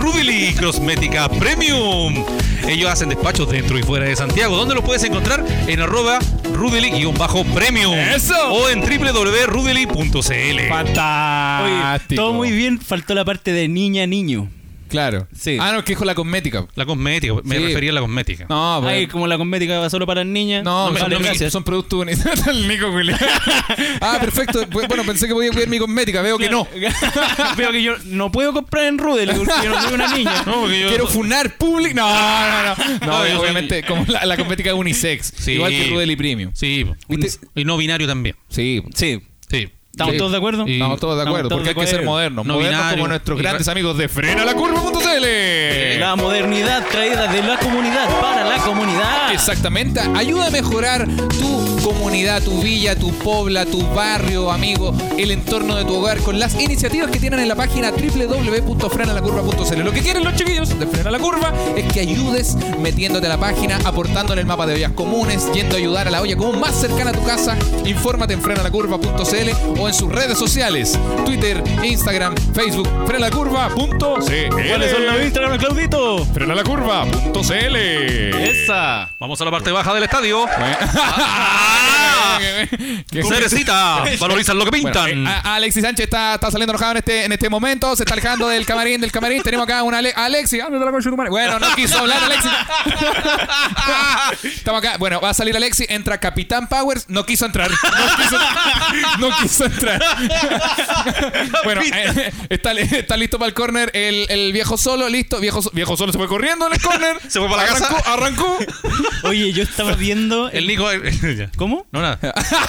Speaker 2: Rudely Cosmética Premium. Ellos hacen despachos dentro y fuera de Santiago. ¿Dónde los puedes encontrar? En arroba Rudely-premium.
Speaker 4: ¡Eso!
Speaker 2: O en www.rudely.cl.
Speaker 4: Fantástico.
Speaker 1: Todo muy bien, faltó la parte de niña, niño.
Speaker 4: Claro.
Speaker 1: Sí.
Speaker 4: Ah, no, que dijo la cosmética.
Speaker 2: La cosmética, me
Speaker 4: Sí.
Speaker 2: refería a la cosmética.
Speaker 4: No, pues-
Speaker 1: Ahí, como la cosmética va solo para niñas.
Speaker 4: No,
Speaker 1: vale,
Speaker 4: son,
Speaker 1: gracias.
Speaker 4: son productos bonitos. (laughs) El Nico, Willy. (laughs) ah, perfecto. Bu- Bueno, pensé que podía cuidar mi cosmética. Veo que no.
Speaker 1: (laughs) Veo que yo no puedo comprar en Rudel porque yo no soy una niña.
Speaker 2: No, porque yo-
Speaker 4: Quiero funar público.
Speaker 1: (laughs)
Speaker 4: No, no, no. No,
Speaker 2: No, yo soy-
Speaker 4: obviamente, como la, la cosmética es unisex.
Speaker 2: Sí.
Speaker 4: Igual que Rudely Premium.
Speaker 2: Sí, po.
Speaker 4: ¿Viste?
Speaker 2: y no binario también.
Speaker 4: Sí.
Speaker 1: Sí.
Speaker 2: Sí.
Speaker 1: ¿Estamos
Speaker 4: Sí.
Speaker 1: todos de acuerdo?
Speaker 2: Y-
Speaker 4: Estamos todos de
Speaker 1: Estamos
Speaker 4: acuerdo,
Speaker 1: todos
Speaker 4: porque
Speaker 1: de
Speaker 4: hay que ser
Speaker 1: acuerdo.
Speaker 4: modernos.
Speaker 2: No
Speaker 4: modernos
Speaker 2: binario.
Speaker 4: como nuestros
Speaker 2: Y-
Speaker 4: grandes amigos de frenalacurva.cl.
Speaker 1: La modernidad traída de la comunidad para la comunidad.
Speaker 4: Exactamente, ayuda a mejorar tu comunidad, tu villa, tu pobla, tu barrio, amigo, el entorno de tu hogar con las iniciativas que tienen en la página www.frenalacurva.cl. Lo que quieren los chiquillos de Frena la Curva es que ayudes metiéndote a la página, aportando en el mapa de ollas comunes, yendo a ayudar a la olla común más cercana a tu casa. Infórmate en frenalacurva.cl o en sus redes sociales, Twitter, Instagram, Facebook, frenalacurva.cl.
Speaker 1: ¿Cuáles son los Instagram, Claudito?
Speaker 4: Frenalacurva.cl.
Speaker 1: Esa.
Speaker 2: Vamos a la parte baja del estadio.
Speaker 4: Ah. Qué- (laughs)
Speaker 2: Cerecita, valorizan lo que
Speaker 4: Bueno,
Speaker 2: pintan.
Speaker 4: eh, a- Alexis Sánchez está, está saliendo enojado en este, en este momento, se está alejando del camarín, del camarín. Tenemos acá una Ale Alexis, ándate a la concha de tu madre. Bueno, no quiso hablar Alexis. Estamos acá. Bueno, va a salir Alexis, entra Capitán Powers, no quiso entrar. No quiso, no quiso entrar. bueno, eh, está, li- está listo para el corner el, el viejo solo, listo. Viejo, so- viejo solo se fue corriendo en el corner.
Speaker 2: Se fue para la
Speaker 4: arrancó,
Speaker 2: casa.
Speaker 4: Arrancó.
Speaker 1: Oye, yo estaba viendo.
Speaker 2: el Nico. eh, (laughs) ya.
Speaker 1: ¿Cómo?
Speaker 2: No, nada.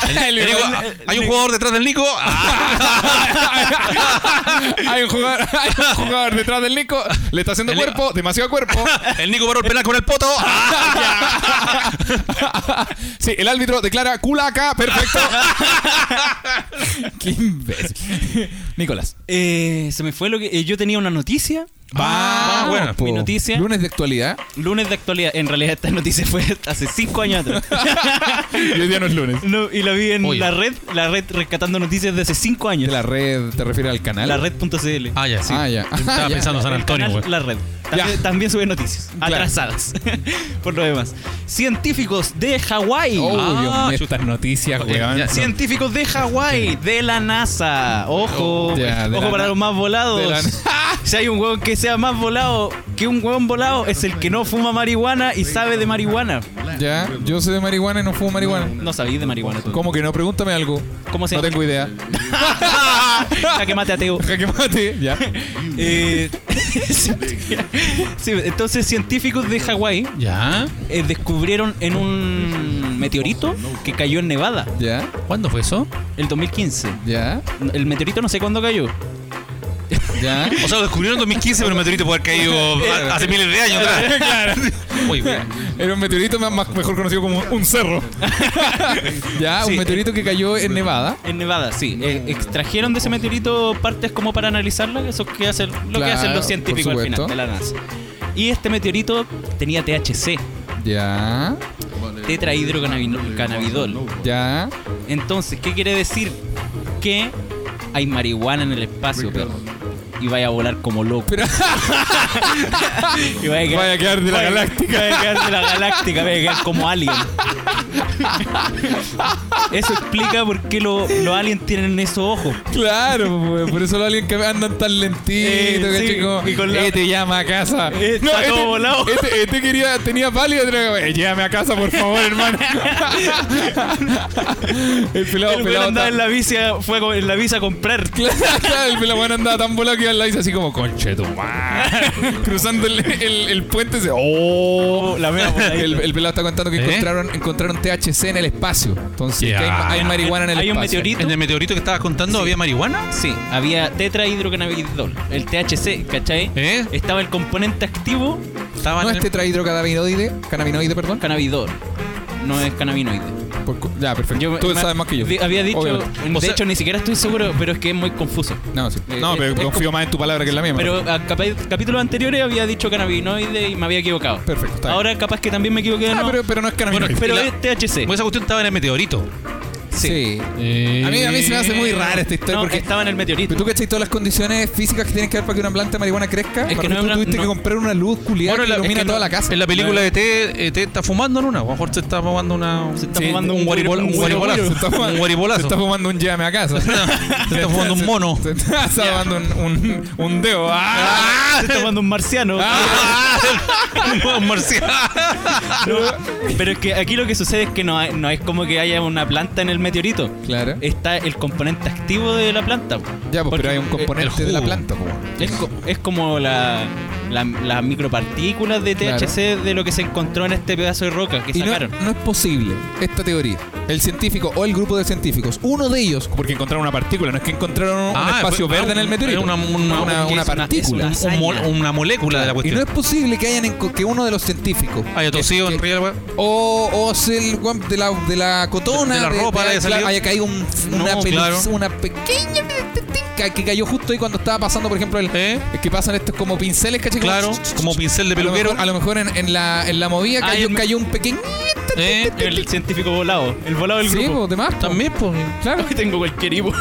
Speaker 4: El-
Speaker 2: El Nico, ah, hay un jugador detrás del Nico.
Speaker 4: (laughs) hay, un jugador, hay un jugador detrás del Nico. Le está haciendo
Speaker 2: El-
Speaker 4: cuerpo, demasiado (laughs) cuerpo.
Speaker 2: El Nico paró el penal con el
Speaker 4: (laughs)
Speaker 2: poto.
Speaker 4: sí, el árbitro declara culaca. Perfecto. (laughs) Qué imbécil. Nicolás.
Speaker 1: Eh, se me fue lo que. eh, yo tenía una noticia.
Speaker 4: Ah,
Speaker 1: Vamos,
Speaker 2: bueno,
Speaker 4: po.
Speaker 1: mi noticia. Lunes.
Speaker 4: Lunes de actualidad. (laughs)
Speaker 1: de actualidad. En realidad, esta noticia fue hace cinco años atrás. (laughs)
Speaker 4: Y hoy día no es lunes.
Speaker 1: No, y la vi en
Speaker 2: Oye.
Speaker 1: la red. La red rescatando noticias de hace cinco
Speaker 4: ¿De
Speaker 1: años.
Speaker 4: la red te refieres al canal?
Speaker 1: La red.cl.
Speaker 2: Ah, ya, sí.
Speaker 4: Ah, ya.
Speaker 2: Estaba
Speaker 4: (laughs) Ah, ya.
Speaker 2: pensando en San
Speaker 1: El
Speaker 2: Antonio,
Speaker 1: canal
Speaker 2: güey.
Speaker 1: La red. También,
Speaker 4: Ya.
Speaker 1: también sube noticias.
Speaker 4: Claro.
Speaker 1: Atrasadas. (laughs) Por lo demás. Científicos de Hawái. Ah,
Speaker 4: Oh,
Speaker 2: Ah,
Speaker 4: Dios mío,
Speaker 2: chuta.
Speaker 4: estas noticias,
Speaker 2: Ya,
Speaker 4: weón.
Speaker 2: ya,
Speaker 4: son-
Speaker 1: Científicos de Hawái, de la NASA. Ojo,
Speaker 4: Oh, Ya, de la
Speaker 1: ojo para
Speaker 4: na-
Speaker 1: los más volados.
Speaker 4: de la na-
Speaker 1: (laughs) si hay un huevón que sea más volado que un huevón volado, es el que no fuma marihuana y sabe de marihuana.
Speaker 4: Ya, yo soy de marihuana y no fumo marihuana.
Speaker 1: No sabéis de marihuana tú.
Speaker 4: ¿Cómo que no? Pregúntame algo.
Speaker 1: ¿Cómo se
Speaker 4: No
Speaker 1: llama?
Speaker 4: tengo idea.
Speaker 1: (laughs) Ya que mate ateo.
Speaker 4: Jaque mate, ya.
Speaker 1: Eh, (laughs) sí, entonces, científicos de Hawái
Speaker 2: ¿Ya?
Speaker 1: eh, descubrieron en un meteorito que cayó en Nevada
Speaker 4: Ya,
Speaker 2: ¿Cuándo fue eso?
Speaker 1: el 2015.
Speaker 4: ya,
Speaker 1: El meteorito no sé cuándo cayó.
Speaker 4: ya.
Speaker 2: O sea, lo descubrieron en 2015, pero el meteorito puede haber
Speaker 4: (laughs)
Speaker 2: caído hace miles de años atrás. Claro. Uy, güey.
Speaker 4: Era un meteorito más- más- mejor conocido como un cerro. ya,
Speaker 1: Sí.
Speaker 4: un meteorito que cayó en Nevada.
Speaker 1: En Nevada, sí. Eh, extrajeron de ese meteorito partes como para analizarla, eso que hacen, lo que
Speaker 4: Claro,
Speaker 1: hacen
Speaker 4: por
Speaker 1: los científicos al
Speaker 4: supuesto.
Speaker 1: final de la NASA. Y este meteorito tenía THC,
Speaker 4: Ya,
Speaker 1: tetrahidrocannabidol.
Speaker 4: ya.
Speaker 1: Entonces, ¿qué quiere decir? Que hay marihuana en el espacio, perro. Y vaya a volar como loco.
Speaker 4: Pero-
Speaker 1: (laughs) y vaya a quedar,
Speaker 4: Vaya a quedar de la
Speaker 1: vaya-
Speaker 4: galáctica.
Speaker 1: Vaya a quedar de la galáctica, vaya a quedar como alien. Eso explica por qué lo- los aliens tienen esos ojos.
Speaker 4: Claro, pues, por eso los aliens que andan tan lentitos,
Speaker 1: Eh,
Speaker 4: que
Speaker 1: sí,
Speaker 4: chico.
Speaker 1: y con la-
Speaker 4: "Eh, te llama a casa.
Speaker 1: Eh, está todo volado.
Speaker 4: Este, este quería, tenía pálido, pero, eh, llévame a casa, por
Speaker 1: (laughs)
Speaker 4: favor, hermano. el pelado,
Speaker 1: El weón
Speaker 4: pelado.
Speaker 1: andaba
Speaker 4: tan-
Speaker 1: en la bici, a- fue co- en la bici a comprar.
Speaker 4: Claro, claro, el pelagüero andaba tan volado que iba al lado y dice así como, conche tu madre". (laughs) Cruzando el, el- el puente, dice, (laughs) ¡oh!
Speaker 1: La mea voladita.
Speaker 4: el, el pelado está contando que
Speaker 2: ¿Eh?
Speaker 4: encontraron, encontraron THC en el espacio. Entonces,
Speaker 2: Ya.
Speaker 4: que hay, ma- hay marihuana en el
Speaker 1: Hay un
Speaker 4: espacio.
Speaker 1: meteorito.
Speaker 2: ¿En el meteorito que estabas contando había marihuana?
Speaker 1: Sí, había tetrahidrocannabidol, el THC, ¿cachai?
Speaker 2: ¿Eh?
Speaker 1: Estaba el componente activo,
Speaker 2: Estaban
Speaker 4: ¿No
Speaker 2: en
Speaker 4: es tetrahidrocannabinoide? Cannabinoide, perdón.
Speaker 1: cannabidol. no es cannabinoide.
Speaker 4: Por cu- ya, perfecto.
Speaker 1: Yo-
Speaker 4: Tú
Speaker 1: me-
Speaker 4: sabes más que yo.
Speaker 1: di- había dicho,
Speaker 4: Obviamente.
Speaker 1: de
Speaker 2: O sea-
Speaker 1: hecho, ni siquiera estoy seguro, pero es que es muy confuso.
Speaker 4: No, sí. No,
Speaker 1: Eh,
Speaker 4: pero
Speaker 1: es- es
Speaker 4: confío
Speaker 1: como-
Speaker 4: más en tu palabra que en la mía.
Speaker 1: Pero a capi- capítulos anteriores había dicho cannabinoide y me había equivocado.
Speaker 4: Perfecto, está bien.
Speaker 1: Ahora capaz que también me equivoqué de
Speaker 4: Ah,
Speaker 1: nuevo,
Speaker 4: pero, pero no es cannabinoide.
Speaker 1: pero
Speaker 2: la-
Speaker 1: es THC.
Speaker 2: Pues esa cuestión estaba en el meteorito.
Speaker 4: sí. A, mí, a mí se me hace muy rara esta historia
Speaker 1: Eh, no,
Speaker 4: porque...
Speaker 1: estaba en el meteorito.
Speaker 4: Pero tú cachai todas las condiciones físicas que tienen que haber para que una planta de marihuana crezca.
Speaker 1: Es que
Speaker 4: Para
Speaker 1: no
Speaker 4: tú
Speaker 1: es una-
Speaker 4: tuviste
Speaker 1: no-
Speaker 4: que comprar una luz culiada
Speaker 2: Bueno,
Speaker 4: que
Speaker 2: es
Speaker 4: ilumina
Speaker 2: que
Speaker 4: toda
Speaker 2: no-
Speaker 4: la casa.
Speaker 2: En la película de T, eh, T está fumando en una. A lo mejor se está fumando una. Se
Speaker 1: está fumando un
Speaker 2: guaribol- un
Speaker 1: güiro-
Speaker 2: guaribolazo.
Speaker 4: Se está
Speaker 2: (laughs)
Speaker 4: fumando-
Speaker 2: Un
Speaker 4: Se
Speaker 2: guaribolazo.
Speaker 4: está fumando un llame a casa.
Speaker 2: (laughs) Se está fumando un mono. (laughs)
Speaker 4: Se está fumando un, un, un dedo. ¡Ah!
Speaker 1: Se está tomando un marciano.
Speaker 2: Un marciano.
Speaker 1: No, pero es que aquí lo que sucede es que no, hay- no es como que haya una planta en el meteorito.
Speaker 4: Claro.
Speaker 1: Está el componente activo de la planta.
Speaker 4: Eh, Ya, pues,
Speaker 1: Porque,
Speaker 4: pero hay un
Speaker 1: eh,
Speaker 4: componente
Speaker 2: el
Speaker 4: de la
Speaker 2: jugo.
Speaker 4: planta, po.
Speaker 1: Es, co- es como la, la- las micropartículas de THC de lo que se encontró en este pedazo de roca que
Speaker 4: Y no,
Speaker 1: sacaron.
Speaker 4: no es posible esta teoría. El científico o el grupo de científicos, uno de ellos, porque encontraron una partícula, no es que encontraron un
Speaker 2: Ah,
Speaker 4: espacio
Speaker 2: fue-
Speaker 4: verde en el
Speaker 2: un-
Speaker 4: meteorito.
Speaker 2: una- una-
Speaker 4: Una- una,
Speaker 1: es una- es
Speaker 4: partícula.
Speaker 1: una-
Speaker 2: Un mol- una molécula de la
Speaker 4: y no
Speaker 2: cuestión.
Speaker 4: es posible que hayan enco- que uno de los científicos
Speaker 2: Haya tosido en real,
Speaker 4: o, o si el guam de la, de la cotona
Speaker 2: De la ropa le haya
Speaker 4: claro,
Speaker 2: salido.
Speaker 4: haya caído un- una,
Speaker 2: No,
Speaker 4: peli-
Speaker 2: claro.
Speaker 4: una pequeña tinca que cayó justo ahí cuando estaba pasando por ejemplo el
Speaker 2: ¿Eh?
Speaker 4: es que pasan estos como pinceles ¿cachai?
Speaker 2: Claro, como pincel de
Speaker 4: a lo
Speaker 2: peluquero.
Speaker 4: mejor, a lo mejor en, en la, en la movida
Speaker 1: Ah,
Speaker 4: cayó,
Speaker 1: el-
Speaker 4: cayó un pequeño
Speaker 2: ¿Eh?
Speaker 1: El científico volado, el volado del
Speaker 4: Este- sí,
Speaker 1: grupo.
Speaker 4: pues, de más, pues.
Speaker 2: También, pues. (laughs)
Speaker 4: claro
Speaker 1: (laughs)
Speaker 4: (laughs)
Speaker 1: Ay, tengo cualquier hipo.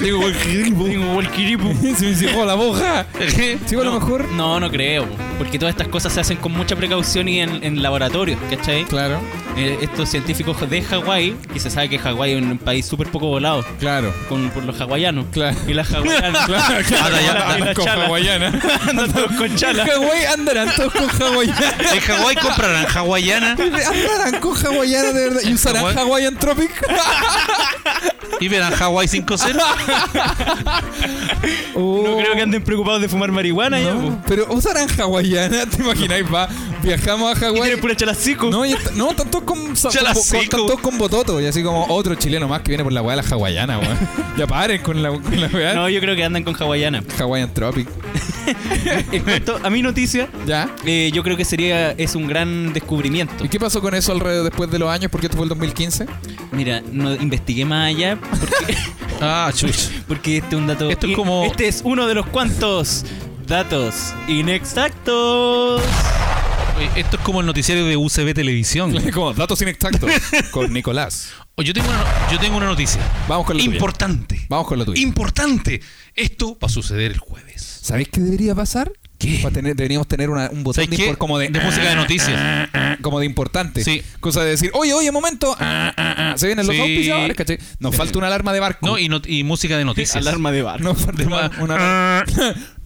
Speaker 4: digo
Speaker 1: tengo cualquier hipo.
Speaker 4: (laughs) se me encejó la boja sí, pues, a lo mejor
Speaker 1: No, no creo, po, porque todas estas cosas se hacen con mucha precaución y en, en laboratorios, ¿cachai?
Speaker 4: claro
Speaker 1: Eh, estos científicos de Hawái, que se sabe que Hawái es un país súper poco volado,
Speaker 4: claro
Speaker 1: con, por los hawaianos.
Speaker 4: (laughs) Claro.
Speaker 1: Y las hawaianas. (laughs)
Speaker 4: Claro,
Speaker 1: Y
Speaker 2: (laughs)
Speaker 4: claro.
Speaker 1: la- y
Speaker 4: Andan
Speaker 1: la
Speaker 4: Ah, con
Speaker 1: chala.
Speaker 4: hawaiana.
Speaker 1: (laughs) Andan todos con chala.
Speaker 4: (laughs) Hawái andarán todos con hawaiana.
Speaker 2: (laughs) En Hawái comprarán hawaiana
Speaker 4: Andarán con hawaiana de verdad. ¿Y usarán
Speaker 2: Hawái-
Speaker 4: Hawaiian Tropic?
Speaker 2: y verán Hawái 5-0.
Speaker 1: No creo que anden preocupados de fumar marihuana. ya, po.
Speaker 4: Oh. No, pero usarán hawaiana, (laughs) ¿te imagináis? Va, viajamos a
Speaker 1: Y
Speaker 4: Hawái.
Speaker 1: tienen pura chala seco.
Speaker 4: No, y está- no, están todos con, sa-
Speaker 2: Ya la
Speaker 4: con, con-
Speaker 2: seco.
Speaker 4: están todos con bototo. Y así como otro chileno más que viene por la weá de la hawaiana, weón. Ya paren con la, con la weá.
Speaker 1: No, yo creo que andan con
Speaker 4: (laughs)
Speaker 1: hawaiana.
Speaker 4: Hawaiian Tropic.
Speaker 1: En cuanto a mi noticia,
Speaker 4: ¿Ya?
Speaker 1: eh, yo creo que sería es un gran descubrimiento.
Speaker 4: ¿Y qué pasó con eso alrededor después de los años? Porque esto fue el 2015.
Speaker 1: Mira, no investigué más allá (laughs) porque,
Speaker 2: Ah, chuch.
Speaker 1: porque este es un dato.
Speaker 2: Esto es como-
Speaker 1: Este es uno de los cuantos datos inexactos.
Speaker 2: Oye, Esto es como el noticiario de UCB Televisión.
Speaker 4: (laughs) como datos inexactos. con Nicolás.
Speaker 2: Oye, Yo tengo una, no- yo tengo una noticia.
Speaker 4: Vamos con la tuya.
Speaker 2: Importante.
Speaker 4: Vamos con la tuya.
Speaker 2: Importante. Esto va a suceder el jueves.
Speaker 4: ¿Sabéis qué debería pasar?
Speaker 2: ¿Qué?
Speaker 4: Va a tener- deberíamos tener una- un botón
Speaker 2: ¿Sabes
Speaker 4: de,
Speaker 2: qué?
Speaker 4: impor- como de, ah,
Speaker 2: música de noticias.
Speaker 4: como de importante.
Speaker 2: Sí.
Speaker 4: Cosa de decir, oye, oye, momento. ah, ah, ah, se vienen los
Speaker 2: Sí.
Speaker 4: auspiciadores, ¿cachai? Nos falta una alarma de barco. (laughs)
Speaker 2: No, y, not- y música de noticias.
Speaker 1: Alarma de bar.
Speaker 4: Nos falta una,
Speaker 2: (laughs)
Speaker 4: una-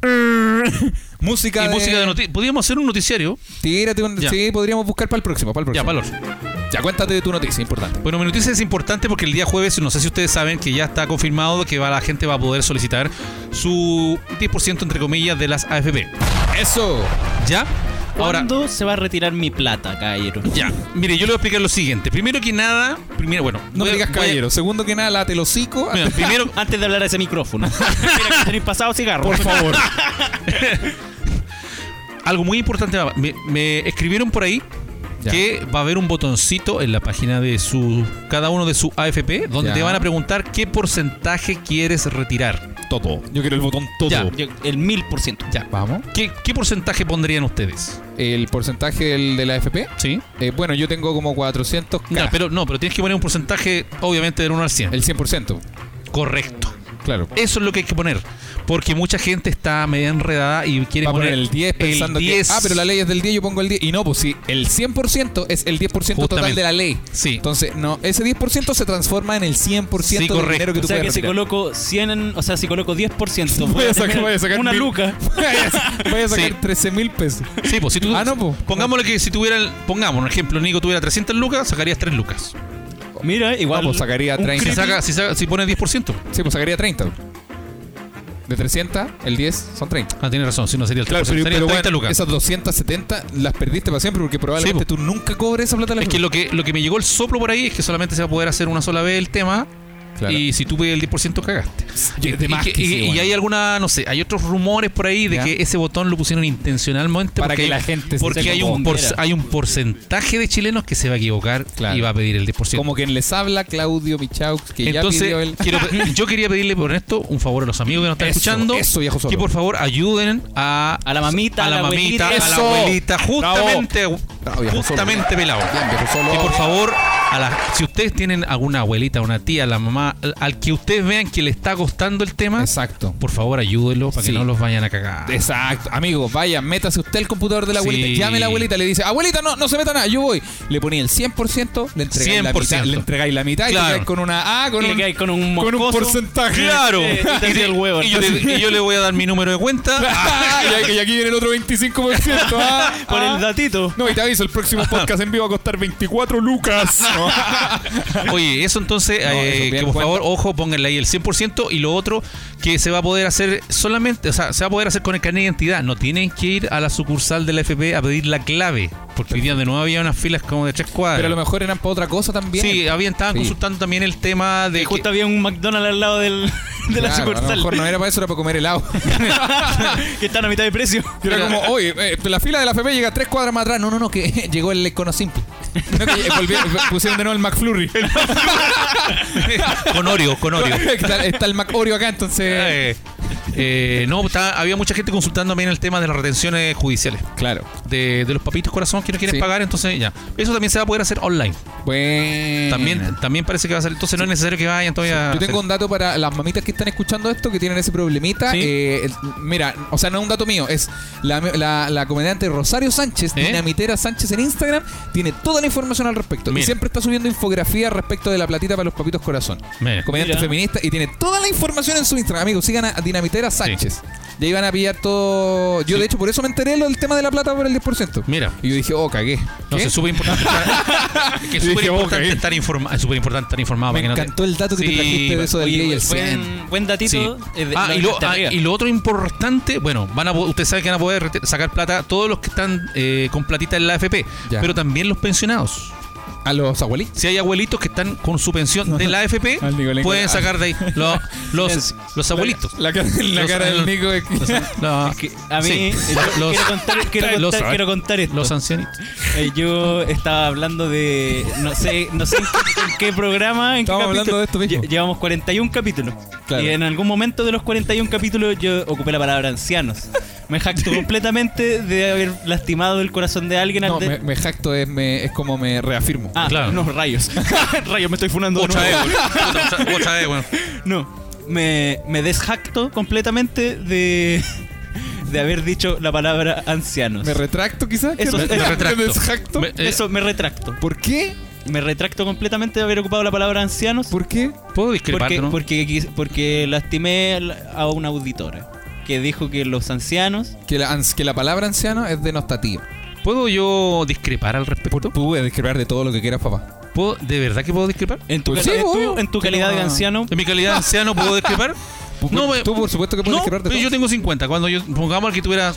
Speaker 2: y
Speaker 4: música.
Speaker 2: música de noticias. Podríamos hacer un noticiario.
Speaker 4: Tírate un-
Speaker 2: Ya.
Speaker 4: Sí, podríamos buscar para el próximo. Para el
Speaker 2: Ya,
Speaker 4: próximo.
Speaker 2: valor.
Speaker 4: Ya, cuéntate de tu noticia, importante.
Speaker 2: Bueno, mi noticia es importante porque el día jueves, no sé si ustedes saben que ya está confirmado que va, la gente va a poder solicitar su 10% entre comillas de las AFP.
Speaker 4: Eso.
Speaker 2: ¿Ya? Ahora,
Speaker 1: ¿Cuándo se va a retirar mi plata, caballero?
Speaker 2: ya. Mire, yo le voy a explicar lo siguiente. Primero que nada, primero, bueno,
Speaker 4: No
Speaker 2: voy
Speaker 4: me
Speaker 2: a-
Speaker 4: digas
Speaker 2: voy a-
Speaker 4: caballero. Segundo que nada, la telocico.
Speaker 2: Mira, primero,
Speaker 1: Antes de hablar a ese (laughs) micrófono. Mira que tenéis pasado cigarro.
Speaker 4: Por favor.
Speaker 2: algo muy importante. va- Me, me escribieron por ahí
Speaker 4: Ya.
Speaker 2: que va a haber un botoncito en la página de su cada uno de su AFP donde
Speaker 4: Ya.
Speaker 2: te van a preguntar qué porcentaje quieres retirar.
Speaker 4: Todo. Yo quiero el botón todo.
Speaker 2: Ya.
Speaker 1: Yo- el mil por ciento.
Speaker 2: Ya.
Speaker 4: Vamos.
Speaker 2: ¿Qué, qué porcentaje pondrían ustedes?
Speaker 4: El porcentaje del- de la FP.
Speaker 2: ¿Sí?
Speaker 4: Eh, bueno, yo tengo como 400
Speaker 2: No, pero, no, pero tienes que poner un porcentaje, obviamente, del 1 al 100.
Speaker 4: El 100%.
Speaker 2: Correcto.
Speaker 4: Claro.
Speaker 2: Eso es lo que hay que poner. Porque mucha gente está media enredada y quiere
Speaker 4: Va a
Speaker 2: poner
Speaker 4: poner el 10 pensando
Speaker 2: el 10.
Speaker 4: que. Ah, pero la ley es del 10, yo pongo el 10. Y no, pues sí, el 100% es el 10% total
Speaker 2: Justamente.
Speaker 4: de la ley.
Speaker 2: Sí.
Speaker 4: Entonces, no, ese 10% se transforma en el 100%
Speaker 2: Sí,
Speaker 4: del
Speaker 2: correcto.
Speaker 4: dinero que
Speaker 1: O
Speaker 4: tú
Speaker 1: sea que
Speaker 4: puedes
Speaker 2: (laughs)
Speaker 1: si
Speaker 4: retirar.
Speaker 1: coloco 100, en- o sea, si coloco 10%, (laughs) voy a
Speaker 4: Voy a sacar-
Speaker 1: tener
Speaker 4: voy a sacar
Speaker 1: una
Speaker 4: mil.
Speaker 1: luca.
Speaker 4: Voy a sacar
Speaker 2: Sí.
Speaker 4: 13 mil pesos.
Speaker 2: Sí, pues si tú.
Speaker 4: (laughs) Ah, no, pues.
Speaker 2: Pongámosle que si tuvieran. Pongamos, un ejemplo, Nico tuviera 300 lucas, sacarías 3 lucas.
Speaker 1: Mira,
Speaker 4: No,
Speaker 1: igual.
Speaker 4: pues sacaría
Speaker 2: Un
Speaker 4: 30.
Speaker 2: Si, saca, si, saca- si pones 10%.
Speaker 4: Sí, pues sacaría 30. De 300, el 10 son 30.
Speaker 2: Ah, tienes razón, si no sería el 3%. sería 30
Speaker 4: bueno,
Speaker 2: lucas.
Speaker 4: esas 270 las perdiste para siempre porque probablemente
Speaker 2: Sí,
Speaker 4: tú nunca cobres esa plata. de la
Speaker 2: Es que
Speaker 4: gente.
Speaker 2: lo, que lo que me llegó el soplo por ahí es que solamente se va a poder hacer una sola vez el tema
Speaker 4: Claro.
Speaker 2: Y si tú pides el 10%, cagaste.
Speaker 4: Y- de más
Speaker 2: y,
Speaker 4: que
Speaker 2: y-
Speaker 4: sí,
Speaker 2: y
Speaker 4: bueno.
Speaker 2: hay alguna, no sé, hay otros rumores por ahí de
Speaker 4: Ya.
Speaker 2: que ese botón lo pusieron intencionalmente
Speaker 4: Para
Speaker 2: porque
Speaker 4: que la gente se
Speaker 2: porque hay un
Speaker 1: confundera.
Speaker 2: por- hay un porcentaje de chilenos que se va a equivocar
Speaker 4: Claro.
Speaker 2: y va a pedir el 10%.
Speaker 4: Como quien les habla, Claudio Michaux, que
Speaker 2: Entonces,
Speaker 4: ya pidió el...
Speaker 2: quiero pe-
Speaker 4: (laughs)
Speaker 2: yo quería pedirle por esto un favor a los amigos que nos están
Speaker 4: Eso,
Speaker 2: escuchando.
Speaker 4: eso, viejo solo.
Speaker 2: Que por favor ayuden a,
Speaker 1: A la mamita,
Speaker 2: a la,
Speaker 1: a la
Speaker 2: mamita,
Speaker 1: abuelita.
Speaker 2: a la
Speaker 4: Eso.
Speaker 2: abuelita, justamente,
Speaker 4: Bravo, viejo solo.
Speaker 2: justamente pelado.
Speaker 4: Bien, viejo solo.
Speaker 2: Que por favor, a la- si ustedes tienen alguna abuelita, una tía, la mamá, al, al que ustedes vean que le está costando el tema,
Speaker 4: Exacto.
Speaker 2: por favor ayúdenlo para
Speaker 4: Sí.
Speaker 2: que no los vayan a cagar.
Speaker 4: Exacto, amigo, vaya, métase usted el computador de la abuelita,
Speaker 2: Sí.
Speaker 4: llame a la abuelita, le dice, abuelita, no, no se meta nada, yo voy. Le ponía el 100%, le entregáis la
Speaker 2: 100%.
Speaker 4: mitad, le entregáis la mitad y
Speaker 2: Claro.
Speaker 4: le quedáis con una A, con
Speaker 1: Y le
Speaker 4: un,
Speaker 1: quedáis con un mocoso.
Speaker 4: porcentaje.
Speaker 2: Claro.
Speaker 1: Eh, y te hacía el huevo,
Speaker 2: Y yo, le,
Speaker 1: entonces.
Speaker 2: y yo le voy a dar mi número de cuenta.
Speaker 4: (laughs) Ah, y, ahí- y aquí viene el otro 25%. ah,
Speaker 1: (laughs) Por
Speaker 4: ah.
Speaker 1: el datito.
Speaker 4: No, y te aviso, el próximo podcast en vivo va a costar
Speaker 1: (laughs)
Speaker 4: 24 lucas.
Speaker 2: (laughs) Oye, eso entonces,
Speaker 4: No,
Speaker 2: eh,
Speaker 4: eso, bien
Speaker 2: que por
Speaker 4: cuenta.
Speaker 2: favor, ojo, pónganle ahí el 100% y lo otro que se va a poder hacer solamente, o sea, se va a poder hacer con el carnet de identidad. No tienen que ir a la sucursal de la FP a pedir la clave, porque hoy día de nuevo había unas filas como de tres cuadras.
Speaker 4: Pero a lo mejor eran para otra cosa también.
Speaker 2: Sí, habían, estaban
Speaker 4: Sí.
Speaker 2: consultando también el tema de...
Speaker 1: Y
Speaker 2: que-
Speaker 1: justo había un McDonald's al lado del, de la
Speaker 4: Claro, A lo
Speaker 1: sucursal.
Speaker 4: mejor no era para eso, era para comer helado.
Speaker 1: (laughs) que están a mitad de precio.
Speaker 4: Y Era como, oye, eh, la fila de la FP llega tres cuadras más atrás. No, no, no, que (laughs) llegó el Econosimple. No, que volvieron- pusieron de nuevo el McFlurry.
Speaker 2: (laughs) con Oreo, con Oreo.
Speaker 4: (laughs) está, está el McOrio
Speaker 2: (laughs)
Speaker 4: acá, entonces.
Speaker 2: Eh, eh, no, está- había mucha gente consultando también el tema de las retenciones judiciales.
Speaker 4: Claro.
Speaker 2: De, de los papitos corazón que no quieren
Speaker 4: Sí.
Speaker 2: pagar, entonces ya. Eso también se va a poder hacer online.
Speaker 4: Bueno.
Speaker 2: También, ah, también parece que va a ser. Entonces no es necesario que vayan todavía.
Speaker 4: Yo tengo
Speaker 2: a hacer-
Speaker 4: un dato para las mamitas que están escuchando esto, que tienen ese problemita.
Speaker 2: Sí.
Speaker 4: Eh, el- mira, o sea, no es un dato mío, es la, la- la comediante Rosario Sánchez,
Speaker 2: ¿Eh?
Speaker 4: Dinamitera Sánchez en Instagram, tiene toda la información al respecto. Y
Speaker 2: Mira.
Speaker 4: siempre está subiendo infografías respecto de la platita para los papitos corazón.
Speaker 2: Mira.
Speaker 4: Comediante
Speaker 1: Mira.
Speaker 4: feminista y tiene toda la información en su Instagram. Amigos, sigan a Dinamitera Sánchez. Y ahí van a pillar todo. Yo, de hecho, por eso me enteré lo del tema de la plata por el 10%.
Speaker 2: Mira.
Speaker 4: Y yo dije, oh, cagué.
Speaker 2: No
Speaker 4: ¿Qué?
Speaker 2: sé, es súper importante
Speaker 4: (laughs)
Speaker 2: estar, es que es
Speaker 4: Dije,
Speaker 2: súper
Speaker 4: boca,
Speaker 2: importante
Speaker 4: ¿eh?
Speaker 2: estar informado. Es súper importante estar informado.
Speaker 4: me
Speaker 2: para que no te-
Speaker 4: encantó el dato que te
Speaker 2: Sí,
Speaker 4: trajiste de eso del
Speaker 1: Oye,
Speaker 4: gay y el 100.
Speaker 1: buen, buen
Speaker 2: Sí.
Speaker 1: datito. eh, de-
Speaker 2: Ah,
Speaker 1: la
Speaker 2: y, lo,
Speaker 1: gente
Speaker 2: ah,
Speaker 1: arriba.
Speaker 2: y lo otro importante, bueno, van a po- ustedes saben que van a poder rete- sacar plata todos los que están eh, con platita en la AFP,
Speaker 4: Ya.
Speaker 2: pero también los pensionados.
Speaker 4: A los abuelitos.
Speaker 2: Si hay abuelitos que están con su pensión de la AFP,
Speaker 4: (laughs) Al Nicolás.
Speaker 2: pueden sacar de ahí
Speaker 4: (laughs)
Speaker 2: lo- los, los abuelitos.
Speaker 4: La, cara- la
Speaker 2: Los-
Speaker 4: cara del
Speaker 2: los-
Speaker 4: Nico. es-
Speaker 2: No,
Speaker 1: Es que a mí,
Speaker 2: sí.
Speaker 1: eh, yo
Speaker 2: los,
Speaker 1: quiero contar, quiero
Speaker 2: (laughs) los-
Speaker 1: contar- quiero contar esto.
Speaker 2: los ancianitos.
Speaker 1: Eh, yo estaba hablando de. No sé, no sé en qué, en qué programa. En
Speaker 4: Estábamos
Speaker 1: qué
Speaker 4: hablando
Speaker 1: capítulo.
Speaker 4: de esto mismo.
Speaker 1: Lle- Llevamos 41 capítulos.
Speaker 4: Claro.
Speaker 1: Y en algún momento de los 41 capítulos yo ocupé la palabra ancianos. Me jacto completamente de haber lastimado el corazón de alguien. (laughs) al
Speaker 4: No,
Speaker 1: de-
Speaker 4: me, me jacto, es, me- es como me reafirmo.
Speaker 1: Ah,
Speaker 2: Claro.
Speaker 1: no, rayos. (laughs) rayos, me estoy funando. de
Speaker 2: Otra
Speaker 1: nuevo.
Speaker 2: vez, bueno. Otra- otra vez, bueno.
Speaker 1: No, me, me desjacto completamente de, de haber dicho la palabra ancianos.
Speaker 4: ¿Me retracto quizás?
Speaker 1: Eso-
Speaker 4: (laughs) ¿Me,
Speaker 1: eso-
Speaker 2: Me retracto.
Speaker 4: desjacto?
Speaker 2: Me- eh,
Speaker 1: Eso me retracto.
Speaker 4: ¿Por qué?
Speaker 1: Me retracto completamente de haber ocupado la palabra ancianos.
Speaker 4: ¿Por qué?
Speaker 2: ¿Puedo discrepar?
Speaker 1: porque,
Speaker 2: no?
Speaker 1: porque, quis- porque lastimé al- a una auditora que dijo que los ancianos.
Speaker 4: Que la, ans- que la palabra anciano es denostativa.
Speaker 2: ¿Puedo yo discrepar al respecto?
Speaker 4: Pude describir de todo lo que quieras, papá.
Speaker 2: ¿Puedo- ¿De verdad que puedo discrepar?
Speaker 1: En tu,
Speaker 4: Pues
Speaker 1: cali-
Speaker 4: sí,
Speaker 1: en tu-
Speaker 4: obvio.
Speaker 1: en tu calidad de
Speaker 4: Ah.
Speaker 1: anciano.
Speaker 2: ¿En mi calidad de anciano
Speaker 4: (laughs)
Speaker 2: puedo discrepar? No, me-
Speaker 4: Pues, Tú, por supuesto que puedes
Speaker 2: no,
Speaker 4: discrepar de
Speaker 2: pero
Speaker 4: todo.
Speaker 2: yo tengo 50. Cuando yo, pongamos al que tuviera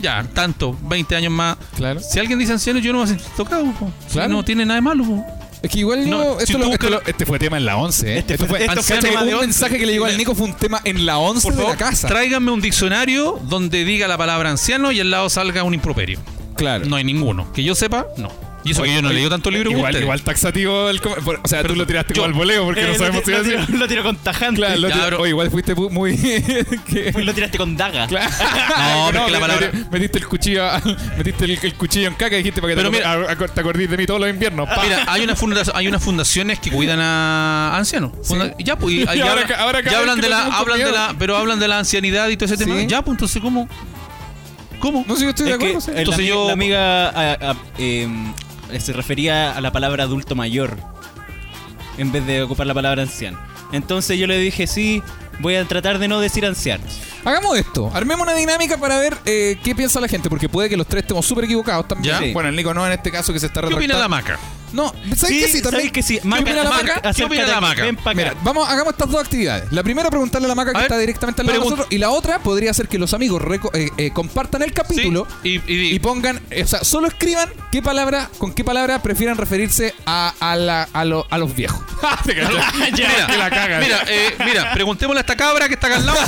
Speaker 2: ya, tanto, 20 años más.
Speaker 4: Claro.
Speaker 2: Si alguien dice anciano, yo no me siento tocado. po.
Speaker 4: Claro.
Speaker 2: No tiene nada de malo. po.
Speaker 4: Es que igual
Speaker 2: No,
Speaker 4: yo-
Speaker 2: si
Speaker 4: esto
Speaker 2: tú
Speaker 4: lo- esto
Speaker 2: buscas-
Speaker 4: lo- este fue tema en la 11. ¿eh?
Speaker 1: Este
Speaker 4: Esto
Speaker 1: fue-
Speaker 4: fue-
Speaker 1: esto fue
Speaker 4: ¿cachai?
Speaker 1: tema de
Speaker 4: Un
Speaker 1: 11.
Speaker 4: mensaje que le llegó al Nico fue un tema en la 11
Speaker 2: Por
Speaker 4: de
Speaker 2: favor,
Speaker 4: la casa.
Speaker 2: tráiganme un diccionario donde diga la palabra anciano y al lado salga un improperio.
Speaker 4: Claro.
Speaker 2: No hay ninguno. Que yo sepa, no. Y eso que yo no he leído tanto libro como ustedes.
Speaker 4: taxativo el com- por- O sea, tú lo tiraste
Speaker 2: yo-
Speaker 4: como al voleo porque
Speaker 1: Eh,
Speaker 4: no
Speaker 1: lo
Speaker 4: sabemos
Speaker 1: ti-
Speaker 4: si
Speaker 1: lo,
Speaker 4: es así.
Speaker 1: tiro, lo tiro con tajante.
Speaker 4: (laughs) Claro, lo
Speaker 2: Ya,
Speaker 4: tira-
Speaker 2: pero-
Speaker 4: Oye, igual fuiste pu- muy. (laughs)
Speaker 1: (laughs)
Speaker 4: que-
Speaker 1: Lo tiraste con daga.
Speaker 4: Claro. (laughs)
Speaker 2: No, porque la
Speaker 4: me-
Speaker 2: palabra-
Speaker 4: meti- Metiste el cuchillo, al- (laughs) metiste el, el cuchillo en caca y dijiste para que
Speaker 2: Pero
Speaker 4: te,
Speaker 2: mira-
Speaker 4: a- a- te acordís de mí todos los inviernos. pa.
Speaker 2: Mira, hay, una funda- hay unas fundaciones que cuidan a ancianos. Funda- Ya,
Speaker 4: (laughs)
Speaker 2: pues, y- y
Speaker 4: ahora
Speaker 2: hablan-
Speaker 4: ca- ahora cada
Speaker 2: ya
Speaker 4: vez
Speaker 2: hablan
Speaker 4: que
Speaker 2: de la,
Speaker 4: nos vemos con
Speaker 2: hablan de
Speaker 4: miedo.
Speaker 2: la, pero hablan de la ancianidad y todo ese tema.
Speaker 4: Sí.
Speaker 2: Ya, pues, entonces cómo, cómo.
Speaker 4: No sé, yo estoy de
Speaker 1: Es que
Speaker 4: acuerdo. sí.
Speaker 1: el
Speaker 2: Entonces
Speaker 1: ami-
Speaker 2: yo-
Speaker 1: la amiga a- a- em, se refería a la palabra adulto mayor en vez de ocupar la palabra anciano. Entonces yo le dije, sí, voy a tratar de no decir ancianos.
Speaker 4: Hagamos esto. Armemos una dinámica para ver eh, qué piensa la gente, porque puede que los tres estemos súper equivocados también.
Speaker 2: Ya.
Speaker 4: Sí. Bueno, el Nico no en este caso que se está
Speaker 2: ¿Qué opina
Speaker 4: retractando.
Speaker 2: la maca?
Speaker 4: No, ¿sabes
Speaker 1: Sí,
Speaker 4: qué? Sí, también.
Speaker 1: ¿sabes que sí?
Speaker 4: ¿Qué
Speaker 1: Maca,
Speaker 4: opina la
Speaker 1: Maca,
Speaker 4: maca?
Speaker 2: ¿Qué opina
Speaker 1: acércate
Speaker 2: la
Speaker 1: aquí,
Speaker 2: maca?
Speaker 1: Ven para acá.
Speaker 4: Mira, vamos, hagamos estas dos actividades. La primera, preguntarle a la maca
Speaker 2: A
Speaker 4: que
Speaker 2: ver,
Speaker 4: está directamente al lado de
Speaker 2: pregun-
Speaker 4: nosotros. Y la otra podría ser que los amigos reco- eh, eh, compartan el capítulo
Speaker 2: Sí, y- y-
Speaker 4: pongan, eh, o sea, solo escriban qué palabra, con qué palabra prefieran referirse a, a, la- a, lo- a los viejos. ¿Te cachas?
Speaker 2: (laughs)
Speaker 4: (laughs)
Speaker 2: mira, mira, eh, mira, preguntémosle a esta cabra que está acá al lado.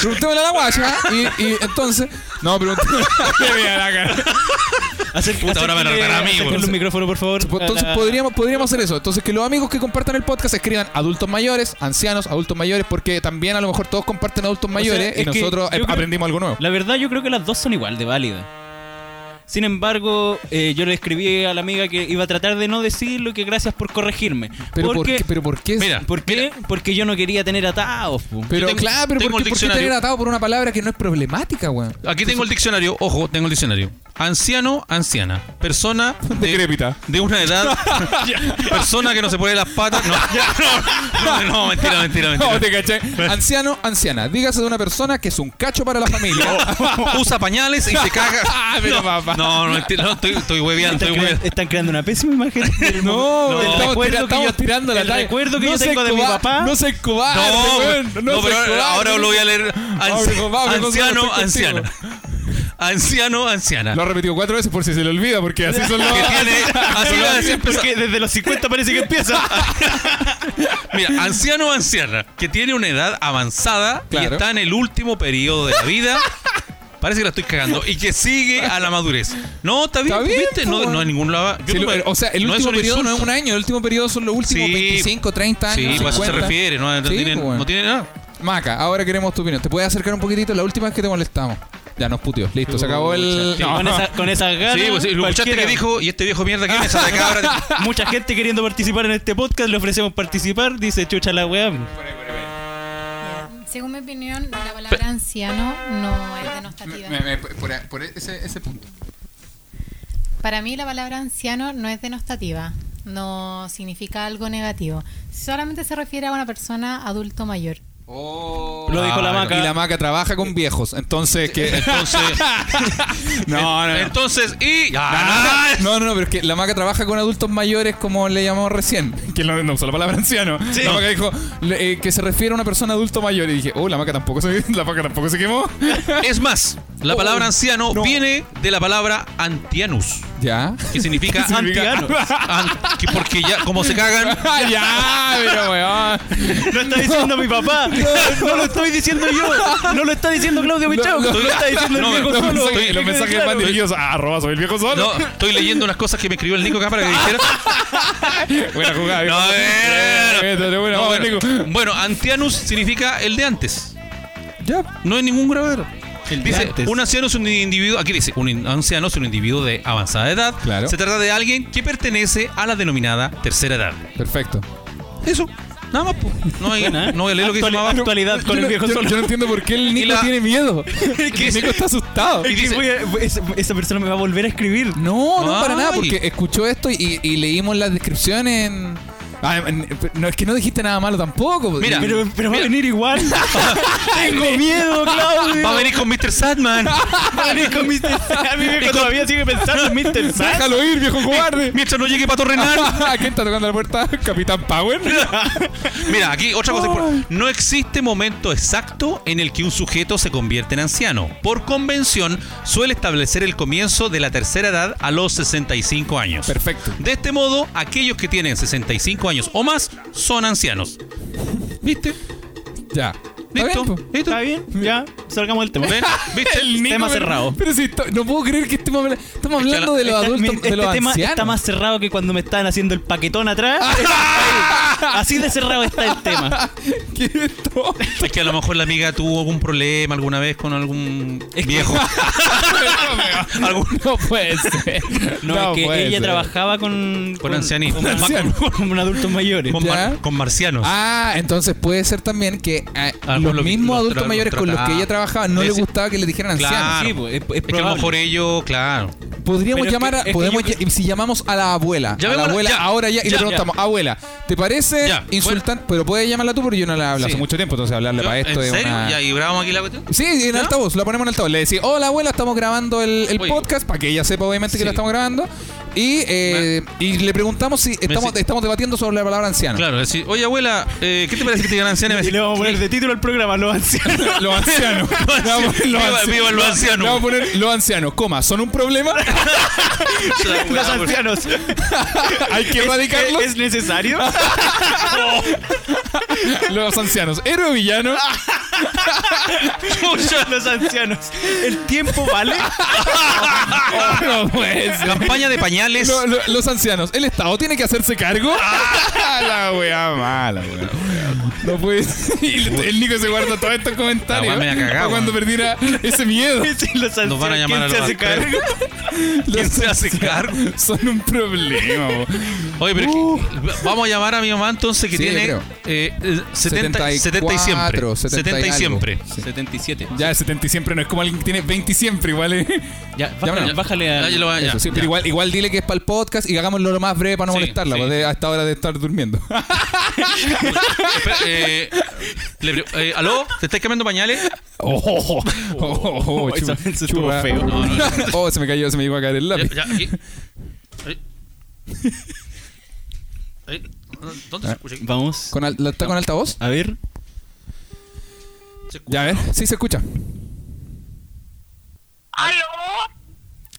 Speaker 4: Preguntémosle a la guacha ¿ah? y, y entonces. No, preguntémosle.
Speaker 1: Hacer,
Speaker 2: Puta, ahora me
Speaker 1: acércale-
Speaker 2: anotará a mí,
Speaker 1: acércale
Speaker 2: weón.
Speaker 1: un micrófono, por favor.
Speaker 4: Pues, Entonces
Speaker 1: a la-
Speaker 4: podríamos, podríamos hacer eso. Entonces que los amigos que compartan el podcast escriban adultos mayores, ancianos, adultos mayores, porque también a lo mejor todos comparten adultos mayores y
Speaker 1: es que
Speaker 4: nosotros
Speaker 1: yo
Speaker 4: eh,
Speaker 1: creo-
Speaker 4: aprendimos algo nuevo.
Speaker 1: La verdad, yo creo que las dos son igual de válidas. Sin embargo, eh, yo le escribí a la amiga que iba a tratar de no decirlo y que gracias por corregirme.
Speaker 4: Pero ¿por
Speaker 1: porque,
Speaker 4: qué? Pero ¿por qué?
Speaker 2: Mira,
Speaker 1: ¿Por qué? Porque yo no quería tener atados. po.
Speaker 4: Pero
Speaker 2: Yo tengo-
Speaker 4: claro, pero
Speaker 2: tengo
Speaker 4: ¿por
Speaker 2: el
Speaker 4: qué, por qué
Speaker 2: diccionario.
Speaker 4: tener atado por una palabra que no es problemática, weón?
Speaker 2: Aquí tengo el diccionario, ojo, tengo el diccionario. Anciano, anciana. Persona de,
Speaker 4: Decrépita.
Speaker 2: de una
Speaker 4: (laughs)
Speaker 2: edad. persona que no se pone las patas. No, no, no, no, mentira, mentira, mentira.
Speaker 4: No, Oh, te caché. Anciano, anciana. Dígase de una persona que es un cacho para la
Speaker 2: (laughs)
Speaker 4: familia.
Speaker 2: Usa pañales y se caga.
Speaker 4: (laughs) Ah, pero
Speaker 2: no,
Speaker 4: papá.
Speaker 2: no, no, mentira, no, estoy, estoy hueveando,
Speaker 1: Están,
Speaker 2: estoy
Speaker 1: crea-
Speaker 2: hueveando.
Speaker 1: están creando una pésima imagen. del
Speaker 4: No,
Speaker 1: mundo.
Speaker 4: estamos, tira- estamos
Speaker 1: yo-
Speaker 4: tirando la
Speaker 1: el
Speaker 4: talla.
Speaker 1: recuerdo que
Speaker 4: No
Speaker 1: yo
Speaker 4: se
Speaker 1: tengo de mi
Speaker 4: cobar-
Speaker 1: papá. (laughs)
Speaker 4: No se cobarde,
Speaker 2: No,
Speaker 4: weón.
Speaker 2: no, pero
Speaker 4: se
Speaker 2: ahora, ahora
Speaker 4: cobarde.
Speaker 2: lo voy a leer.
Speaker 4: Vamos,
Speaker 2: Anci-
Speaker 4: vamos,
Speaker 2: anciano,
Speaker 4: Gonzalo, estoy
Speaker 2: anciana.
Speaker 4: contigo.
Speaker 2: Anciano, anciana.
Speaker 4: Lo ha repetido cuatro veces por si se le olvida, porque así son los.
Speaker 2: Que tiene. Así va a
Speaker 4: (laughs)
Speaker 2: decir,
Speaker 1: Es que desde los 50 parece que empieza.
Speaker 2: Mira, anciano o anciana, que tiene una edad avanzada y
Speaker 4: Claro.
Speaker 2: está en el último periodo de la
Speaker 4: (laughs)
Speaker 2: vida. Parece que la estoy cagando. Y que sigue a la madurez. No, está bien,
Speaker 4: Está bien,
Speaker 2: ¿viste? No,
Speaker 4: po,
Speaker 2: no hay ningún lava. yo
Speaker 4: Si
Speaker 2: no
Speaker 4: lo- eh,
Speaker 2: me-
Speaker 4: o sea, el
Speaker 2: no
Speaker 4: último
Speaker 2: un
Speaker 4: periodo no es
Speaker 2: insulto.
Speaker 4: un año, el último periodo son los últimos
Speaker 2: Sí.
Speaker 4: 25, 30
Speaker 2: Sí,
Speaker 4: años.
Speaker 2: pues a eso se
Speaker 4: 50.
Speaker 2: refiere. No, no
Speaker 4: Sí,
Speaker 2: tiene,
Speaker 4: pues, weón.
Speaker 2: no tiene nada.
Speaker 4: Maca, ahora queremos tu opinión. ¿Te puedes acercar un poquitito? La última vez que te molestamos. Ya nos putió. Listo, se
Speaker 1: (laughs)
Speaker 4: acabó el.
Speaker 1: Sí, Con, esa, con esas ganas.
Speaker 2: Sí, pues, sí, lo escuchaste
Speaker 1: Ah, cualquiera.
Speaker 2: que
Speaker 1: (laughs)
Speaker 2: dijo, y este viejo mierda que me sale cabra.
Speaker 1: Mucha gente queriendo participar en este podcast, le ofrecemos participar, dice chucha la weá.
Speaker 6: Según mi opinión, la palabra anciano no es denostativa.
Speaker 4: por ese, punto.
Speaker 6: Para mí la palabra anciano no es denostativa, no significa algo negativo. Solamente se refiere a una persona adulto mayor.
Speaker 2: Oh.
Speaker 1: Lo dijo la
Speaker 2: Claro.
Speaker 1: maca.
Speaker 4: Y la maca trabaja con viejos, entonces que. (laughs)
Speaker 2: Entonces,
Speaker 4: (laughs) No, no, no.
Speaker 2: entonces, y.
Speaker 4: Ah,
Speaker 2: ¡Ah!
Speaker 4: No, no, no, pero es que la maca trabaja con adultos mayores, como le llamamos recién. Que no, no usó la palabra anciano. La maca dijo le- eh, que se refiere a una persona adulto mayor. Y dije, oh, la maca tampoco se, (laughs) la maca tampoco se quemó.
Speaker 2: Es más, la
Speaker 4: Oh,
Speaker 2: palabra anciano
Speaker 4: no.
Speaker 2: viene de la palabra antianus,
Speaker 4: ya.
Speaker 2: que significa
Speaker 1: Antiano.
Speaker 2: An- que porque ya, como se cagan, (laughs)
Speaker 4: ya, pero weón.
Speaker 1: Lo está diciendo mi
Speaker 4: (laughs)
Speaker 1: papá. (laughs) No, lo estoy diciendo yo. No lo está diciendo Claudio Michao. No,
Speaker 4: no,
Speaker 1: lo está diciendo
Speaker 2: (laughs) no,
Speaker 1: el viejo
Speaker 2: no,
Speaker 1: solo.
Speaker 2: estoy-
Speaker 4: eh,
Speaker 1: Que
Speaker 2: los
Speaker 1: quede claro.
Speaker 4: dirigidos a arroba soy el viejo solo.
Speaker 2: No, estoy leyendo unas cosas que me escribió el Nico acá para que dijera.
Speaker 4: (laughs) Buena jugada.
Speaker 2: No, a ver, a ver.
Speaker 4: Buena,
Speaker 2: No,
Speaker 4: vamos,
Speaker 2: bueno,
Speaker 4: Nico.
Speaker 2: bueno, antianus significa el de antes.
Speaker 4: Ya.
Speaker 2: No hay ningún gravero.
Speaker 1: El de
Speaker 2: Dice,
Speaker 1: antes.
Speaker 2: un anciano es un individuo, aquí dice, un in- anciano es un individuo de avanzada edad.
Speaker 4: Claro.
Speaker 2: Se trata de alguien que pertenece a la denominada tercera edad.
Speaker 4: Perfecto.
Speaker 2: Eso, nada más. po. No, hay,
Speaker 1: Buena, ¿eh?
Speaker 2: no voy a leer lo que dice
Speaker 1: Actuali-
Speaker 2: más abajo.
Speaker 1: Actualidad con
Speaker 4: Yo
Speaker 1: el
Speaker 4: no-
Speaker 1: viejo
Speaker 4: yo-
Speaker 1: solo.
Speaker 4: Yo no entiendo por qué el Nico
Speaker 2: la-
Speaker 4: tiene miedo. El Nico está asustado.
Speaker 2: Y dice-
Speaker 1: Voy a- voy- esa- esa persona me va a volver a escribir.
Speaker 4: No, no, para
Speaker 2: Ay.
Speaker 4: nada, porque escuchó esto y, y leímos las descripciones en... Ah, en- No, es que no dijiste nada malo tampoco. pues.
Speaker 2: Mira.
Speaker 1: Pero, pero va a venir igual.
Speaker 2: (laughs)
Speaker 1: Tengo miedo, Claudio.
Speaker 2: Va a venir con Mr. Sadman.
Speaker 1: Va a venir con Mr. Sand. Mi viejo todavía sigue pensando en Mr. Sand.
Speaker 4: Déjalo ir, viejo
Speaker 2: (laughs)
Speaker 4: cobarde.
Speaker 2: Mientras no llegue Pato Renal.
Speaker 4: (laughs) ¿Quién está tocando la puerta? Capitán Power.
Speaker 2: Mira, aquí otra cosa importante. No existe momento exacto en el que un sujeto se convierte en anciano. Por convención, suele establecer el comienzo de la tercera edad a los 65 años.
Speaker 4: Perfecto.
Speaker 2: De este modo, aquellos que tienen 65 años o más son ancianos. ¿Viste?
Speaker 4: Ya. Está
Speaker 2: ¿Listo?
Speaker 4: bien, po.
Speaker 2: ¿Listo?
Speaker 1: Está bien, ya, salgamos del tema.
Speaker 2: ¿Ven? ¿Viste?
Speaker 1: El Nico- Tema cerrado.
Speaker 4: Pero si esto- no puedo creer que estemos, habla- estamos
Speaker 2: Está
Speaker 4: hablando
Speaker 2: la-
Speaker 4: de los
Speaker 1: Está-
Speaker 4: adultos,
Speaker 1: mi-
Speaker 4: de
Speaker 1: este
Speaker 4: los
Speaker 1: tema
Speaker 4: ancianos.
Speaker 1: está más
Speaker 4: (laughs)
Speaker 1: cerrado que cuando me estaban haciendo el paquetón atrás.
Speaker 4: Ah,
Speaker 1: Así de cerrado está el tema.
Speaker 4: ¿Qué es esto?
Speaker 2: Es que a lo mejor la amiga tuvo algún problema alguna vez con algún viejo. Algún-
Speaker 4: No puede ser.
Speaker 1: No, es que
Speaker 4: puede
Speaker 1: ella
Speaker 4: ser.
Speaker 1: trabajaba con.
Speaker 2: ancianitos.
Speaker 1: Con,
Speaker 4: Ancianos.
Speaker 1: con- con adultos mayores.
Speaker 2: con, mar-
Speaker 4: Ya.
Speaker 2: con marcianos.
Speaker 4: Ah, entonces puede ser también que eh,
Speaker 2: Ah,
Speaker 4: los
Speaker 2: con lo que-
Speaker 4: mismos
Speaker 2: los
Speaker 4: adultos
Speaker 2: tra-
Speaker 4: mayores
Speaker 2: los
Speaker 4: con los que ella
Speaker 2: trataban.
Speaker 4: trabajaba no le
Speaker 2: Ese-
Speaker 4: gustaba que le dijeran ancianos.
Speaker 2: Claro.
Speaker 1: Sí, pues, es- es
Speaker 2: es que a lo
Speaker 1: probable.
Speaker 2: mejor ellos, claro.
Speaker 4: Podríamos
Speaker 1: Pero es
Speaker 4: llamar
Speaker 1: que-
Speaker 4: a,
Speaker 1: es que
Speaker 4: podemos
Speaker 1: yo creo-
Speaker 4: ll- si llamamos a la abuela, a la
Speaker 2: Llamémosla-
Speaker 4: abuela
Speaker 2: ya,
Speaker 4: ahora ya y
Speaker 2: ya,
Speaker 4: le preguntamos, abuela, ¿te parece
Speaker 2: Ya,
Speaker 4: insultante? Pero puede llamarla tú porque yo no la hablo
Speaker 2: Sí.
Speaker 4: hace mucho tiempo, entonces hablarle
Speaker 2: Yo-
Speaker 4: para
Speaker 2: ¿En
Speaker 4: esto es
Speaker 2: serio?
Speaker 4: una-
Speaker 2: ¿Ya y grabamos aquí la cuestión?
Speaker 4: Sí, en
Speaker 2: ¿Ya?
Speaker 4: altavoz, la ponemos en altavoz. Le decís, hola abuela, estamos grabando el, el
Speaker 2: Oye.
Speaker 4: podcast para que ella sepa obviamente
Speaker 2: Sí.
Speaker 4: que lo estamos grabando. Y, eh, y le preguntamos si estamos,
Speaker 2: sí.
Speaker 4: estamos debatiendo sobre la palabra anciano.
Speaker 2: Claro, decir, oye abuela, eh, ¿qué te parece que te digan anciana? Y me
Speaker 9: Y (laughs)
Speaker 2: dice,
Speaker 9: le vamos a poner de título al programa, los ancianos.
Speaker 2: (laughs)
Speaker 4: Los ancianos. Le vamos a poner los
Speaker 2: Viva-
Speaker 4: ancianos.
Speaker 2: viva los ancianos.
Speaker 4: Le Vamos a poner los ancianos, coma, ¿son
Speaker 2: (laughs)
Speaker 4: un problema?
Speaker 2: "Chuta,
Speaker 9: los
Speaker 2: weá, weá".
Speaker 9: ancianos.
Speaker 4: Hay que erradicarlos.
Speaker 9: ¿Es, es necesario?
Speaker 4: Los ancianos. ¿Héroe o villano?
Speaker 9: Muchos los ancianos. ¿El tiempo vale?
Speaker 4: No puede ser.
Speaker 2: Campaña de pañales.
Speaker 4: Lo- lo- los ancianos. ¿El Estado tiene que hacerse cargo? (laughs) la weá mala, weá. No puedes. (laughs) Y el, el Nico se guarda todos estos comentarios.
Speaker 2: La weá me ha cagado,
Speaker 4: para cuando
Speaker 2: weón.
Speaker 4: perdiera ese miedo.
Speaker 9: Sí, los ancianos.
Speaker 2: Nos van a llamar
Speaker 9: ¿Quién
Speaker 2: a
Speaker 9: se
Speaker 2: los
Speaker 9: hace
Speaker 2: ancianos.
Speaker 9: cargo?
Speaker 2: (laughs) ¿Quién se hace
Speaker 4: ancianos
Speaker 2: cargo?
Speaker 4: Son un problema, weón.
Speaker 2: Oye, pero
Speaker 9: Uh.
Speaker 2: que- vamos a llamar a mi mamá entonces que
Speaker 4: Sí,
Speaker 2: tiene
Speaker 4: creo.
Speaker 2: eh, eh, 70, 70 y
Speaker 4: 74,
Speaker 2: siempre. 70 y
Speaker 4: algo.
Speaker 2: siempre.
Speaker 4: Sí.
Speaker 1: 77.
Speaker 4: Ya, el 70 y siempre no es como alguien que tiene 20 siempre, igual ¿eh? es.
Speaker 1: Ya, bájale,
Speaker 4: bueno. Ah,
Speaker 1: bájale a.
Speaker 2: Ya, ya lo va- ya,
Speaker 4: Eso, sí,
Speaker 2: ya.
Speaker 4: pero igual, igual dile que es para el podcast y hagámoslo lo más breve para no
Speaker 2: Sí,
Speaker 4: molestarla,
Speaker 2: sí. Oh,
Speaker 4: pues, de- a esta hora de
Speaker 2: (laughs)
Speaker 4: estar durmiendo.
Speaker 2: Espera, eh, le pre- eh, ¿Aló? ¿Te estáis cambiando pañales?
Speaker 4: Oh, (laughs) (laughs) oh, oh, oh,
Speaker 9: Oh, eso-
Speaker 4: chu-
Speaker 9: eso estuvo
Speaker 4: churra.
Speaker 9: feo.
Speaker 2: No, no, no.
Speaker 4: (laughs) Oh, se me cayó, se me iba a caer el lápiz.
Speaker 2: Ya,
Speaker 4: (laughs)
Speaker 2: ya, aquí. Ahí. Ahí. ¿Dónde
Speaker 4: Ah,
Speaker 2: se escucha?
Speaker 1: Vamos.
Speaker 4: ¿Con al- la- ¿Está con altavoz?
Speaker 1: A ver.
Speaker 2: Se escucha.
Speaker 4: Ya, a ver. Sí, se escucha.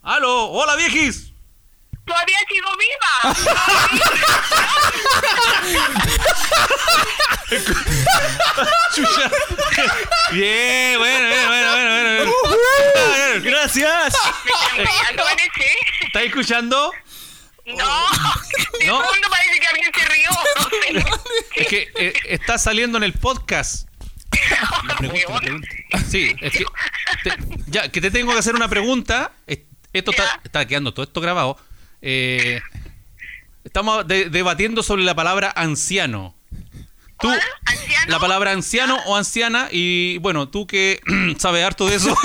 Speaker 2: ¡Aló! ¡Hola, viejis!
Speaker 10: Todavía sigo viva.
Speaker 2: Chucha. Bien, bueno, bueno, bueno, bueno, bueno. Bueno, bueno. Gracias.
Speaker 10: ¿Me están pegando, Vanessa?
Speaker 2: ¿Estáis escuchando?
Speaker 10: No. De
Speaker 2: No.
Speaker 10: fondo parece que alguien se rió. No sé.
Speaker 2: Es que eh, está saliendo en el podcast. Sí, es que. te- ya, que te tengo que hacer una pregunta. Es- Esto está,
Speaker 10: Ya.
Speaker 2: está quedando todo esto grabado. Eh, estamos de- debatiendo sobre la palabra anciano. Tú,
Speaker 10: ¿Cuál? ¿Anciano?
Speaker 2: la palabra anciano o anciana, y bueno, tú que (clears throat) sabes harto de
Speaker 10: (laughs)
Speaker 2: eso,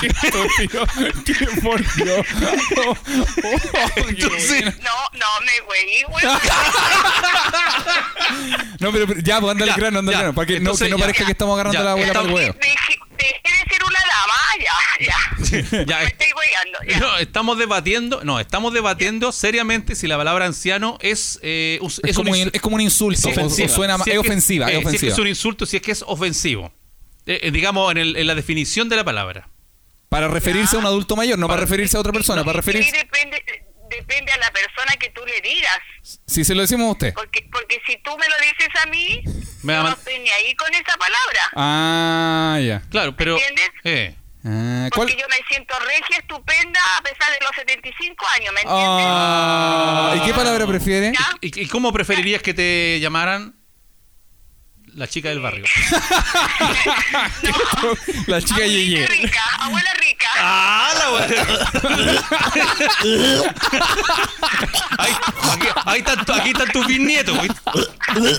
Speaker 4: ¡Qué mordió!
Speaker 2: entonces,
Speaker 10: No, no, me güey, güey.
Speaker 4: No, pero pero ya, pues anda al
Speaker 2: Ya,
Speaker 4: grano, anda al
Speaker 2: ya.
Speaker 4: grano. Para que, no,
Speaker 2: Entonces,
Speaker 4: que no
Speaker 2: ya.
Speaker 4: parezca que estamos agarrando
Speaker 2: Ya,
Speaker 4: la bola para el
Speaker 2: estamos-
Speaker 4: huevo.
Speaker 10: Dejé, dejé de ser una dama. Ah, Ya, ya.
Speaker 2: ya,
Speaker 10: Me estoy güeyando. Ya.
Speaker 2: No, estamos debatiendo, no, estamos debatiendo seriamente si la palabra anciano es, eh, us-
Speaker 4: Es,
Speaker 2: un
Speaker 4: como,
Speaker 2: ins-
Speaker 4: in- es como un insulto.
Speaker 2: si
Speaker 4: o- o
Speaker 2: ofensiva.
Speaker 4: suena,
Speaker 2: Si
Speaker 4: es,
Speaker 2: que-
Speaker 4: ofensiva,
Speaker 2: eh,
Speaker 4: es
Speaker 2: si que
Speaker 4: ofensiva.
Speaker 2: es un insulto, si es que es ofensivo. Eh, eh, digamos, en, el- en la definición de la palabra.
Speaker 4: Para referirse a un adulto mayor, no para referirse a otra persona. Para
Speaker 10: Sí,
Speaker 4: referirse...
Speaker 10: depende, depende a la persona que tú le digas.
Speaker 4: Si se lo decimos a usted.
Speaker 10: Porque, porque si tú me lo dices a mí,
Speaker 2: Me va
Speaker 10: yo
Speaker 2: a
Speaker 10: no
Speaker 2: man-
Speaker 10: estoy ni ahí con esa palabra.
Speaker 4: Ah, ya.
Speaker 2: Claro, pero.
Speaker 10: ¿Entiendes?
Speaker 2: eh,
Speaker 4: Ah, ¿Cuál?
Speaker 10: Porque yo me siento regia, estupenda, a pesar de los 75 años, ¿me entiendes?
Speaker 4: Ah, ¿Y qué palabra prefiere?
Speaker 10: ¿Ya?
Speaker 2: ¿y, y cómo preferirías que te llamaran? La chica del barrio.
Speaker 4: (laughs) La chica Yeye.
Speaker 10: Abuelita rica, abuela rica.
Speaker 2: ¡Ah, la wea! Ahí- aquí, ahí están tu- aquí están tus bisnietos. ¿viste?
Speaker 10: Porque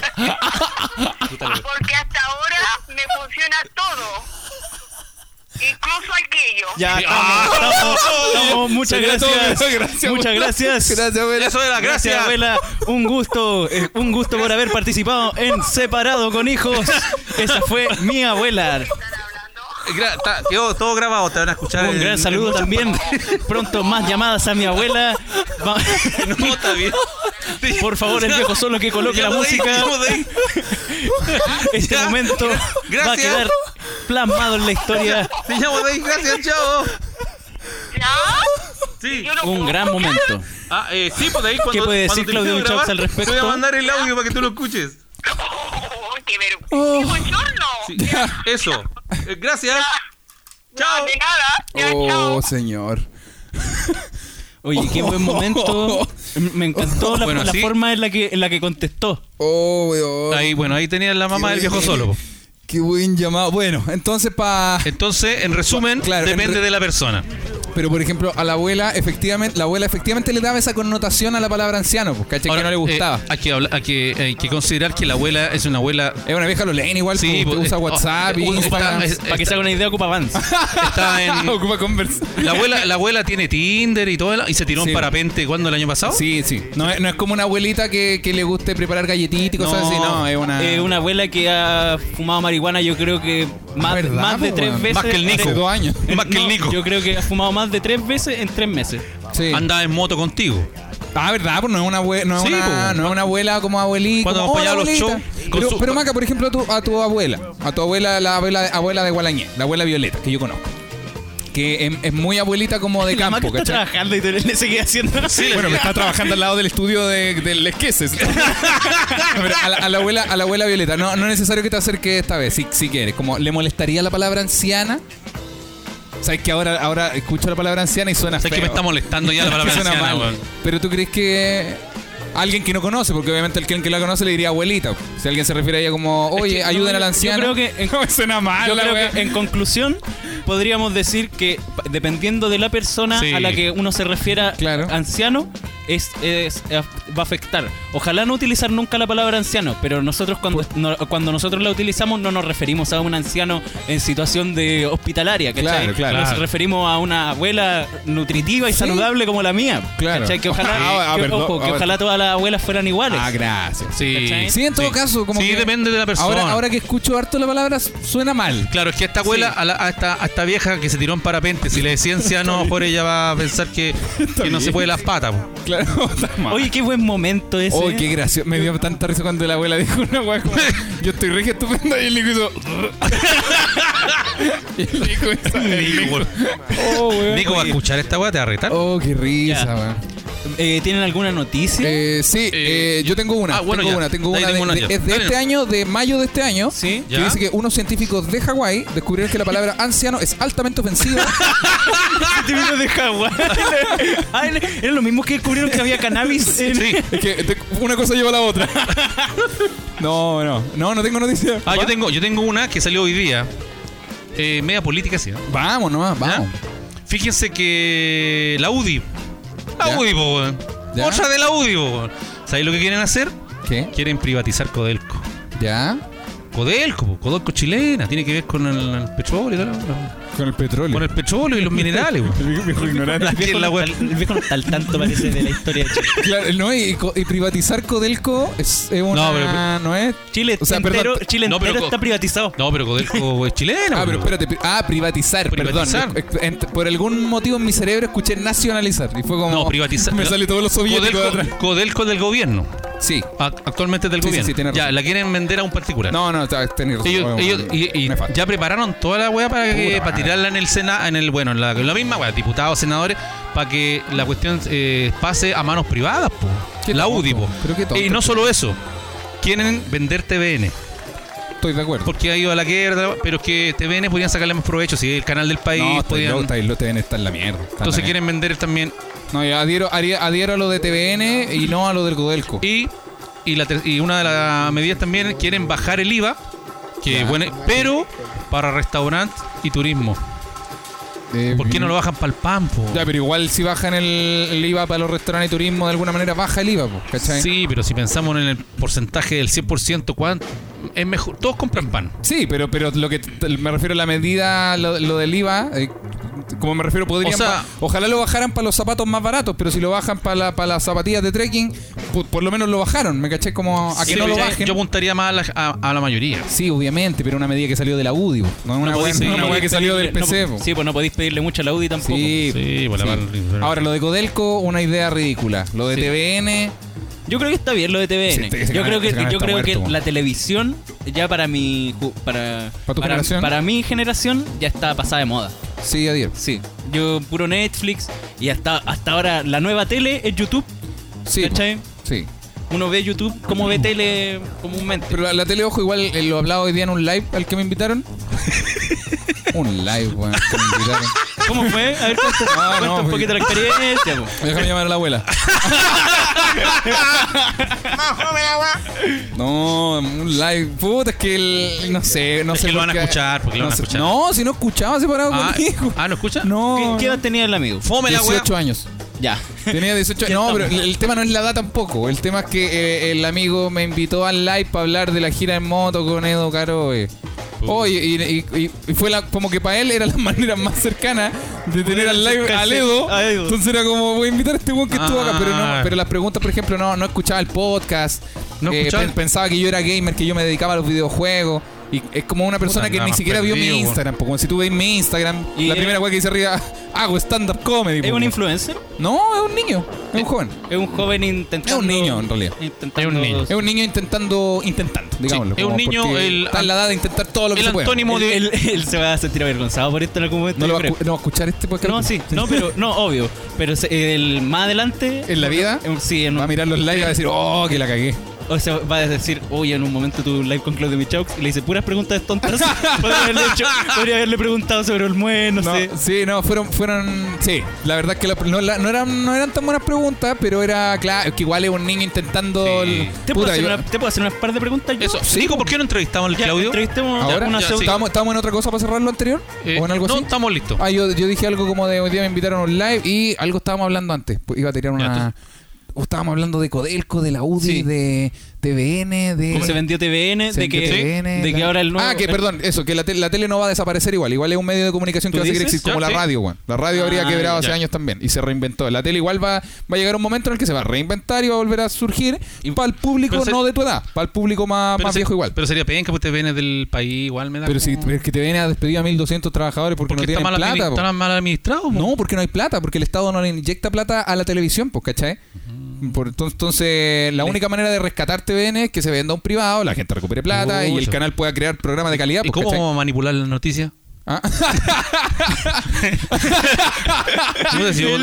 Speaker 10: hasta ahora me funciona todo. Incluso aquello.
Speaker 9: Ya, estamos.
Speaker 2: Ah,
Speaker 9: estamos, estamos. muchas
Speaker 4: Sería todo,
Speaker 9: gracias.
Speaker 4: pero gracias,
Speaker 9: Muchas
Speaker 4: abuela.
Speaker 9: gracias.
Speaker 4: Gracias, abuela.
Speaker 2: Eso de la
Speaker 9: Gracias,
Speaker 2: gracia.
Speaker 9: abuela. Un gusto, eh, un gusto por haber participado en Separado con Hijos. Esa fue mi abuela.
Speaker 10: ¿Están hablando?
Speaker 2: Gra- ta- quedó todo grabado, te van a escuchar.
Speaker 9: Un
Speaker 2: en-
Speaker 9: gran saludo
Speaker 1: (laughs)
Speaker 2: en-
Speaker 9: también. Pronto más llamadas a mi abuela.
Speaker 2: (laughs)
Speaker 9: Va-
Speaker 2: No, está bien.
Speaker 9: Por
Speaker 2: (laughs)
Speaker 9: favor, el viejo solo que coloque la
Speaker 2: Sigamos de ahí,
Speaker 9: música.
Speaker 2: sigamos
Speaker 1: (laughs)
Speaker 2: de ahí.
Speaker 9: Este
Speaker 2: Ya.
Speaker 9: momento
Speaker 2: Gracias.
Speaker 9: va a quedar plasmado en la historia.
Speaker 2: Te llamo de ahí, gracias, chao.
Speaker 10: ¿Ya?
Speaker 2: Sí.
Speaker 10: Yo no
Speaker 1: Un
Speaker 10: puedo
Speaker 1: gran
Speaker 10: escuchar.
Speaker 1: momento.
Speaker 2: Ah, eh, sí, pues de ahí cuando.
Speaker 9: ¿Qué puede
Speaker 2: cuando
Speaker 9: decir
Speaker 2: te
Speaker 9: Claudio
Speaker 2: quiero
Speaker 9: Duchaps
Speaker 2: grabar,
Speaker 9: al respecto?
Speaker 2: Voy a mandar el audio para que tú lo escuches.
Speaker 10: Oh, (laughs) ¡Qué vergüenza! ¡Qué bochorno!
Speaker 4: (laughs)
Speaker 2: Sí. Eso. Eh, gracias.
Speaker 10: No, de nada. Ya,
Speaker 4: Oh,
Speaker 10: chao.
Speaker 4: señor.
Speaker 1: Oye, qué buen
Speaker 2: (laughs)
Speaker 1: momento. M- Me encantó la,
Speaker 2: Bueno,
Speaker 1: la
Speaker 2: sí.
Speaker 1: forma en la, que, en la que contestó.
Speaker 4: Oh, weón.
Speaker 2: Ahí, bueno, ahí tenías la mamá del viejo solo. po.
Speaker 4: Qué buen llamado. Bueno, entonces para...
Speaker 2: Entonces, en resumen,
Speaker 4: Claro, en
Speaker 2: depende
Speaker 4: re-
Speaker 2: de la persona.
Speaker 4: Pero por ejemplo, a la abuela, efectivamente, la abuela efectivamente le daba esa connotación a la palabra anciano, pues, ¿cachai? que no le gustaba.
Speaker 2: eh, hay, que habla- hay que- hay que considerar que la abuela es una abuela
Speaker 4: es una vieja lo leen igual,
Speaker 2: Sí,
Speaker 4: pues,
Speaker 2: pues,
Speaker 4: usa
Speaker 2: eh,
Speaker 4: WhatsApp,
Speaker 2: oh, eh,
Speaker 4: Instagram. (laughs)
Speaker 2: está-
Speaker 1: Para que se haga una idea, ocupa Vans.
Speaker 2: está en.
Speaker 4: Ocupa conversa.
Speaker 2: La abuela, la abuela tiene Tinder y todo, el- y se tiró
Speaker 4: Sí.
Speaker 2: un parapente cuando el año pasado.
Speaker 4: Sí, sí. No es, no es como una abuelita que, que le guste preparar galletitas y cosas
Speaker 2: No,
Speaker 4: así. No, es una.
Speaker 1: Eh, una abuela que ha fumado marihuana, yo creo que más,
Speaker 4: ¿Verdad,
Speaker 1: más de
Speaker 4: po,
Speaker 1: tres
Speaker 4: weón?
Speaker 1: veces.
Speaker 2: Más que el Nico.
Speaker 4: Hace dos años.
Speaker 1: Eh,
Speaker 2: Más que el
Speaker 1: no,
Speaker 2: Nico.
Speaker 1: Yo creo que ha fumado más de tres veces en tres meses.
Speaker 4: Sí.
Speaker 2: andaba en moto contigo.
Speaker 4: Ah, ¿verdad? Pues no es una, abue- no es
Speaker 2: Sí,
Speaker 4: una,
Speaker 2: pues.
Speaker 4: no es una abuela como abuelita.
Speaker 2: Cuando
Speaker 4: como,
Speaker 2: acompañaba
Speaker 4: "Hola,
Speaker 2: los shows
Speaker 4: abuelita".
Speaker 2: con
Speaker 4: Pero,
Speaker 2: su-
Speaker 4: pero Maca, por ejemplo, a tu, a tu abuela. A tu abuela, la abuela, abuela de Gualañé. La abuela Violeta, que yo conozco. Que em, es, es muy abuelita
Speaker 2: (laughs)
Speaker 4: como de
Speaker 1: La Maca
Speaker 4: campo,
Speaker 1: está
Speaker 4: ¿cachai?
Speaker 1: trabajando y tú le seguís haciendo.
Speaker 4: (laughs) Bueno, me está trabajando al lado del estudio de, del
Speaker 2: (laughs)
Speaker 4: Esqueces. Pero a, la, a la abuela, a la abuela Violeta, no, no es necesario que te acerques esta vez, si, si quieres. Como, ¿Le molestaría la palabra anciana? ¿Sabes que ahora, ahora escucho la palabra anciana y suena
Speaker 2: Sabes que
Speaker 4: feo?
Speaker 2: me está molestando ya la palabra
Speaker 4: (laughs) Suena
Speaker 2: anciana,
Speaker 4: mal.
Speaker 2: weón.
Speaker 4: Pero tú crees que alguien que no conoce, porque obviamente alguien que la conoce le diría abuelita. Si alguien se refiere a ella como, oye,
Speaker 1: que no,
Speaker 4: ayuden a la
Speaker 1: yo
Speaker 4: anciana.
Speaker 1: creo que
Speaker 4: (laughs)
Speaker 1: en-
Speaker 4: suena mal,
Speaker 1: Yo
Speaker 4: la
Speaker 1: creo
Speaker 4: wea.
Speaker 1: que en conclusión podríamos decir que pa- dependiendo de la persona
Speaker 2: Sí.
Speaker 1: a la que uno se refiera
Speaker 4: Claro.
Speaker 1: anciano es, es- af- va a afectar. Ojalá no utilizar nunca la palabra anciano, pero nosotros cuando,
Speaker 4: Pues-
Speaker 1: no- cuando nosotros la utilizamos no nos referimos a un anciano en situación de hospitalaria, ¿cachai?
Speaker 4: Claro, claro.
Speaker 1: Nos referimos a una abuela nutritiva y
Speaker 4: Sí.
Speaker 1: saludable como la mía.
Speaker 4: Claro.
Speaker 1: ¿cachai? Que ojalá,
Speaker 4: Ah, ah,
Speaker 1: que,
Speaker 4: perdón,
Speaker 1: ojo, que
Speaker 4: ah,
Speaker 1: ojalá todas las abuelas fueran iguales.
Speaker 4: Ah, gracias.
Speaker 2: Sí.
Speaker 1: ¿Cachai?
Speaker 4: Sí, en todo
Speaker 2: Sí.
Speaker 4: caso, como
Speaker 2: Sí,
Speaker 4: que-
Speaker 2: depende de la persona.
Speaker 4: Ahora, ahora que escucho harto la palabra, suena mal.
Speaker 2: Claro, es que a esta abuela, a, la- a esta, a esta vieja que se tiró en parapente, si le decía anciano, por ella va a pensar que, que no se puede las patas. po.
Speaker 4: Claro, (laughs) está mal.
Speaker 1: Oye, qué buen momento ese.
Speaker 4: Oh, qué gracioso. Me dio tanta risa cuando la abuela dijo una weá como, Yo estoy re estupenda y el hijo hizo. "Ah". y el hijo hizo.
Speaker 2: (laughs) Nico, weón.
Speaker 4: Oh, weón.
Speaker 2: Nico va a escuchar esta weá, te va a retar.
Speaker 4: Oh, qué risa,
Speaker 1: Ya.
Speaker 4: weón.
Speaker 1: Eh, ¿Tienen alguna noticia? (laughs)
Speaker 4: Eh, sí, eh, yo tengo una.
Speaker 2: ah, bueno,
Speaker 4: tengo
Speaker 2: ya.
Speaker 4: una, tengo
Speaker 2: Dale,
Speaker 4: una. de-
Speaker 2: tengo una ya.
Speaker 4: de- es de
Speaker 2: Dale,
Speaker 4: este
Speaker 2: no.
Speaker 4: año, de mayo de este año.
Speaker 1: Sí.
Speaker 4: Que
Speaker 2: Ya.
Speaker 4: dice que unos científicos de Hawái descubrieron que la
Speaker 2: (laughs)
Speaker 4: palabra anciano es altamente ofensiva.
Speaker 1: Científicos de Hawái. Ah, era- era lo mismo que descubrieron que había cannabis. en-
Speaker 2: Sí.
Speaker 4: (laughs) es que te- una cosa lleva a
Speaker 2: (laughs)
Speaker 4: la otra. no, no. No, no tengo noticia.
Speaker 2: Ah, yo tengo, yo tengo una que salió hoy día. Eh, media política, sí. ¿no?
Speaker 4: Vamos nomás, vamos.
Speaker 2: ¿Ya? Fíjense que la UDI. La
Speaker 4: Ya.
Speaker 2: UDI, po, weón.
Speaker 4: Ya.
Speaker 2: Otra de la UDI, po, weón. ¿Sabéis lo que quieren hacer?
Speaker 4: ¿Qué?
Speaker 2: Quieren privatizar Codelco.
Speaker 4: ¿Ya?
Speaker 2: Codelco, po, Codelco chilena, tiene que ver con el, el petróleo y todo lo-
Speaker 4: Con el petróleo.
Speaker 2: Con el petróleo y los minerales, po.
Speaker 4: (laughs)
Speaker 1: El viejo,
Speaker 2: la
Speaker 1: no
Speaker 2: wea.
Speaker 1: está- el viejo no está al tanto, parece, de la historia de Chile.
Speaker 4: Claro, no, y, co- y privatizar Codelco es, es una.
Speaker 2: No, pero-
Speaker 4: No es.
Speaker 1: Chile
Speaker 4: O sea,
Speaker 1: entero,
Speaker 4: perdón,
Speaker 1: Chile
Speaker 2: no, pero
Speaker 1: entero
Speaker 2: co-
Speaker 1: está privatizado.
Speaker 2: No, pero
Speaker 4: (laughs)
Speaker 2: Codelco es chilena,
Speaker 4: Ah,
Speaker 2: po,
Speaker 4: pero
Speaker 2: weón.
Speaker 4: espérate. pri- Ah, privatizar,
Speaker 2: Privatizar.
Speaker 4: perdón. Eh, ent- Por algún motivo en mi cerebro escuché nacionalizar. Y fue como.
Speaker 2: No, privatizar.
Speaker 4: Me
Speaker 2: pero-
Speaker 4: salió todos los soviéticos de
Speaker 2: Codelco,
Speaker 4: atrás.
Speaker 2: Codelco es del gobierno.
Speaker 4: Sí.
Speaker 2: Ac- Actualmente es del
Speaker 4: Sí, sí,
Speaker 2: gobierno.
Speaker 4: sí, tiene
Speaker 2: ya,
Speaker 4: razón.
Speaker 2: la quieren vender a un particular.
Speaker 4: No, no, está- tenés razón.
Speaker 2: Ellos,
Speaker 4: Bueno,
Speaker 2: ellos- y, y
Speaker 4: nefasto.
Speaker 2: ya prepararon toda la weá para, que-
Speaker 4: Puta
Speaker 2: para
Speaker 4: madre.
Speaker 2: tirarla en el Sena, en el bueno, en la, en la misma weá, diputados, senadores, para que la cuestión eh, pase a manos privadas, po.
Speaker 4: Qué
Speaker 2: la
Speaker 4: tonto,
Speaker 2: UDI, po.
Speaker 4: pero qué tonto.
Speaker 2: Y no solo eso, quieren vender TVN,
Speaker 4: Estoy de acuerdo.
Speaker 2: porque ha ido a la guerra, pero es que TVN podían sacarle más provecho, si el canal del país
Speaker 4: No, estoy
Speaker 2: podían.
Speaker 4: loco, está ahí, lo TVN está en la mierda. está en
Speaker 2: entonces
Speaker 4: la
Speaker 2: quieren vender también.
Speaker 4: mierda. No, yo adhiero, haría- adhiero a lo de TVN y no a lo del Codelco.
Speaker 2: Y, y, la ter- y una de las medidas también quieren bajar el IVA, que
Speaker 4: Ya.
Speaker 2: bueno, pero para restaurantes y turismo.
Speaker 4: Eh,
Speaker 2: ¿Por qué no lo bajan para el pan, po?
Speaker 4: Ya, pero igual si bajan el, el IVA para los restaurantes y turismo, de alguna manera baja el IVA, po, ¿cachai?
Speaker 2: Sí, pero si pensamos en el porcentaje del 100%, ¿cuánto? Es mejor. Todos compran pan.
Speaker 4: Sí, pero, pero lo que t- me refiero a la medida, lo, lo del IVA, eh, como me refiero, podrían.
Speaker 2: O sea-
Speaker 4: ba- ojalá lo bajaran para los zapatos más baratos, pero si lo bajan para la, pa' las zapatillas de trekking, pu- por lo menos lo bajaron. Me caché como a que
Speaker 2: Sí,
Speaker 4: no lo
Speaker 2: yo-
Speaker 4: bajen.
Speaker 2: Yo apuntaría más a la, a- a la mayoría.
Speaker 4: Sí, obviamente, pero una medida que salió de la UDI, po, no una
Speaker 1: No
Speaker 4: weá
Speaker 1: podéis-
Speaker 4: no una
Speaker 1: no
Speaker 4: weá
Speaker 1: podéis
Speaker 4: que salió del
Speaker 1: pedirle-
Speaker 4: PC.
Speaker 1: no-
Speaker 4: po.
Speaker 1: sí, pues no podéis pedirle mucho a la UDI tampoco.
Speaker 4: Sí,
Speaker 2: Sí,
Speaker 4: po,
Speaker 2: bueno,
Speaker 4: sí.
Speaker 2: para-
Speaker 4: Ahora, lo de Codelco, una idea ridícula. Lo de
Speaker 2: Sí.
Speaker 4: TVN,
Speaker 1: Yo creo que está bien lo de
Speaker 4: Sí,
Speaker 1: TVN.
Speaker 4: este- ese
Speaker 1: yo
Speaker 4: canal-
Speaker 1: creo que,
Speaker 4: ese canal
Speaker 1: yo
Speaker 4: está
Speaker 1: creo
Speaker 4: muerto,
Speaker 1: que
Speaker 4: weón.
Speaker 1: la televisión, ya para mi ju- para,
Speaker 4: ¿Para tu generación?
Speaker 1: para mi generación, ya está pasada de moda.
Speaker 4: sí, adhiero.
Speaker 1: Sí. Yo puro Netflix y hasta, hasta ahora la nueva tele es YouTube.
Speaker 4: Sí, po,
Speaker 1: ¿Cachai?
Speaker 4: sí.
Speaker 1: Uno ve YouTube como ve tele comúnmente.
Speaker 4: Pero la, la tele, ojo, igual eh, lo hablaba hoy día en un live al que
Speaker 2: (laughs)
Speaker 4: me invitaron. un live, weón, que me invitaron.
Speaker 1: ¿Cómo fue? A ver, cuenta,
Speaker 4: Ah,
Speaker 1: cuenta
Speaker 4: no,
Speaker 1: un
Speaker 4: porque-
Speaker 1: poquito la experiencia. pues. po.
Speaker 4: Déjame llamar a la abuela. No, un live. Puta, es que el. No sé, no
Speaker 2: Es
Speaker 4: sé.
Speaker 2: que lo
Speaker 4: por
Speaker 2: van a
Speaker 4: qué-
Speaker 2: escuchar, porque lo
Speaker 4: no
Speaker 2: van a
Speaker 4: sé-
Speaker 2: escuchar.
Speaker 4: No, si no escuchaba separado
Speaker 2: Ah,
Speaker 4: conmigo.
Speaker 2: ah, ¿no escucha?
Speaker 1: ¿Qué,
Speaker 4: No.
Speaker 1: qué edad tenía el amigo?
Speaker 2: Fome la weá.
Speaker 4: 18 años.
Speaker 1: Ya.
Speaker 4: Tenía 18 años. No, pero el, el tema no es la edad tampoco. El tema es que eh, el amigo me invitó al live para hablar de la gira en moto con Edo Caroe. Oye, y, y- y fue la, como que para él era la (laughs) manera más cercana de tener al live al Edo.
Speaker 1: a Edo.
Speaker 4: Entonces era como, voy a invitar a este weón que estuvo acá. Pero no,
Speaker 2: Ah.
Speaker 4: pero las preguntas, por ejemplo, no, no escuchaba el podcast. eh,
Speaker 2: No escuchaba.
Speaker 4: pen- pensaba que yo era gamer, que yo me dedicaba a los videojuegos. Y es como una persona
Speaker 2: Puta,
Speaker 4: que
Speaker 2: nada
Speaker 4: ni
Speaker 2: más
Speaker 4: siquiera vio
Speaker 2: perdido,
Speaker 4: mi
Speaker 2: weón.
Speaker 4: Instagram. po. Como si tú veis mi Instagram,
Speaker 1: Y
Speaker 4: la
Speaker 1: es-
Speaker 4: primera weá que dice arriba, (laughs) hago stand-up comedy.
Speaker 1: ¿Es
Speaker 4: po,
Speaker 1: un
Speaker 4: weón.
Speaker 1: influencer?
Speaker 4: No, es un niño, es un joven.
Speaker 1: Es un joven intentando.
Speaker 4: Es un niño, en realidad.
Speaker 1: Intentando
Speaker 2: Es un niño.
Speaker 4: Es un niño intentando, intentando, digámoslo.
Speaker 2: es un
Speaker 4: como
Speaker 2: niño,
Speaker 4: porque
Speaker 2: el-
Speaker 4: está en la edad de intentar todo lo que
Speaker 2: el
Speaker 4: se pueda.
Speaker 2: antónimo
Speaker 1: Él,
Speaker 2: de.
Speaker 1: él- él se va a sentir avergonzado por esto en algún momento.
Speaker 4: No,
Speaker 1: yo
Speaker 4: lo va, a
Speaker 1: creo.
Speaker 4: escu- no va a escuchar este podcast.
Speaker 1: No, sí, no,
Speaker 4: (laughs)
Speaker 1: pero no, obvio. Pero se- el más adelante.
Speaker 4: ¿En la vida?
Speaker 1: en- sí, en
Speaker 4: Va
Speaker 1: un-
Speaker 4: a mirar los likes y va a decir, oh, que
Speaker 1: (laughs)
Speaker 4: la cagué.
Speaker 1: o sea, va a decir, oye, en un momento tuve un live con Claudio Michaux y le hice puras preguntas
Speaker 4: (laughs)
Speaker 1: tontas. podría, haberle hecho- podría haberle preguntado sobre Olmué, no,
Speaker 4: No,
Speaker 1: sé.
Speaker 4: sí, no, fueron, fueron, sí, la verdad es que la- no, la- no eran, no eran tan buenas preguntas, pero era, claro, es que igual es un niño intentando... el-
Speaker 1: ¿Te puedo,
Speaker 4: puta,
Speaker 1: hacer
Speaker 4: yo-
Speaker 1: una, ¿Te puedo hacer unas par de preguntas yo?
Speaker 2: Eso. Nico, ¿por qué no entrevistamos al
Speaker 1: Ya,
Speaker 2: Claudio?
Speaker 1: entrevistemos
Speaker 4: ¿Ahora?
Speaker 1: una
Speaker 2: Ya,
Speaker 1: pseudo-
Speaker 2: sí.
Speaker 4: ¿Estábamos, estábamos en otra cosa para cerrar lo anterior?
Speaker 2: Eh,
Speaker 4: ¿O en algo
Speaker 2: no,
Speaker 4: así?
Speaker 2: estamos listos.
Speaker 4: Ah, yo, yo dije algo como de hoy día me invitaron a un live y algo estábamos hablando antes. Pues Iba a tirar
Speaker 2: Ya,
Speaker 4: una... o estábamos hablando de Codelco, de la UDI,
Speaker 1: Sí.
Speaker 4: de TVN, de...
Speaker 1: Cómo se vendió TVN,
Speaker 4: se
Speaker 1: de
Speaker 4: vendió
Speaker 1: que,
Speaker 4: TVN,
Speaker 1: de que
Speaker 4: la-
Speaker 1: ahora el nuevo.
Speaker 4: Ah, que perdón, eso, que la, tele- la tele no va a desaparecer igual. Igual es un medio de comunicación que
Speaker 1: ¿Tú
Speaker 4: va a seguir
Speaker 1: dices?
Speaker 4: existiendo, como
Speaker 2: Ya,
Speaker 4: la
Speaker 2: sí.
Speaker 4: radio, weón. La radio habría
Speaker 1: Ah,
Speaker 4: quebrado hace
Speaker 2: ya.
Speaker 4: años también y se reinventó. La tele igual va, va a llegar un momento en el que se va a reinventar y va a volver a surgir para el público
Speaker 2: pero se-
Speaker 4: no de tu edad, para el público más, más
Speaker 2: se-
Speaker 4: viejo igual. Pero,
Speaker 2: Pero sería penca, porque te viene del país igual, me da.
Speaker 4: si
Speaker 2: como-
Speaker 4: pero es que te viene a despedir a 1200 trabajadores porque,
Speaker 2: porque
Speaker 4: no
Speaker 2: está,
Speaker 4: tienen
Speaker 2: mal
Speaker 4: plata,
Speaker 2: administ-
Speaker 4: po.
Speaker 2: está mal administrado. po.
Speaker 4: No, porque no hay plata, porque el Estado no le inyecta plata a la televisión, pues, ¿cachai?
Speaker 2: Mm.
Speaker 4: Por, enton- entonces, la única manera de rescatar TVN es que se venda a un privado, la gente recupere plata y el
Speaker 2: Mucho.
Speaker 4: canal pueda crear programas de calidad.
Speaker 2: ¿Y
Speaker 4: pues,
Speaker 2: cómo
Speaker 4: ¿cachai?
Speaker 2: vamos a manipular las
Speaker 4: (laughs)
Speaker 2: noticias? (laughs)
Speaker 4: Ah.
Speaker 2: No sé si vos-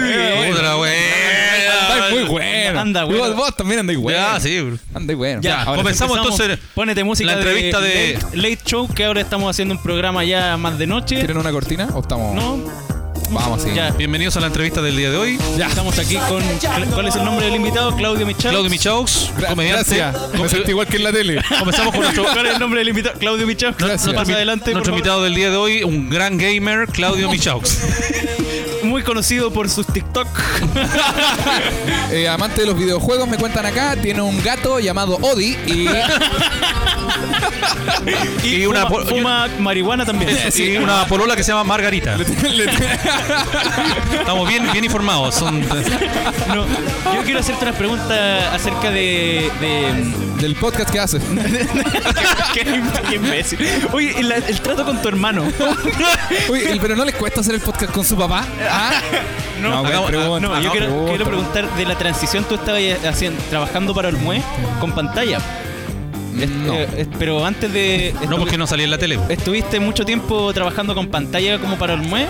Speaker 2: Otra,
Speaker 4: (laughs) Andáis muy
Speaker 2: güey.
Speaker 4: bueno.
Speaker 1: Anda,
Speaker 4: Igual
Speaker 1: bueno.
Speaker 4: Vos también andáis bueno.
Speaker 2: Ya, sí. bro.
Speaker 4: Andáis bueno.
Speaker 1: Ya,
Speaker 4: Ahora sí.
Speaker 2: comenzamos entonces
Speaker 1: Pónete música.
Speaker 2: la entrevista de-
Speaker 1: Late, Late Show, que ahora estamos haciendo un programa ya más de noche.
Speaker 4: ¿Quieren una cortina o estamos.?
Speaker 1: No,
Speaker 4: Vamos, sí.
Speaker 1: ya.
Speaker 2: Bienvenidos a la entrevista del día de hoy.
Speaker 1: Ya. Estamos aquí con. ¿Cuál es el nombre del invitado? Claudio Michal.
Speaker 2: Claudio Michaux,
Speaker 4: Gra-
Speaker 2: comediante.
Speaker 4: Gracias. Me sentí igual que en la tele.
Speaker 2: (laughs) Comenzamos con nuestro,
Speaker 1: ¿Cuál es el nombre del invitado? Claudio Michal.
Speaker 4: Gracias.
Speaker 1: Pasa adelante. por
Speaker 2: nuestro
Speaker 1: favor.
Speaker 2: invitado del día de hoy, un gran gamer, Claudio Michaux.
Speaker 4: (laughs)
Speaker 1: Muy conocido por sus
Speaker 2: (laughs)
Speaker 1: TikTok.
Speaker 4: (laughs)
Speaker 1: (laughs)
Speaker 4: Eh, amante de los videojuegos, me cuentan acá. Tiene un gato llamado Odi
Speaker 2: (laughs)
Speaker 4: y.
Speaker 1: y,
Speaker 2: una
Speaker 1: fuma,
Speaker 2: po-
Speaker 1: fuma marihuana
Speaker 2: (laughs)
Speaker 1: también.
Speaker 2: Y una polola que se llama Margarita.
Speaker 4: le-
Speaker 2: Estamos bien, bien informados.
Speaker 4: (laughs)
Speaker 2: Son,
Speaker 1: No, yo quiero hacerte unas preguntas acerca de- de (laughs)
Speaker 4: del podcast que hace.
Speaker 2: (laughs)
Speaker 1: qué, qué imbécil. Oye, el, el trato con tu hermano.
Speaker 4: Uy, pero no les cuesta hacer el podcast con su papá. ¿Ah?
Speaker 1: No,
Speaker 4: No,
Speaker 1: hagamos- no,
Speaker 4: pregunta,
Speaker 1: yo
Speaker 4: hagamos
Speaker 1: quiero,
Speaker 4: pregunta.
Speaker 1: quiero preguntar de la transición. Tú estabas haciendo, trabajando para el MUE con pantalla. (laughs) Es-
Speaker 4: No.
Speaker 1: eh, es- pero antes de.
Speaker 2: no
Speaker 1: estu-
Speaker 2: porque no salía en la tele.
Speaker 1: Estuviste mucho tiempo trabajando con pantalla como para el MUE.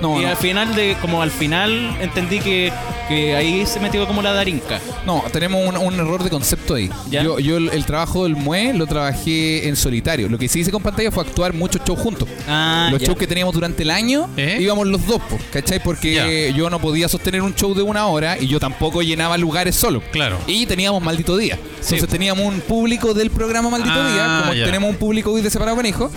Speaker 4: No,
Speaker 1: y
Speaker 4: no.
Speaker 1: al final de, como al final entendí que, que ahí se metió como la darinca.
Speaker 4: No, tenemos un, un error de concepto ahí.
Speaker 1: ¿Ya?
Speaker 4: Yo, yo el, el trabajo del MUE lo trabajé en solitario. Lo que sí hice con pantalla fue actuar muchos shows juntos.
Speaker 1: Ah,
Speaker 4: los
Speaker 1: ya.
Speaker 4: shows que teníamos durante el año
Speaker 2: ¿Eh?
Speaker 4: íbamos los dos, po, ¿cachai? Porque yo no podía sostener un show de una hora y yo tampoco llenaba lugares solo.
Speaker 2: Claro.
Speaker 4: Y teníamos Maldito Día. Entonces teníamos un público del programa Maldito
Speaker 2: Ah,
Speaker 4: Día, como
Speaker 2: ya.
Speaker 4: tenemos un público hoy de Separado con Hijo.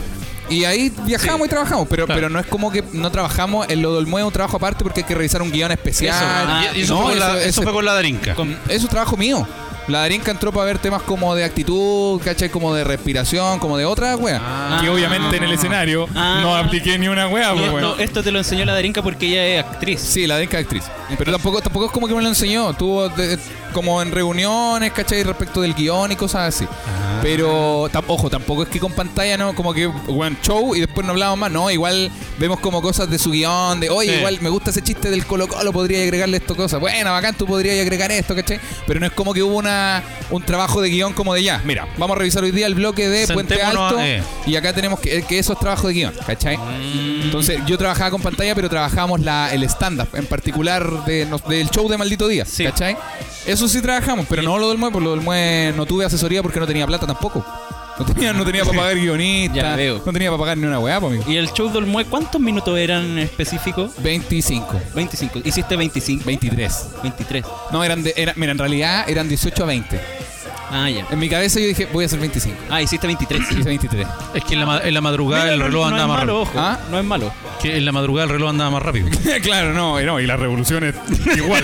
Speaker 4: Y ahí viajamos y trabajamos, pero,
Speaker 2: Claro.
Speaker 4: pero no es como que no trabajamos en lo del MUE, un trabajo aparte porque hay que revisar un guión especial.
Speaker 1: Ah,
Speaker 2: Y- y eso,
Speaker 4: No,
Speaker 2: fue con la,
Speaker 4: eso-
Speaker 2: eso
Speaker 4: eso-
Speaker 2: fue con la darinca.
Speaker 1: Con-
Speaker 4: es un trabajo mío. La Darinka entró para ver temas como de actitud, ¿cachai? Como de respiración, como de otra wea.
Speaker 2: Ah,
Speaker 1: Que
Speaker 4: obviamente en el escenario
Speaker 1: Ah. no apliqué
Speaker 4: ni una wea,
Speaker 1: Y esto, esto te lo enseñó la darinca porque ella es actriz.
Speaker 4: Sí, la Darinka es actriz. Pero tampoco, tampoco es como que me lo enseñó. Estuvo de- como en reuniones, ¿cachai? Respecto del guión y cosas así. Pero, tam- ojo, tampoco es que con pantalla, ¿no? Como que, bueno, show y después no hablamos más. No, igual vemos como cosas de su guión, de, oye,
Speaker 2: Sí.
Speaker 4: igual me gusta ese chiste del Colo Colo, podría agregarle esto cosa. Bueno, bacán, tú podrías agregar esto, ¿cachai? Pero no es como que hubo una, un trabajo de guión como de ya. Mira, vamos a revisar hoy día el bloque de Puente
Speaker 2: Sentémonos a-
Speaker 4: Alto.
Speaker 2: eh.
Speaker 4: Y acá tenemos que, que eso es trabajo de guión, ¿cachai? Entonces, yo trabajaba con pantalla, pero trabajábamos la, el stand-up, en particular de nos- del show de Maldito Día,
Speaker 1: Sí.
Speaker 4: ¿cachai? Eso sí trabajamos, pero no lo del MUE, porque lo del MUE no tuve asesoría porque no tenía plata tampoco. No tenía, no tenía para (laughs) pagar
Speaker 1: Ya
Speaker 4: guionista,
Speaker 1: veo.
Speaker 4: no tenía para pagar ni una weá, po, amigo.
Speaker 1: ¿Y el show del MUE cuántos minutos eran específicos?
Speaker 4: 25,
Speaker 1: 25. ¿Hiciste 25?
Speaker 4: 23.
Speaker 1: 23.
Speaker 4: No, eran, de, era- mira, en realidad eran 18 a 20.
Speaker 1: Ah, ya.
Speaker 4: En mi cabeza yo dije, voy a hacer 25.
Speaker 1: Ah, hiciste 23.
Speaker 4: Hice 23.
Speaker 2: Es que en la, ma- en la madrugada el reloj
Speaker 1: no es
Speaker 2: andaba más
Speaker 1: malo,
Speaker 2: rápido.
Speaker 1: ojo.
Speaker 4: ¿Ah?
Speaker 1: No es malo.
Speaker 2: Que en la madrugada el reloj andaba más rápido.
Speaker 4: (laughs) claro, no, y no, y las (laughs) revoluciones igual.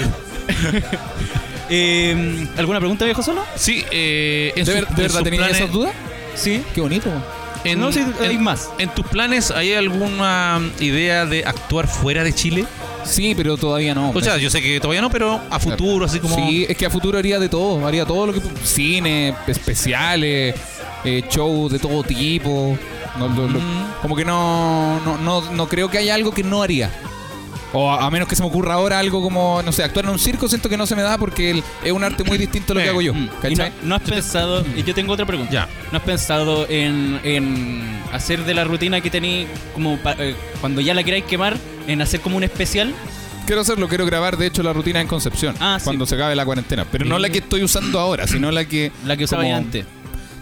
Speaker 1: Eh, ¿Alguna pregunta, viejo solo?
Speaker 2: Sí, eh, en
Speaker 4: ¿De,
Speaker 2: sus-
Speaker 4: ver- de
Speaker 2: en
Speaker 4: verdad
Speaker 2: sus
Speaker 4: tenías
Speaker 2: planes-
Speaker 4: esas dudas?
Speaker 1: Sí.
Speaker 4: Qué bonito. po.
Speaker 2: En,
Speaker 1: No, sí, hay
Speaker 2: en-
Speaker 1: más.
Speaker 2: ¿En tus planes hay alguna idea de actuar fuera de Chile?
Speaker 4: Sí, pero todavía no.
Speaker 2: O sea, yo sé que todavía no, pero a futuro, así como.
Speaker 4: Sí, es que a futuro haría de todo, haría todo lo que... Cine, especiales, eh, shows de todo tipo. No, lo- lo- Como que no, no, no, no creo que haya algo que no haría. O a, a menos que se me ocurra ahora algo como, no sé, actuar en un circo, siento que no se me da porque el- es un arte muy distinto a lo que
Speaker 2: Eh,
Speaker 4: hago yo.
Speaker 1: Mm. Y no,
Speaker 4: ¿Cachai?
Speaker 1: no has pensado, y yo tengo otra pregunta.
Speaker 2: Mm. Ya.
Speaker 1: ¿No has pensado en, en hacer de la rutina que tenéis, como pa- eh, cuando ya la queráis quemar, en hacer como un especial?
Speaker 4: Quiero hacerlo, quiero grabar, de hecho, la rutina en Concepción,
Speaker 1: Ah, sí.
Speaker 4: cuando se acabe la cuarentena. Pero no la que estoy usando ahora, sino la que...
Speaker 1: La que usaba
Speaker 4: como-
Speaker 1: ya antes.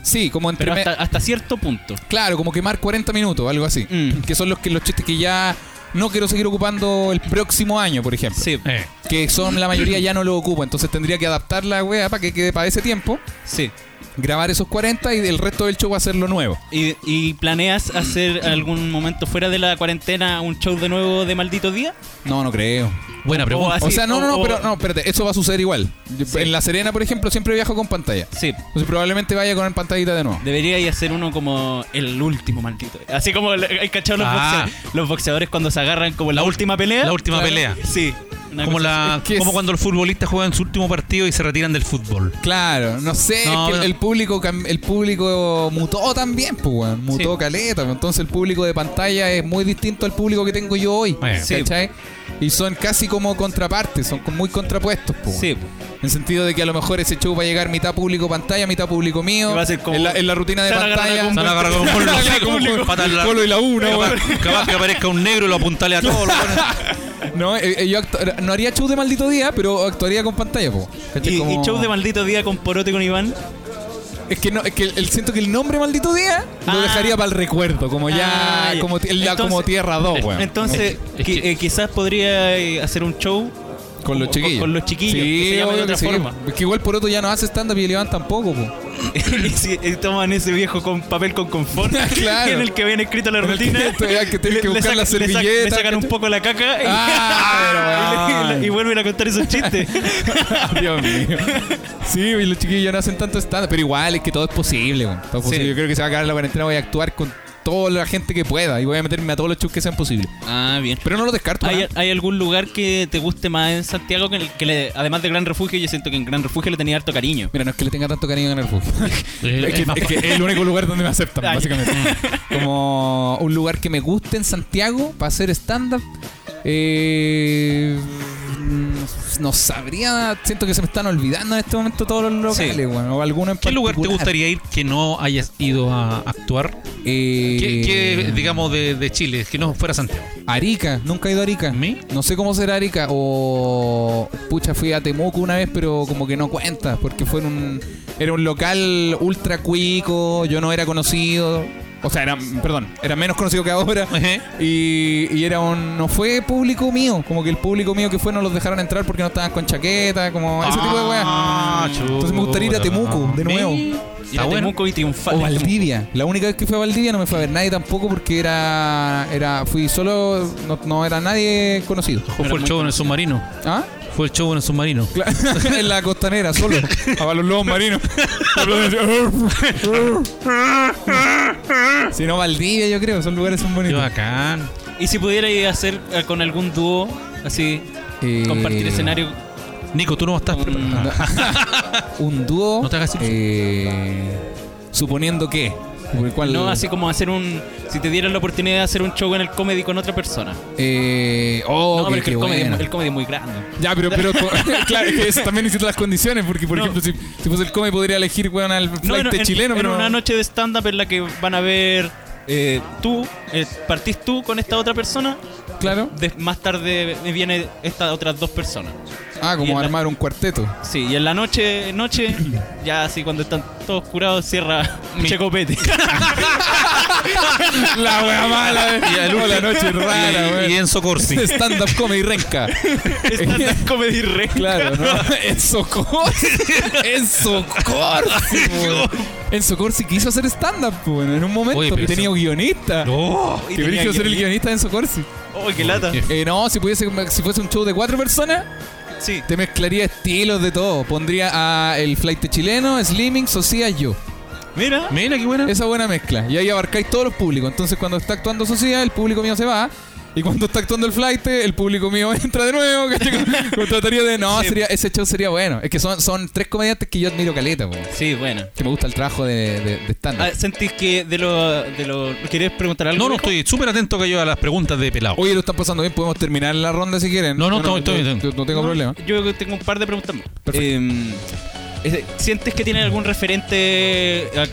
Speaker 4: Sí, como entre...
Speaker 1: Pero
Speaker 4: me-
Speaker 1: hasta, hasta cierto punto.
Speaker 4: Claro, como quemar 40 minutos, algo así.
Speaker 1: Mm.
Speaker 4: Que son los, que, los chistes que ya no quiero seguir ocupando el próximo año, por ejemplo.
Speaker 1: Sí,
Speaker 2: Eh,
Speaker 4: Que son la mayoría ya no lo ocupa, entonces tendría que adaptar la wea para que quede para ese tiempo,
Speaker 1: sí.
Speaker 4: grabar esos 40 y del resto del show hacerlo nuevo.
Speaker 1: ¿Y, y planeas hacer algún momento fuera de la cuarentena un show de nuevo de Maldito Día?
Speaker 4: No, no creo.
Speaker 2: buena pregunta.
Speaker 1: así-
Speaker 4: o sea, no, no, no,
Speaker 1: o-
Speaker 4: pero no, espérate, eso va a suceder igual. Yo-
Speaker 1: Sí.
Speaker 4: En La Serena, por ejemplo, siempre viajo con pantalla.
Speaker 1: Sí.
Speaker 4: Entonces probablemente vaya con pantallita de nuevo.
Speaker 1: Debería ir a hacer uno como el último maldito. Así como le- hay cachado los,
Speaker 2: Ah.
Speaker 1: boxeadores, los boxeadores cuando se agarran como en la última pelea.
Speaker 2: la última
Speaker 1: Claro.
Speaker 2: pelea.
Speaker 1: Sí. Una
Speaker 2: Como,
Speaker 1: cosa
Speaker 2: la,
Speaker 4: ¿Qué es?
Speaker 2: como cuando los futbolistas juegan su último partido y se retiran del fútbol.
Speaker 4: Claro, no sé, es
Speaker 2: No,
Speaker 4: que el-
Speaker 2: no.
Speaker 4: el público cam- el público mutó también, pues weón, mutó
Speaker 1: Sí.
Speaker 4: caleta, pues, entonces el público de pantalla es muy distinto al público que tengo yo hoy,
Speaker 2: Eh.
Speaker 1: Sí. pues.
Speaker 4: ¿cachai? Y son casi como contrapartes, son muy contrapuestos, pues.
Speaker 1: así.
Speaker 4: weón.
Speaker 1: Sí.
Speaker 4: En sentido de que a lo mejor ese show va a llegar mitad público pantalla, mitad público mío.
Speaker 1: Y va a ser como-
Speaker 4: en, la, en la rutina de
Speaker 1: Se van a agarrar
Speaker 4: pantalla.
Speaker 1: a
Speaker 2: Se van a agarrar
Speaker 4: (laughs)
Speaker 2: con
Speaker 4: Se van a agarrar
Speaker 2: con-
Speaker 4: con-
Speaker 2: con- patas en la-
Speaker 4: el colo y la una,
Speaker 2: Capaz,
Speaker 4: weón.
Speaker 2: capaz que aparezca un negro y lo apuntale a todos. los buenos.
Speaker 4: (laughs) No, eh, eh, yo actu- no haría show de maldito día, pero actuaría con pantalla, po.
Speaker 2: Este
Speaker 4: ¿Cachai?
Speaker 1: Y,
Speaker 4: Como-
Speaker 1: y show de Maldito Día con Porote y con Iván.
Speaker 4: Es que no, es que el, el- siento que el nombre maldito día
Speaker 1: Ah.
Speaker 4: lo dejaría para el recuerdo, como ya,
Speaker 1: Ah, ya.
Speaker 4: como, ti- la-
Speaker 1: Entonces-
Speaker 4: como tierra 2, weón.
Speaker 1: Entonces, qui- eh, quizás podría eh, hacer un show
Speaker 4: con los
Speaker 1: con-
Speaker 4: chiquillos.
Speaker 1: con los chiquillos,
Speaker 4: Sí,
Speaker 1: que se llame de
Speaker 4: obvio
Speaker 1: otra
Speaker 4: que sí.
Speaker 1: forma.
Speaker 4: Es que igual por otro ya no hace stand-up y Levan tampoco, po.
Speaker 1: (laughs) y, si- y toman ese viejo con papel con confort
Speaker 4: (laughs)
Speaker 1: (laughs)
Speaker 4: Claro.
Speaker 1: en el que viene escrito la rutina.
Speaker 4: (laughs) Todavía que tiene que buscar la
Speaker 1: sac-
Speaker 4: servilleta.
Speaker 1: le sacan un poco la caca y, (laughs)
Speaker 4: Ah, pero
Speaker 1: y le-
Speaker 4: bueno.
Speaker 1: y vuelven a contar esos chistes. (laughs)
Speaker 4: (laughs) Dios mío. Sí, y los chiquillos ya no hacen tanto stand-up, pero igual es que todo es posible, weón. Todo es
Speaker 1: Sí.
Speaker 4: posible. Yo creo que se va a acabar la cuarentena, voy a actuar con toda la gente que pueda y voy a meterme a todos los shows que sean posibles.
Speaker 1: ah, bien.
Speaker 4: Pero no lo descarto.
Speaker 1: ¿Hay,
Speaker 4: ¿eh?
Speaker 1: hay algún lugar que te guste más en Santiago que, en el que le- además de Gran Refugio? Yo siento que en Gran Refugio le tenía harto cariño.
Speaker 4: Mira, no es que le tenga tanto cariño a Ganar Fútbol.
Speaker 2: (laughs) Eh,
Speaker 4: Es que, es que es el único lugar donde me aceptan,
Speaker 1: Ah, ya.
Speaker 4: básicamente.
Speaker 2: Mm.
Speaker 4: Como un lugar que me guste en Santiago para hacer stand-up. Eh, no sabría, siento que se me están olvidando en este momento todos los locales, weón, o alguno en
Speaker 2: ¿Qué lugar te
Speaker 4: particular.
Speaker 2: gustaría ir que no hayas ido a actuar?
Speaker 4: Eh,
Speaker 2: ¿Qué, qué, digamos, de, de Chile? Que no fuera Santiago.
Speaker 4: Arica, nunca he ido a Arica.
Speaker 2: ¿Me?
Speaker 4: No sé cómo será Arica. O. Pucha, fui a Temuco una vez, pero como que no cuenta. Porque fue en un. Era un local ultra cuico. Yo no era conocido. O sea, era. Perdón, era menos conocido que ahora.
Speaker 2: (laughs) Ajá.
Speaker 4: Y, y era un. No fue público mío. Como que el público mío que fue no los dejaron entrar porque no estaban con chaqueta. Como ese tipo de
Speaker 2: Ah,
Speaker 4: weas. Entonces me gustaría ir a
Speaker 2: chuta.
Speaker 4: Temuco de nuevo.
Speaker 2: Mi-
Speaker 1: Ir a
Speaker 2: Está bueno.
Speaker 1: Temuco y triunfar.
Speaker 4: O Valdivia. La única vez que fui a Valdivia no me fue a ver nadie tampoco porque era. era fui solo. No, no era nadie conocido.
Speaker 2: O fue el show en el submarino.
Speaker 4: ¿Ah?
Speaker 2: Fue el show en el submarino.
Speaker 4: Cla- (laughs) en la
Speaker 1: (laughs)
Speaker 4: costanera, solo. A los lobos marinos. si no, Valdivia, yo creo. Son lugares son
Speaker 2: Qué
Speaker 4: bonitos.
Speaker 2: bacán.
Speaker 1: Y si pudiera ir a hacer eh, con algún dúo, así,
Speaker 4: Eh,
Speaker 1: compartir escenario.
Speaker 2: Nico, tú no estás
Speaker 1: con-
Speaker 2: preparado.
Speaker 4: Un dúo.
Speaker 2: No te hagas ilusión.
Speaker 4: eh, suponiendo que. por el cual-
Speaker 1: No, así como hacer un. Si te dieran la oportunidad de hacer un show en el comedy con otra persona.
Speaker 4: eh, oh,
Speaker 1: no,
Speaker 4: qué-
Speaker 1: pero es que
Speaker 4: qué
Speaker 1: el comedy,
Speaker 4: buena.
Speaker 1: el comedy es muy grande.
Speaker 4: Ya,
Speaker 1: (laughs)
Speaker 4: pero, pero (laughs) claro, es que eso también necesita las condiciones, porque por
Speaker 1: No.
Speaker 4: ejemplo, si, si fuese el come podría elegir weón al
Speaker 1: No,
Speaker 4: flight
Speaker 1: en- en-
Speaker 4: chileno,
Speaker 1: en
Speaker 4: pero
Speaker 1: una noche de stand-up en la que van a ver eh, tú, eh, partís tú con esta otra persona,
Speaker 4: claro.
Speaker 1: de- más tarde vienen estas otras dos personas.
Speaker 4: Ah,
Speaker 1: Y en
Speaker 4: como
Speaker 1: la-
Speaker 4: armar
Speaker 1: (laughs)
Speaker 4: un cuarteto.
Speaker 1: Sí, y en la noche,
Speaker 4: (coughs)
Speaker 1: noche, ya así cuando están todos curados, cierra un
Speaker 4: (laughs)
Speaker 1: checopete.
Speaker 4: La wea
Speaker 1: eh.
Speaker 4: (laughs) mala,
Speaker 2: Y al
Speaker 1: Oh,
Speaker 4: la
Speaker 2: último-
Speaker 4: noche rara,
Speaker 2: Y, y
Speaker 4: weón.
Speaker 2: Enzo Corsi.
Speaker 4: (laughs) Stand up comedy renca.
Speaker 1: stand-up comedy re.
Speaker 4: (laughs) Claro, ¿no? En Socorsi. En Socorsi,
Speaker 1: (laughs)
Speaker 4: weón. En Socorsi quiso hacer stand up, weón, en un momento.
Speaker 2: Oye, pero
Speaker 4: y tenía
Speaker 2: eso-
Speaker 4: un guionista.
Speaker 2: No.
Speaker 1: (laughs) Y
Speaker 4: Que
Speaker 1: tenía
Speaker 4: brígido ser el
Speaker 1: guionista.
Speaker 4: guionista de En Socorsi.
Speaker 1: ¡Oh, qué lata!
Speaker 4: Eh, no, si, pudiese, si fuese un show de cuatro personas,
Speaker 1: Sí.
Speaker 4: Te mezclaría estilos de todo. Pondría a el flight chileno, Slimming, Socia, yo.
Speaker 1: Mira,
Speaker 2: Mira, qué buena.
Speaker 4: Esa buena mezcla. Y ahí abarcáis todos los públicos. Entonces, cuando está actuando Socia, el público mío se va. Y cuando está actuando el flight, el público mío (laughs) entra de nuevo. ¿cachai?
Speaker 2: (laughs)
Speaker 4: Con- Con trataría de. No, sería, ese show sería bueno. Es que son, son tres comediantes que yo admiro caleta, po.
Speaker 1: Sí, bueno.
Speaker 4: Que me gusta el trabajo de, de, de stand-up.
Speaker 1: Ah, ¿Sentís que de lo, de lo... ¿Querías preguntar algo?
Speaker 2: No, no,
Speaker 1: Nico?
Speaker 2: estoy súper atento que yo a las preguntas de pelado.
Speaker 4: Oye, lo están pasando bien, podemos terminar la ronda si quieren.
Speaker 2: No, no,
Speaker 4: Yo
Speaker 2: estoy-
Speaker 4: yo-
Speaker 2: estoy-
Speaker 4: yo no tengo problema.
Speaker 1: Yo tengo un par de preguntas más.
Speaker 4: Perfecto.
Speaker 1: Eh, es- ¿Sientes que tienen algún referente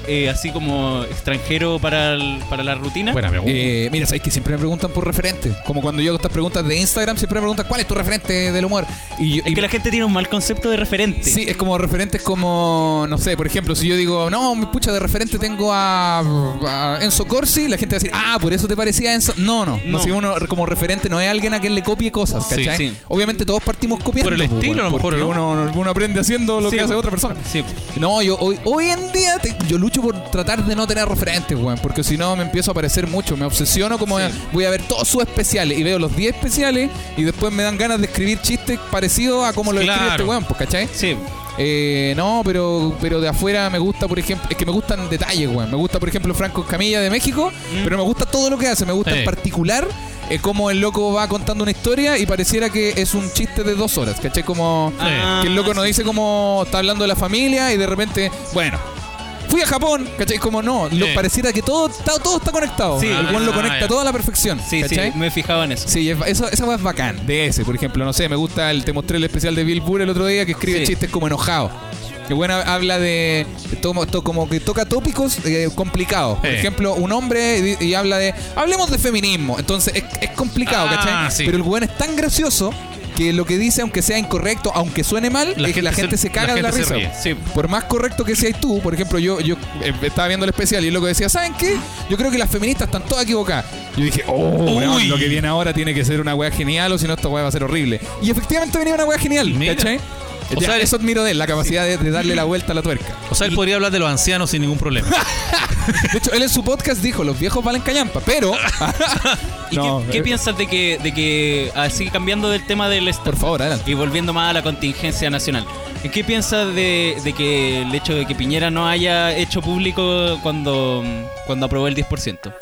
Speaker 1: eh, así como extranjero para, el- para la rutina?
Speaker 2: Buena pregunta.
Speaker 4: Eh, mira, sabéis que siempre me preguntan por referentes. Como cuando yo hago estas preguntas de Instagram, siempre me preguntan cuál es tu referente del humor. Y, yo-
Speaker 1: es
Speaker 4: y-
Speaker 1: que la gente tiene un mal concepto de referente.
Speaker 4: sí, es como referentes como, no sé, por ejemplo, si yo digo, no, mi pucha de referente tengo a, a Enzo Corsi, la gente va a decir, ah, por eso te parecía a Enzo. No, no, no,
Speaker 1: No.
Speaker 4: Si uno como referente no es alguien a quien le copie cosas,
Speaker 1: Sí,
Speaker 4: ¿cachai?
Speaker 1: sí.
Speaker 4: Obviamente todos partimos copiando.
Speaker 2: Por el
Speaker 4: pues,
Speaker 2: estilo, a lo
Speaker 4: bueno,
Speaker 2: mejor,
Speaker 4: porque
Speaker 2: ¿no?
Speaker 4: Uno, uno aprende haciendo lo
Speaker 1: Sí,
Speaker 4: que hace
Speaker 1: pues.
Speaker 4: otra persona.
Speaker 1: Sí.
Speaker 4: No, yo hoy, hoy en día te- yo lucho por tratar de no tener referentes, weón, porque si no me empiezo a parecer mucho, me obsesiono como
Speaker 1: Sí.
Speaker 4: voy a ver todos sus especiales y veo los 10 especiales y después me dan ganas de escribir chistes parecidos a como lo escribe
Speaker 2: Claro.
Speaker 4: este weón, pues, ¿cachai?
Speaker 1: Sí.
Speaker 4: Eh, no, pero, pero de afuera me gusta, por ejemplo, es que me gustan detalles, weón. Me gusta, por ejemplo, Franco Camilla de México, pero me gusta todo lo que hace. Me gusta
Speaker 2: Sí.
Speaker 4: en particular eh, cómo el loco va contando una historia y pareciera que es un chiste de dos horas, ¿cachai? Como
Speaker 1: Ah,
Speaker 4: que el loco nos dice cómo está hablando de la familia y de repente, bueno. Fui a Japón, ¿cachai? Como no, lo,
Speaker 2: Sí.
Speaker 4: pareciera que todo está, todo está conectado.
Speaker 1: Sí.
Speaker 4: el weón lo
Speaker 2: Ah,
Speaker 4: conecta
Speaker 2: ya.
Speaker 4: todo a la perfección.
Speaker 1: Sí, sí,
Speaker 4: ¿cachai?
Speaker 1: me he fijado en eso.
Speaker 4: Sí, es- eso, esa weá es bacán. De ese, por ejemplo, no sé, me gusta el. Te mostré el especial de Bill Burr el otro día que escribe
Speaker 1: Sí.
Speaker 4: chistes como enojado. Que bueno, habla de. tomo- to- como que toca tópicos eh, complicados. Por
Speaker 2: Eh.
Speaker 4: ejemplo, un hombre y, di- y habla de. Hablemos de feminismo. Entonces es, es complicado,
Speaker 2: Ah,
Speaker 4: ¿cachai?
Speaker 2: sí.
Speaker 4: Pero el weón es tan gracioso que lo que dice, aunque sea incorrecto, aunque suene mal,
Speaker 2: La
Speaker 4: es que la
Speaker 2: gente
Speaker 4: gente
Speaker 2: se-
Speaker 4: se caga
Speaker 2: la
Speaker 4: de la
Speaker 2: gente
Speaker 4: risa.
Speaker 2: se ríe.
Speaker 1: Sí.
Speaker 4: Por más correcto que seas tú, por ejemplo, yo, yo eh, estaba viendo el especial y el loco decía, ¿saben qué? Yo creo que las feministas están todas equivocadas. Yo dije, oh, weón,
Speaker 2: Uy.
Speaker 4: lo que viene ahora tiene que ser una weá genial o si no esta weá va a ser horrible. Y efectivamente venía una weá genial,
Speaker 2: Mira.
Speaker 4: ¿cachai?
Speaker 2: O
Speaker 4: Ya,
Speaker 2: sea,
Speaker 4: eso admiro de él, la capacidad de, de darle la vuelta a la tuerca.
Speaker 2: O sea, él podría hablar de los ancianos sin ningún problema.
Speaker 4: De hecho, él en su podcast dijo, los viejos valen callampa,
Speaker 2: (laughs)
Speaker 4: pero...
Speaker 1: ¿Y
Speaker 4: No,
Speaker 1: qué, qué
Speaker 4: eh,
Speaker 1: piensas de que, de que, así cambiando del tema del
Speaker 4: Por
Speaker 1: stand
Speaker 4: favor, adelante.
Speaker 1: y volviendo más a la contingencia nacional, ¿qué piensas de, de que el hecho de que Piñera no haya hecho público cuando, cuando aprobó el 10%?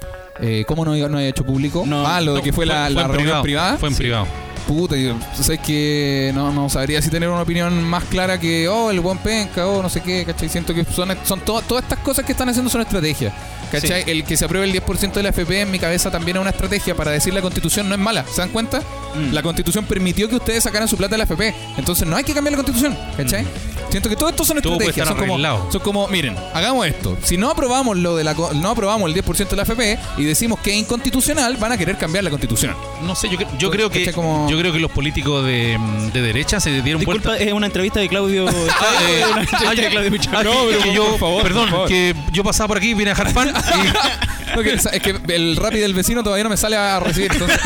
Speaker 4: Eh, ¿Cómo no, no he hecho público?
Speaker 1: No,
Speaker 4: ah, lo de
Speaker 2: No,
Speaker 4: que fue, la,
Speaker 2: en
Speaker 4: la reunión
Speaker 2: privado,
Speaker 4: privada.
Speaker 2: Fue en privado.
Speaker 4: Puta, yo, tú sabes que no, no sabría si tener una opinión más clara que, oh, el buen penca, oh, no sé qué, ¿cachai? Siento que son, son to- todas estas cosas que están haciendo son estrategias. ¿Cachai? El que se apruebe el 10% de la FP en mi cabeza también es una estrategia para decir la constitución no es mala. ¿Se dan cuenta?
Speaker 1: Mm.
Speaker 4: La constitución permitió que ustedes sacaran su plata de la FP. Entonces no hay que cambiar la constitución. ¿Cachai? Siento que todo esto son
Speaker 2: Mm. Todo puede
Speaker 4: estrategias.
Speaker 2: estar
Speaker 4: Son como,
Speaker 2: arreglado.
Speaker 4: son como, miren, hagamos esto. Si no aprobamos lo de la co- no aprobamos el 10% de la FP y decimos que es inconstitucional, van a querer cambiar la constitución.
Speaker 2: No sé, yo, cre- yo creo que
Speaker 4: Caché Pues, como-
Speaker 2: yo creo que los políticos de, mm, de derecha se dieron
Speaker 1: Disculpa,
Speaker 2: cuenta.
Speaker 4: (laughs)
Speaker 1: es una entrevista de Claudio.
Speaker 2: Ah, eh,
Speaker 1: una entrevista
Speaker 2: ah,
Speaker 1: de
Speaker 2: ya-
Speaker 1: Claudio Michel.
Speaker 2: ah, que- que yo, perdón, que yo pasaba por aquí, vine a
Speaker 4: (laughs)
Speaker 2: dejar pan y-
Speaker 4: No, que- es que el rap del vecino todavía no me sale a recibir. entonces-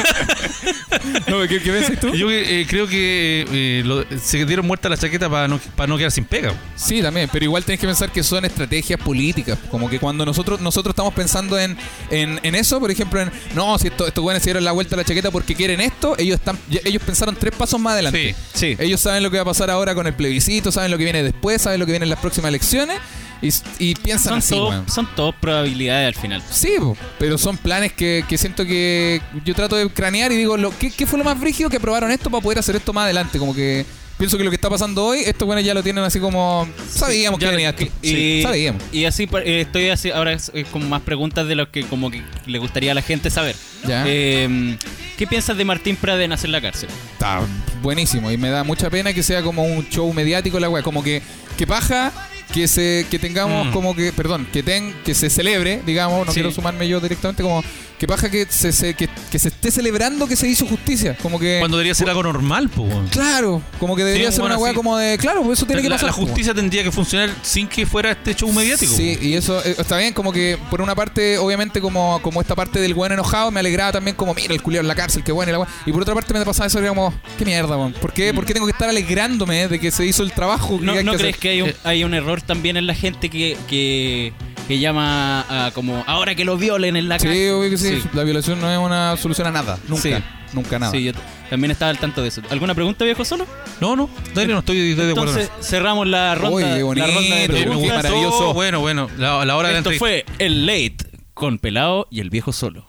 Speaker 4: No, ¿qué, qué ves tú?
Speaker 2: yo eh, creo que eh, lo- se dieron muerta la chaqueta para no, para no quedar sin pega.
Speaker 4: Sí, también, pero igual tenés que pensar que son estrategias políticas. Como que cuando nosotros nosotros estamos pensando en, en, en eso, por ejemplo, en no, si esto- estos güeyes se dieron la vuelta a la chaqueta porque quieren esto, ellos están ya- ellos pensaron tres pasos más adelante.
Speaker 2: Sí.
Speaker 1: Sí.
Speaker 4: Ellos saben lo que va a pasar ahora con el plebiscito, saben lo que viene después, saben lo que viene en las próximas elecciones y, y piensan
Speaker 1: Son
Speaker 4: así,
Speaker 1: todo-
Speaker 4: weón.
Speaker 1: son todos probabilidades al final.
Speaker 4: Sí, po, pero son planes que, que siento que yo trato de cranear y digo, lo, ¿qué, qué fue lo más brígido que aprobaron esto para poder hacer esto más adelante? Como que pienso que lo que está pasando hoy, estos buenos ya lo tienen así como, sabíamos
Speaker 1: Ya
Speaker 4: que
Speaker 1: lo-
Speaker 4: venía esto.
Speaker 1: y-
Speaker 4: Sí, sabíamos.
Speaker 1: Y así pa- eh, estoy así ahora eh, con más preguntas de lo que como que le gustaría a la gente saber.
Speaker 4: Ya.
Speaker 1: Eh, ¿Qué piensas de Martín Pradenas en la cárcel?
Speaker 4: Está buenísimo y me da mucha pena que sea como un show mediático la weá, como que, que paja. Que, se, que tengamos
Speaker 2: Mm.
Speaker 4: como que, perdón, que ten, que se celebre, digamos, no
Speaker 1: Sí.
Speaker 4: quiero sumarme yo directamente, como que paja que se, se- que, que se esté celebrando que se hizo justicia, como que...
Speaker 2: Cuando debería ser algo normal, pues. weón.
Speaker 4: Claro, como que debería
Speaker 2: un
Speaker 4: ser una
Speaker 2: weón
Speaker 4: weá
Speaker 2: así.
Speaker 4: como de. Claro, pues eso tiene que
Speaker 2: la,
Speaker 4: pasar.
Speaker 2: la
Speaker 4: como.
Speaker 2: justicia tendría que funcionar sin que fuera este show mediático.
Speaker 4: Sí, y eso eh, está bien, como que por una parte, obviamente, como, como esta parte del weón enojado, me alegraba también como, mira, el culiao en la cárcel, qué bueno, y la weá. Y por otra parte me pasaba eso, era como, qué mierda, weón. ¿Por qué, ¿Por qué tengo que estar alegrándome de que se hizo el trabajo? que
Speaker 1: Mm. ¿No,
Speaker 4: hay
Speaker 1: no
Speaker 4: que eh,
Speaker 1: crees
Speaker 4: hacer?
Speaker 1: que hay un, hay un error también en la gente que, que, que llama a como ahora que lo violen en la
Speaker 4: Sí,
Speaker 1: cárcel?
Speaker 4: obvio que sí.
Speaker 1: Sí.
Speaker 4: La violación no es una solución a nada. Nunca.
Speaker 1: Sí.
Speaker 4: Nunca nada.
Speaker 1: Sí, yo t- también estaba al tanto de eso. ¿Alguna pregunta, viejo solo?
Speaker 2: No, no, dale, no estoy, estoy de acuerdo. en
Speaker 1: Entonces cerramos la ronda,
Speaker 4: Uy, qué
Speaker 1: la ronda de
Speaker 4: bonito,
Speaker 2: eso. Eh, me
Speaker 1: preguntas.
Speaker 2: gustó,
Speaker 4: maravilloso.
Speaker 2: Bueno, bueno, la, la hora de la
Speaker 1: Esto
Speaker 2: entrevista.
Speaker 1: fue el late con Pelao y el viejo solo.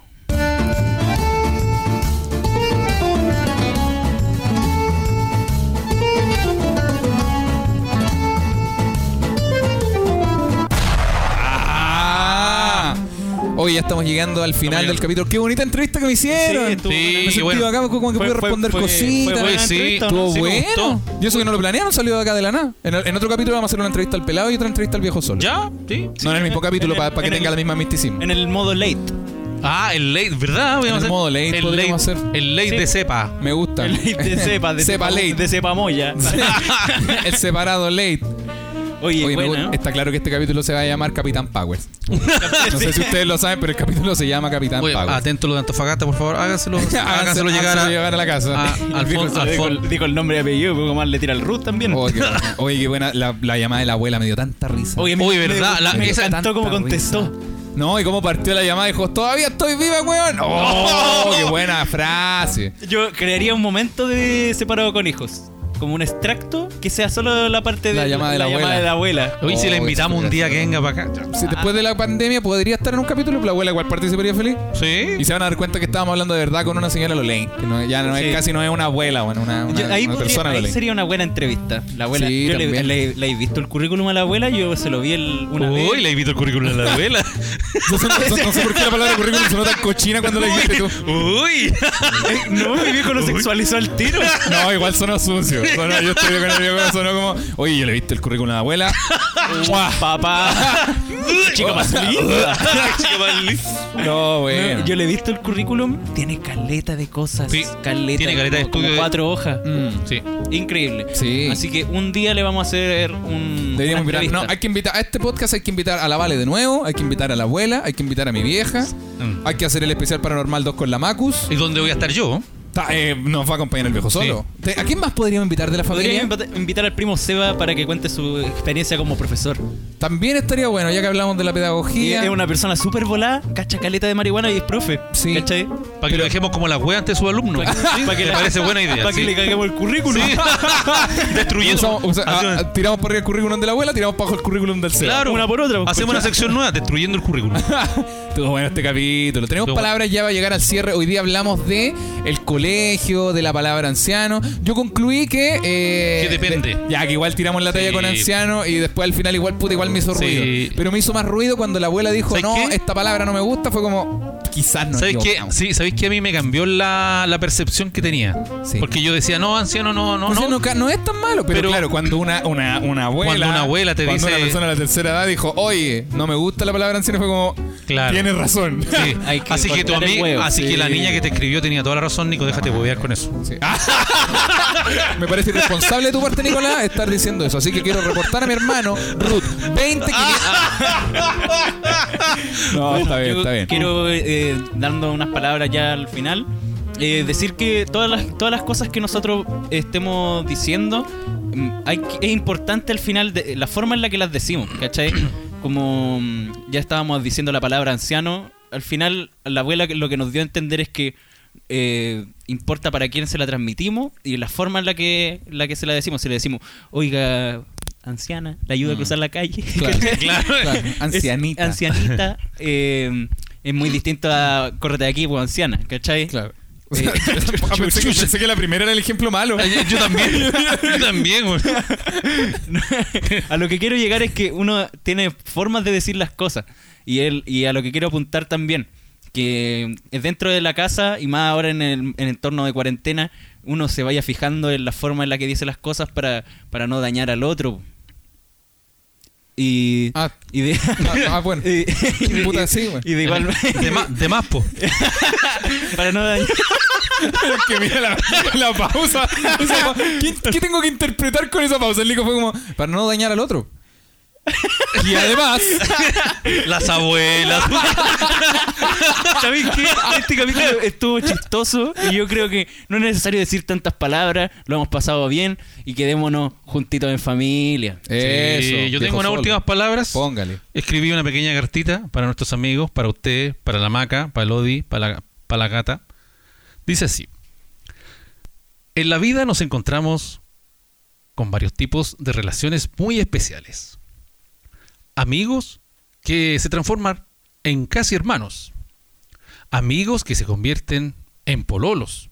Speaker 4: Hoy Ah. ya estamos llegando al final del capítulo. Qué bonita entrevista que me hicieron.
Speaker 1: Sí, estuvo
Speaker 2: Sí,
Speaker 1: buena.
Speaker 4: me sentí
Speaker 2: bueno.
Speaker 4: bacán, como que
Speaker 1: Fue-
Speaker 4: pude
Speaker 1: fue-
Speaker 4: responder
Speaker 1: fue-
Speaker 4: cositas.
Speaker 1: fue buena
Speaker 2: Sí,
Speaker 1: entrevista,
Speaker 4: Estuvo
Speaker 1: ¿no? pues,
Speaker 2: sí, me
Speaker 4: bueno.
Speaker 2: gustó.
Speaker 4: Yo eso que no lo planearon, salió de acá de la nada. En, el- en otro capítulo vamos a hacer una entrevista al pelado y otra entrevista al viejo solo.
Speaker 2: ¿Ya? Sí.
Speaker 4: No en el mismo capítulo,
Speaker 1: en
Speaker 4: para
Speaker 1: el-
Speaker 4: que
Speaker 1: en el-
Speaker 4: tenga la misma misticismo.
Speaker 1: En el modo late.
Speaker 2: Ah, el late, ¿verdad? Vamos a
Speaker 4: el
Speaker 2: hacer
Speaker 4: modo late
Speaker 2: el late,
Speaker 4: podríamos hacer.
Speaker 2: El late
Speaker 1: Sí.
Speaker 2: de cepa.
Speaker 4: Me gusta.
Speaker 1: El late
Speaker 4: (laughs)
Speaker 1: de cepa, de
Speaker 4: Cepa late.
Speaker 1: De cepa moya.
Speaker 4: (laughs) el separado late.
Speaker 1: Oye,
Speaker 4: Oye, me
Speaker 1: buena. ¿eh?
Speaker 4: gu- está claro que este capítulo se va a llamar Capitán Powers. No sé si ustedes lo saben, pero el capítulo se llama Capitán
Speaker 2: Oye,
Speaker 1: ah,
Speaker 4: Powers.
Speaker 2: atento los de Antofagasta, por favor,
Speaker 4: (laughs)
Speaker 2: háganselo, háganselo llegar
Speaker 4: háganselo
Speaker 2: a...
Speaker 4: llegar a la casa. (laughs)
Speaker 2: a- al
Speaker 4: viejo
Speaker 2: fondo.
Speaker 4: solo.
Speaker 1: Dijo, el- dijo el nombre y apellido, porque más le tira el root también.
Speaker 4: Oye, Oh, qué buena. Oye, qué buena. La, la llamada de la abuela me dio tanta risa.
Speaker 1: Oye, me-
Speaker 2: Oye,
Speaker 1: me-
Speaker 2: ¿verdad? La-
Speaker 1: Me
Speaker 2: esa-
Speaker 1: encantó como
Speaker 4: tanta
Speaker 1: contestó.
Speaker 4: No, y cómo partió la llamada, dijo, todavía estoy viva, weón. ¡Oh, qué buena frase!
Speaker 1: Yo crearía un momento de separado con hijos. Como un extracto que sea solo la parte de
Speaker 4: La llamada de la
Speaker 1: llamada abuela.
Speaker 2: Oye, si la
Speaker 4: Oh,
Speaker 2: invitamos un día que venga para acá.
Speaker 4: Si después de la pandemia podría estar en un capítulo, la abuela igual participaría feliz.
Speaker 2: Sí.
Speaker 4: Y se van a dar cuenta que estábamos hablando de verdad con una señora Lolain, que no- ya no es,
Speaker 1: Sí.
Speaker 4: casi no es una abuela, bueno, una, una,
Speaker 1: Yo- ahí
Speaker 4: una
Speaker 1: podría-
Speaker 4: persona
Speaker 1: ahí
Speaker 4: Lolain.
Speaker 1: sería una buena entrevista. La abuela.
Speaker 4: Sí,
Speaker 1: yo le,
Speaker 4: también.
Speaker 1: le- le he visto el currículum a la abuela, yo se lo vi el, una vez.
Speaker 2: Uy, le invito el currículum a la abuela. (laughs)
Speaker 4: Yo son- son- no sé por qué la palabra currículum sonó tan cochina cuando la dijiste tú.
Speaker 2: Uy.
Speaker 1: (laughs) No, mi viejo lo sexualizó al tiro.
Speaker 4: No, igual sonó sucio. Sonó- yo estoy con el viejo, sonó como, oye, yo le he visto el currículum a
Speaker 1: (laughs)
Speaker 4: la abuela. ¡Mua!
Speaker 1: Ah, Papá. Chica más linda.
Speaker 2: Chica más linda.
Speaker 4: No, bueno.
Speaker 1: Yo le he visto el currículum. Tiene caleta de cosas.
Speaker 2: Sí,
Speaker 1: Caleta.
Speaker 2: tiene caleta de
Speaker 1: como- como
Speaker 2: estudio de-
Speaker 1: cuatro hojas.
Speaker 4: Mm.
Speaker 2: Sí.
Speaker 1: Increíble.
Speaker 4: Sí.
Speaker 1: Así que un día le vamos a hacer un.
Speaker 4: Deberíamos
Speaker 1: una
Speaker 4: invitar. No,
Speaker 1: entrevista.
Speaker 4: hay que invitar. A este podcast hay que invitar a la Vale de nuevo, hay que invitar a la abuela, hay que invitar a mi vieja,
Speaker 2: Mm.
Speaker 4: hay que hacer el especial Paranormal 2 con la Macus.
Speaker 2: ¿Y dónde voy a estar yo?
Speaker 4: Ta- eh, nos va a acompañar el viejo solo. Te- ¿A quién más podríamos invitar de la familia?
Speaker 1: Podríamos invita- invitar al primo Seba para que cuente su experiencia como profesor.
Speaker 4: También estaría bueno, ya que hablamos de la
Speaker 1: Y
Speaker 4: pedagogía.
Speaker 1: es una persona súper volada, cacha caleta de marihuana y es profe.
Speaker 4: Sí.
Speaker 1: ¿Cachai?
Speaker 2: Para que lo dejemos como la wea ante sus alumnos.
Speaker 1: Para que- para que
Speaker 2: Me
Speaker 1: la-
Speaker 2: parece buena idea.
Speaker 1: Para que
Speaker 2: sí.
Speaker 1: le caguemos el currículum.
Speaker 2: Sí.
Speaker 1: (laughs)
Speaker 2: Destruyendo.
Speaker 4: Usamos- usa-
Speaker 2: Hacemos-
Speaker 4: ah, ah, tiramos por arriba el currículum de la abuela, tiramos para abajo el currículum del Seba.
Speaker 2: claro.
Speaker 1: Una por otra, pues,
Speaker 2: Hacemos una sección nueva, destruyendo el currículum.
Speaker 4: Todo bueno este capítulo. Tenemos
Speaker 2: Estuvo
Speaker 4: palabras ya va a llegar al cierre. Hoy día hablamos de el colegio, de la palabra anciano. Yo concluí que. eh,
Speaker 2: Que depende.
Speaker 4: de- ya, que igual tiramos la talla
Speaker 2: Sí.
Speaker 4: con anciano y después al final igual puta, igual me hizo
Speaker 2: Sí.
Speaker 4: ruido. Pero me hizo más ruido cuando la abuela dijo,
Speaker 2: ¿Sabes
Speaker 4: no,
Speaker 2: qué?
Speaker 4: esta palabra no me gusta. Fue como, quizás (laughs) no
Speaker 2: ¿Sabéis qué? Sí, ¿sabéis qué? A mí me cambió la, la percepción que tenía.
Speaker 4: Sí.
Speaker 2: Porque yo decía, no, anciano, no, no, no.
Speaker 4: no, ca- no es tan malo, pero,
Speaker 2: Pero-
Speaker 4: claro, cuando una, una, una abuela.
Speaker 2: Cuando una abuela te
Speaker 4: cuando
Speaker 2: dice-
Speaker 4: una persona de la tercera edad dijo, oye, no me gusta la palabra anciano, fue como,
Speaker 2: Claro.
Speaker 4: tienes razón. (laughs)
Speaker 2: Sí.
Speaker 1: Hay que
Speaker 2: así que tu
Speaker 1: cortar el
Speaker 2: amigo,
Speaker 1: huevo.
Speaker 2: así que la
Speaker 4: Sí.
Speaker 2: niña que te escribió tenía toda la razón, Nico, déjate bobear con
Speaker 4: (laughs)
Speaker 2: eso.
Speaker 4: Sí. Me parece irresponsable de tu parte, Nicolás, estar diciendo eso. Así que quiero reportar a mi hermano, Ruth, 20 (laughs) No, está bien,
Speaker 1: Yo
Speaker 4: está bien.
Speaker 1: Quiero, eh, dando unas palabras ya al final, eh, decir que todas las, todas las cosas que nosotros estemos diciendo, mm, hay que- es importante al final de, la forma en la que las decimos,
Speaker 4: (clears throat)
Speaker 1: ¿cachai? Como mm, ya estábamos diciendo la palabra anciano, al final la abuela que- lo que nos dio a entender es que eh, importa para quién se la transmitimos y la forma en la que, la que se la decimos. Si le decimos, oiga, anciana, le ayuda a cruzar la calle. (laughs)
Speaker 4: Mm. Claro,
Speaker 2: Claro.
Speaker 4: claro.
Speaker 1: Es
Speaker 4: Ancianita. (laughs)
Speaker 1: ancianita eh, es muy distinto a correte de aquí, pues anciana, ¿cachai?
Speaker 4: Claro. (laughs)
Speaker 1: Eh,
Speaker 4: Ah, pensé, que, pensé que la primera era el ejemplo malo.
Speaker 2: Yo, Eh,
Speaker 4: (laughs)
Speaker 2: yo también, yo también, güey.
Speaker 1: (laughs) a lo que quiero llegar es que uno tiene formas de decir las cosas y, él, y a lo que quiero apuntar también, que es dentro de la casa y más ahora en el, en el entorno de cuarentena, uno se vaya fijando en la forma en la que dice las cosas para, para no dañar al otro. Y,
Speaker 4: Ah.
Speaker 1: y de,
Speaker 4: Ah, ah, bueno.
Speaker 1: (laughs) y- y de-
Speaker 4: Puta, sí, güey.
Speaker 1: y de
Speaker 4: (laughs)
Speaker 1: igual
Speaker 2: De, ma- de más, po.
Speaker 1: para no dañar
Speaker 4: Pero es que mira la, la pausa. Esa pa- ¿Qué, qué tengo que interpretar con esa pausa? El Nico fue como, para no dañar al otro. Y (laughs) además,
Speaker 2: (laughs) Las abuelas.
Speaker 1: (laughs) ¿Sabéis qué? Este capítulo estuvo chistoso y yo creo que no es necesario decir tantas palabras, lo hemos pasado bien y quedémonos juntitos en familia.
Speaker 2: (laughs)
Speaker 4: eso.
Speaker 2: Sí, yo
Speaker 4: viejo
Speaker 2: tengo unas
Speaker 4: solo.
Speaker 2: últimas palabras.
Speaker 4: Póngale.
Speaker 2: Escribí una pequeña cartita para nuestros amigos, para ustedes, para la maca, para el Odi, para la, para la gata. Dice así. En la vida nos encontramos con varios tipos de relaciones muy especiales. Amigos que se transforman en casi hermanos. Amigos que se convierten en pololos.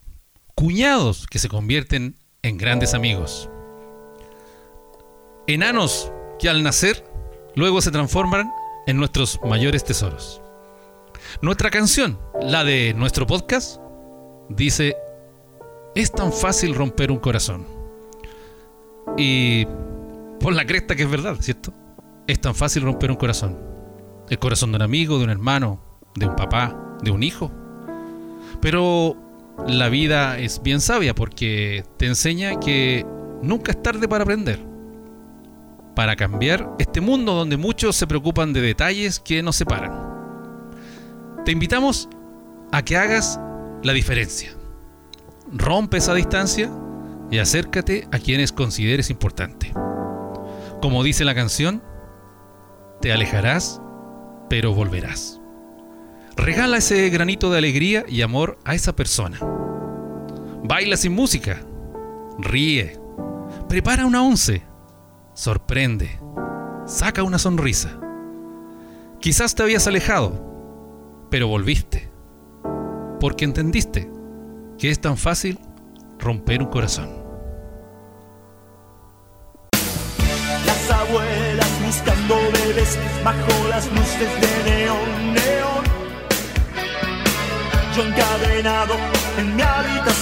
Speaker 2: Cuñados que se convierten en grandes amigos. Enanos que al nacer luego se transforman en nuestros mayores tesoros. Nuestra canción, la de nuestro podcast, dice, es tan fácil romper un corazón. Y por la cresta que es verdad, ¿cierto? Es tan fácil romper un corazón. El corazón de un amigo, de un hermano, de un papá, de un hijo. Pero la vida es bien sabia porque te enseña que nunca es tarde para aprender. Para cambiar este mundo donde muchos se preocupan de detalles que nos separan. Te invitamos a que hagas la diferencia. Rompe esa distancia y acércate a quienes consideres importante. Como dice la canción, te alejarás, pero volverás. Regala ese granito de alegría y amor a esa persona. Baila sin música. Ríe. Prepara una once. Sorprende. Saca una sonrisa. Quizás te habías alejado, pero volviste. Porque entendiste que es tan fácil romper un corazón.
Speaker 3: Las abuelas buscando bebés bajo las luces de neón, neón. Yo encadenado en mi habitación.